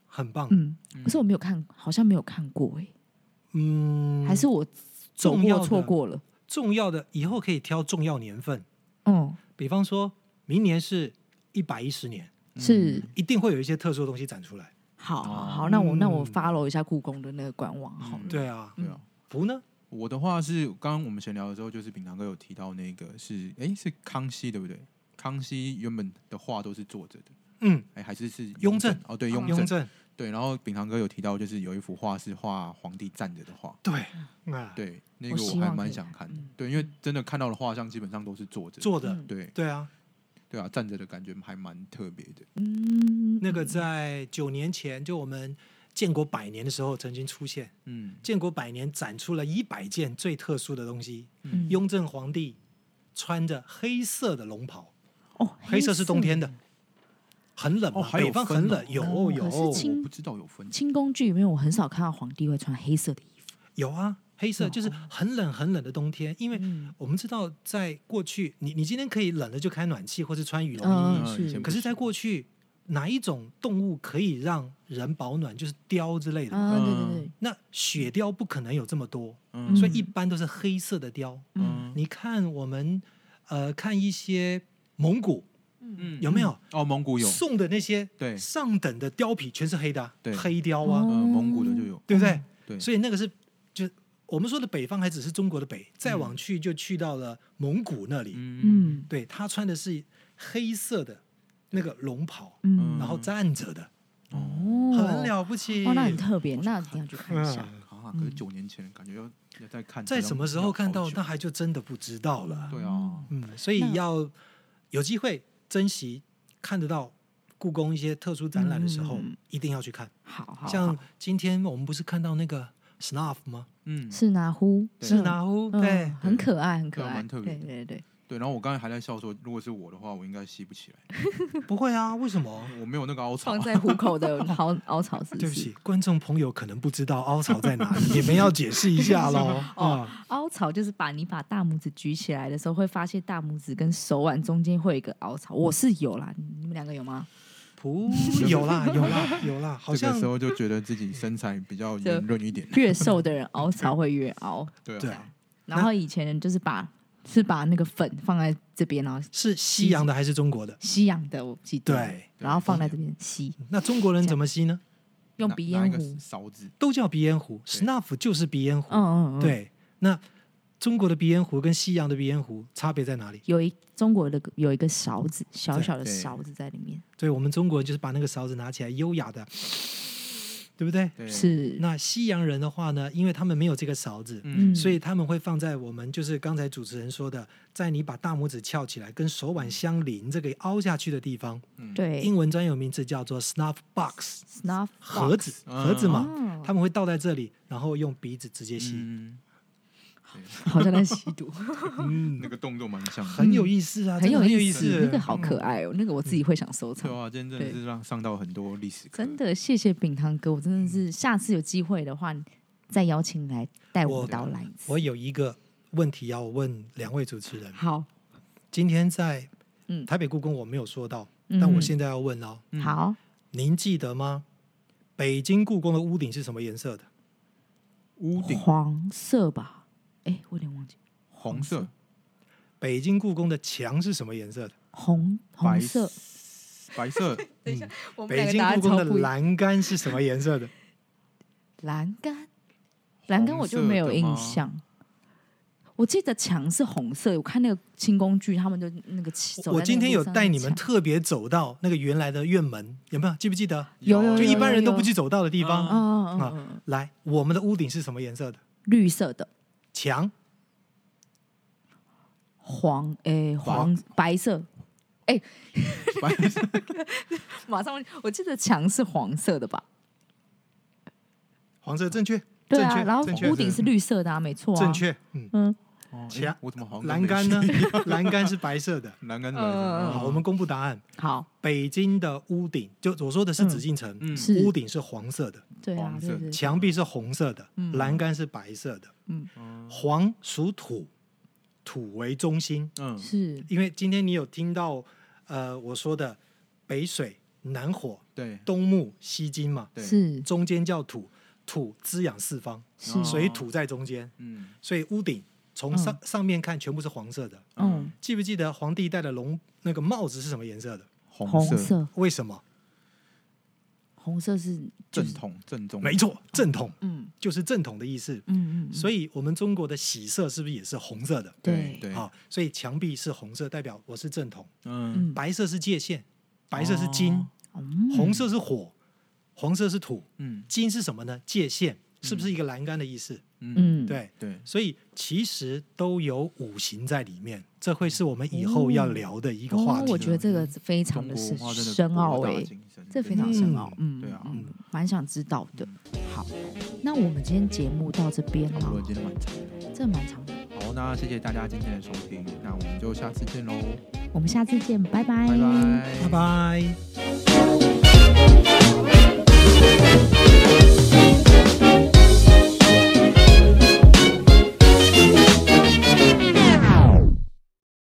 Speaker 3: 很棒。
Speaker 1: 嗯，可是我没有看，好像没有看过哎、
Speaker 3: 嗯，
Speaker 1: 还是我走
Speaker 3: 重要
Speaker 1: 过
Speaker 3: 的
Speaker 1: 错过了。
Speaker 3: 重要的，以后可以挑重要年份，
Speaker 1: 嗯，
Speaker 3: 比方说明年是一百一十年，
Speaker 1: 是
Speaker 3: 一定会有一些特殊的东西展出来。
Speaker 1: 好
Speaker 2: 哦
Speaker 1: 好好，那我那我
Speaker 3: 嗯嗯
Speaker 1: follow 一下故宫的那个官网好了。
Speaker 3: 对啊，
Speaker 1: 嗯
Speaker 2: 对啊。
Speaker 3: 福呢？
Speaker 2: 我的话是，刚刚我们闲聊的时候，就是炳堂哥有提到那个是，哎，是康熙对不对？康熙原本的画都是坐着的，
Speaker 3: 嗯，
Speaker 2: 哎，还是是
Speaker 3: 雍正啊
Speaker 2: 正哦，对，雍
Speaker 3: 嗯雍
Speaker 2: 正
Speaker 3: 正，
Speaker 2: 对。然后炳堂哥有提到，就是有一幅画是画皇帝站着的画，
Speaker 3: 对，啊，
Speaker 2: 对，那
Speaker 1: 我
Speaker 2: 个
Speaker 1: 希
Speaker 2: 我还
Speaker 1: 望可
Speaker 2: 蛮
Speaker 1: 以
Speaker 2: 想
Speaker 1: 看
Speaker 2: 看的
Speaker 1: 嗯，
Speaker 2: 对，因为真的看到的画像基本上都是坐着，
Speaker 3: 做的
Speaker 1: 嗯，
Speaker 2: 对
Speaker 3: 对啊，
Speaker 2: 对啊，站着的感觉还蛮特别的，
Speaker 1: 嗯
Speaker 3: 那个在九年前，就我们建国百年的时候曾经出现，
Speaker 2: 嗯
Speaker 3: 建国百年展出了一百件最特殊的东西。
Speaker 1: 嗯
Speaker 3: 雍正皇帝穿着黑色的龙袍，
Speaker 1: 哦，
Speaker 3: 黑色是冬天的，很冷嘛，
Speaker 2: 哦还有
Speaker 3: 北方
Speaker 2: 分
Speaker 3: 很
Speaker 2: 哦
Speaker 3: 冷，有
Speaker 1: 哦可是
Speaker 3: 有
Speaker 1: 清
Speaker 2: 我不知道有分
Speaker 1: 清宫剧里面，我很少看到皇帝会穿黑色的衣服。
Speaker 3: 有啊，黑色就是很冷很冷的冬天，因为
Speaker 1: 嗯
Speaker 3: 我们知道在过去，你你今天可以冷了就开暖气或是穿羽绒衣，
Speaker 1: 嗯
Speaker 2: 嗯
Speaker 1: 是
Speaker 2: 以前不
Speaker 3: 可是，在过去，哪一种动物可以让人保暖？就是貂之类的。
Speaker 1: 啊，对对
Speaker 2: 嗯
Speaker 1: 对，
Speaker 3: 那雪貂不可能有这么多，
Speaker 2: 嗯
Speaker 3: 所以一般都是黑色的貂。
Speaker 1: 嗯
Speaker 3: 你看我们，呃，看一些蒙古
Speaker 2: 嗯
Speaker 3: 有没有、
Speaker 2: 哦，蒙古有，
Speaker 3: 送的那些
Speaker 2: 对
Speaker 3: 上等的貂皮，全是黑的啊、
Speaker 2: 对
Speaker 3: 黑貂啊，
Speaker 1: 哦
Speaker 2: 呃，蒙古的就有，
Speaker 3: 对不对？
Speaker 1: 嗯
Speaker 2: 对，
Speaker 3: 所以那个是就我们说的北方，还只是中国的北，再往去就去到了蒙古那里。
Speaker 2: 嗯
Speaker 1: 嗯
Speaker 3: 对他穿的是黑色的那个龙袍，
Speaker 1: 嗯，
Speaker 3: 然后站着的，
Speaker 1: 哦，
Speaker 3: 很了不起。
Speaker 1: 哦，那很特别，那一定要去看一下。
Speaker 3: 嗯
Speaker 2: 啊，可是九年前感觉要要再看，
Speaker 3: 在什么时候看到，那
Speaker 2: 那？
Speaker 3: 还就真的不知道了。
Speaker 2: 对啊，
Speaker 3: 嗯，所以
Speaker 1: 那
Speaker 3: 要有机会珍惜看得到故宫一些特殊展览的时候，
Speaker 1: 嗯
Speaker 3: 一定要去看。
Speaker 1: 好好，
Speaker 3: 像
Speaker 1: 好
Speaker 3: 今天我们不是看到那个 snuff 吗？
Speaker 2: 嗯，
Speaker 1: 是拿呼，
Speaker 2: 对
Speaker 1: 嗯
Speaker 3: 是拿呼，
Speaker 1: 嗯
Speaker 3: 对，
Speaker 1: 很可爱，很可
Speaker 2: 对啊
Speaker 1: 爱，
Speaker 2: 蛮特别的
Speaker 1: 对对对，
Speaker 2: 对。然后我刚才还在笑说，如果是我的话，我应该吸不起来，
Speaker 3: 不会啊，为什么？
Speaker 2: 我没有那个凹槽
Speaker 1: 放。在虎口的 凹凹槽姿势。
Speaker 3: 对不起，观众朋友可能不知道凹槽在哪里，你们要解释一下喽。
Speaker 1: 哦
Speaker 3: 啊，
Speaker 1: 凹槽就是把你把大拇指举起来的时候，会发现大拇指跟手腕中间会有一个凹槽。我是有啦，你们两个有吗？
Speaker 3: 噗，有啦，有啦，有啦，好
Speaker 2: 这
Speaker 3: 像
Speaker 2: 个时候就觉得自己身材 比较圆润一点，
Speaker 1: 越瘦的人凹槽会越 凹。
Speaker 2: 对
Speaker 3: 对
Speaker 2: 啊，，
Speaker 1: 然后以前人就是把是把那个粉放在这边，然后
Speaker 3: 是西洋的还是中国的？
Speaker 1: 吸氧的，我记得。
Speaker 3: 对。
Speaker 1: 然后放在这边吸，
Speaker 3: 那中国人怎么吸呢？
Speaker 1: 用
Speaker 2: 拿
Speaker 1: 鼻
Speaker 2: 拿
Speaker 1: 烟
Speaker 2: 一个
Speaker 1: 壶。
Speaker 2: 勺子，
Speaker 3: 都叫鼻烟壶
Speaker 2: 对
Speaker 3: ，snuff 就是鼻烟壶。
Speaker 1: 嗯嗯嗯，。
Speaker 3: 对，那中国的鼻烟壶跟西洋的鼻烟壶差别在哪里？
Speaker 1: 有一中国的有一个勺子，小小的
Speaker 2: 对
Speaker 1: 勺子在里面，
Speaker 3: 所以我们中国人就是把那个勺子拿起来，优雅的，对不对？
Speaker 2: 对，
Speaker 1: 是
Speaker 3: 那西洋人的话呢，因为他们没有这个勺子，
Speaker 2: 嗯
Speaker 1: 嗯
Speaker 3: 所以他们会放在我们就是刚才主持人说的，在你把大拇指翘起来跟手腕相邻这个凹下去的地方，
Speaker 2: 嗯
Speaker 1: 对
Speaker 3: 英文专有名字叫做 snuff box，
Speaker 1: snuff
Speaker 3: 盒
Speaker 1: box
Speaker 3: 子，
Speaker 2: 嗯
Speaker 3: 盒子嘛，
Speaker 1: 哦
Speaker 3: 他们会倒在这里，然后用鼻子直接吸，
Speaker 2: 嗯，
Speaker 1: 好像在吸毒，
Speaker 3: 嗯，
Speaker 2: 那个动作蛮像的，
Speaker 3: 很有意思 啊，
Speaker 1: 嗯很
Speaker 3: 真的
Speaker 1: 有
Speaker 3: 很有
Speaker 1: 意
Speaker 3: 思，嗯
Speaker 1: 那个好可爱哦，那个我自己会想收
Speaker 2: 对
Speaker 1: 藏。
Speaker 2: 啊，今天真的是让上到很多历史课，
Speaker 1: 真的谢谢饼堂哥，我真的
Speaker 3: 嗯
Speaker 1: 是下次有机会的话，再邀请你来带我
Speaker 3: 我
Speaker 1: 们导览一次
Speaker 3: 我。有一个问题要问两位主持人。
Speaker 1: 好，
Speaker 3: 今天在
Speaker 1: 嗯
Speaker 3: 台北故宫我没有说到，
Speaker 1: 嗯
Speaker 3: 但我现在要问哦，
Speaker 2: 嗯
Speaker 1: 好，
Speaker 3: 您记得吗？北京故宫的屋顶是什么颜色的？
Speaker 2: 屋
Speaker 3: 嗯
Speaker 2: 顶
Speaker 1: 黄色吧？哎，我有点忘记，
Speaker 2: 红色、
Speaker 3: 北京故宫的墙是什么颜色的？
Speaker 1: 红红
Speaker 2: 白
Speaker 1: 色。嗯
Speaker 2: 白色，
Speaker 1: 我们两
Speaker 3: 北
Speaker 1: 个
Speaker 3: 京
Speaker 1: 答案
Speaker 3: 故宫
Speaker 1: 超
Speaker 3: 的
Speaker 1: 不一样。
Speaker 3: 栏杆是什么颜色 的？
Speaker 1: 栏杆，栏杆我就没有印象。我记得墙是红色，我看那个清宫剧，他们就那个走在那个
Speaker 3: 我今天有带你
Speaker 1: 路
Speaker 3: 们
Speaker 1: 上的墙
Speaker 3: 特别走到那个原来的院门，有没有？记不记得？
Speaker 1: 有有
Speaker 3: 就
Speaker 1: 有
Speaker 3: 一般人都
Speaker 1: 有
Speaker 3: 不去走到的地
Speaker 1: 哦
Speaker 3: 方。嗯
Speaker 1: 哦哦哦，哦
Speaker 3: 来，我们的屋顶是什么颜色的？
Speaker 1: 绿色的
Speaker 3: 墙
Speaker 1: 黄诶黄白色，
Speaker 2: 白 色，
Speaker 1: 马上问我记得墙是黄色的吧？
Speaker 3: 黄色正确，
Speaker 1: 对
Speaker 3: 正
Speaker 1: 啊，
Speaker 3: 确
Speaker 1: 然后
Speaker 3: 正确
Speaker 1: 屋顶是绿色的啊，没错啊，
Speaker 3: 正确，嗯。
Speaker 1: 嗯，
Speaker 2: 哦
Speaker 3: 墙
Speaker 2: 诶我怎么好像都
Speaker 3: 栏
Speaker 2: 没
Speaker 3: 杆呢
Speaker 2: 去？？
Speaker 3: 栏杆是白 色的。
Speaker 2: 栏杆是白
Speaker 1: 嗯
Speaker 2: 色，
Speaker 3: 好，我们公布答案。
Speaker 1: 好，
Speaker 3: 北京的屋顶，就我说的是紫禁城，
Speaker 2: 嗯
Speaker 1: 是
Speaker 3: 屋顶是黄色的，
Speaker 1: 对啊，
Speaker 2: 黄色
Speaker 1: 对对，对
Speaker 3: 墙壁是红色的，
Speaker 1: 嗯
Speaker 3: 栏杆是白色的。
Speaker 1: 嗯
Speaker 3: 黄属土，土为中心，
Speaker 2: 嗯
Speaker 1: 是
Speaker 3: 因为今天你有听到呃我说的北水、南火、
Speaker 2: 对，
Speaker 3: 东木、西金嘛，
Speaker 2: 对
Speaker 1: 是
Speaker 3: 中间叫土，土滋养四方，
Speaker 1: 是，
Speaker 2: 哦
Speaker 3: 所以土在中间，
Speaker 2: 嗯
Speaker 3: 所以屋顶从上、上面看全部是黄色的。
Speaker 1: 嗯，
Speaker 3: 记不记得皇帝戴的龙那个帽子是什么颜色的？
Speaker 2: 红
Speaker 1: 红色，
Speaker 3: 为什么？
Speaker 1: 红色是就
Speaker 2: 正
Speaker 1: 是
Speaker 2: 统正宗，
Speaker 3: 没错，正统
Speaker 1: 嗯
Speaker 3: 就是正统的意思。
Speaker 1: 嗯嗯，嗯
Speaker 3: 所以，我们中国的喜色是不是也是红色的？
Speaker 2: 对
Speaker 1: 对
Speaker 2: 对，
Speaker 3: 好，所以墙壁是红色，代表我是正统；
Speaker 2: 嗯
Speaker 1: 嗯
Speaker 3: 白色是界限，白色是金，
Speaker 2: 哦
Speaker 1: 嗯
Speaker 3: 红色是火，黄色是土，
Speaker 2: 嗯
Speaker 3: 金是什么呢？界限，是不是一个栏杆的意思？
Speaker 2: 嗯，
Speaker 1: 嗯，，
Speaker 3: 对，
Speaker 2: 对，
Speaker 3: 所以其实都有五行在里面，这会是我们以后要聊的一个话
Speaker 1: 哦，
Speaker 3: 题。
Speaker 1: 我觉得这个非常
Speaker 2: 嗯中
Speaker 1: 的是
Speaker 2: 国文化真的
Speaker 1: 深奥
Speaker 2: 博大
Speaker 1: 诶、
Speaker 2: 精深
Speaker 1: 这
Speaker 2: 对
Speaker 1: 非常
Speaker 2: 嗯
Speaker 1: 深奥，嗯，
Speaker 2: 对啊嗯
Speaker 1: 嗯，蛮想知道的。好，那我们今天节目到这边
Speaker 2: 差
Speaker 1: 了
Speaker 2: 不，多今天蛮长的。
Speaker 1: 这蛮长的，
Speaker 2: 好，那谢谢大家今天的收听，那我们就下次见喽，
Speaker 1: 我们下次见，拜拜
Speaker 2: 拜拜，
Speaker 3: 拜拜。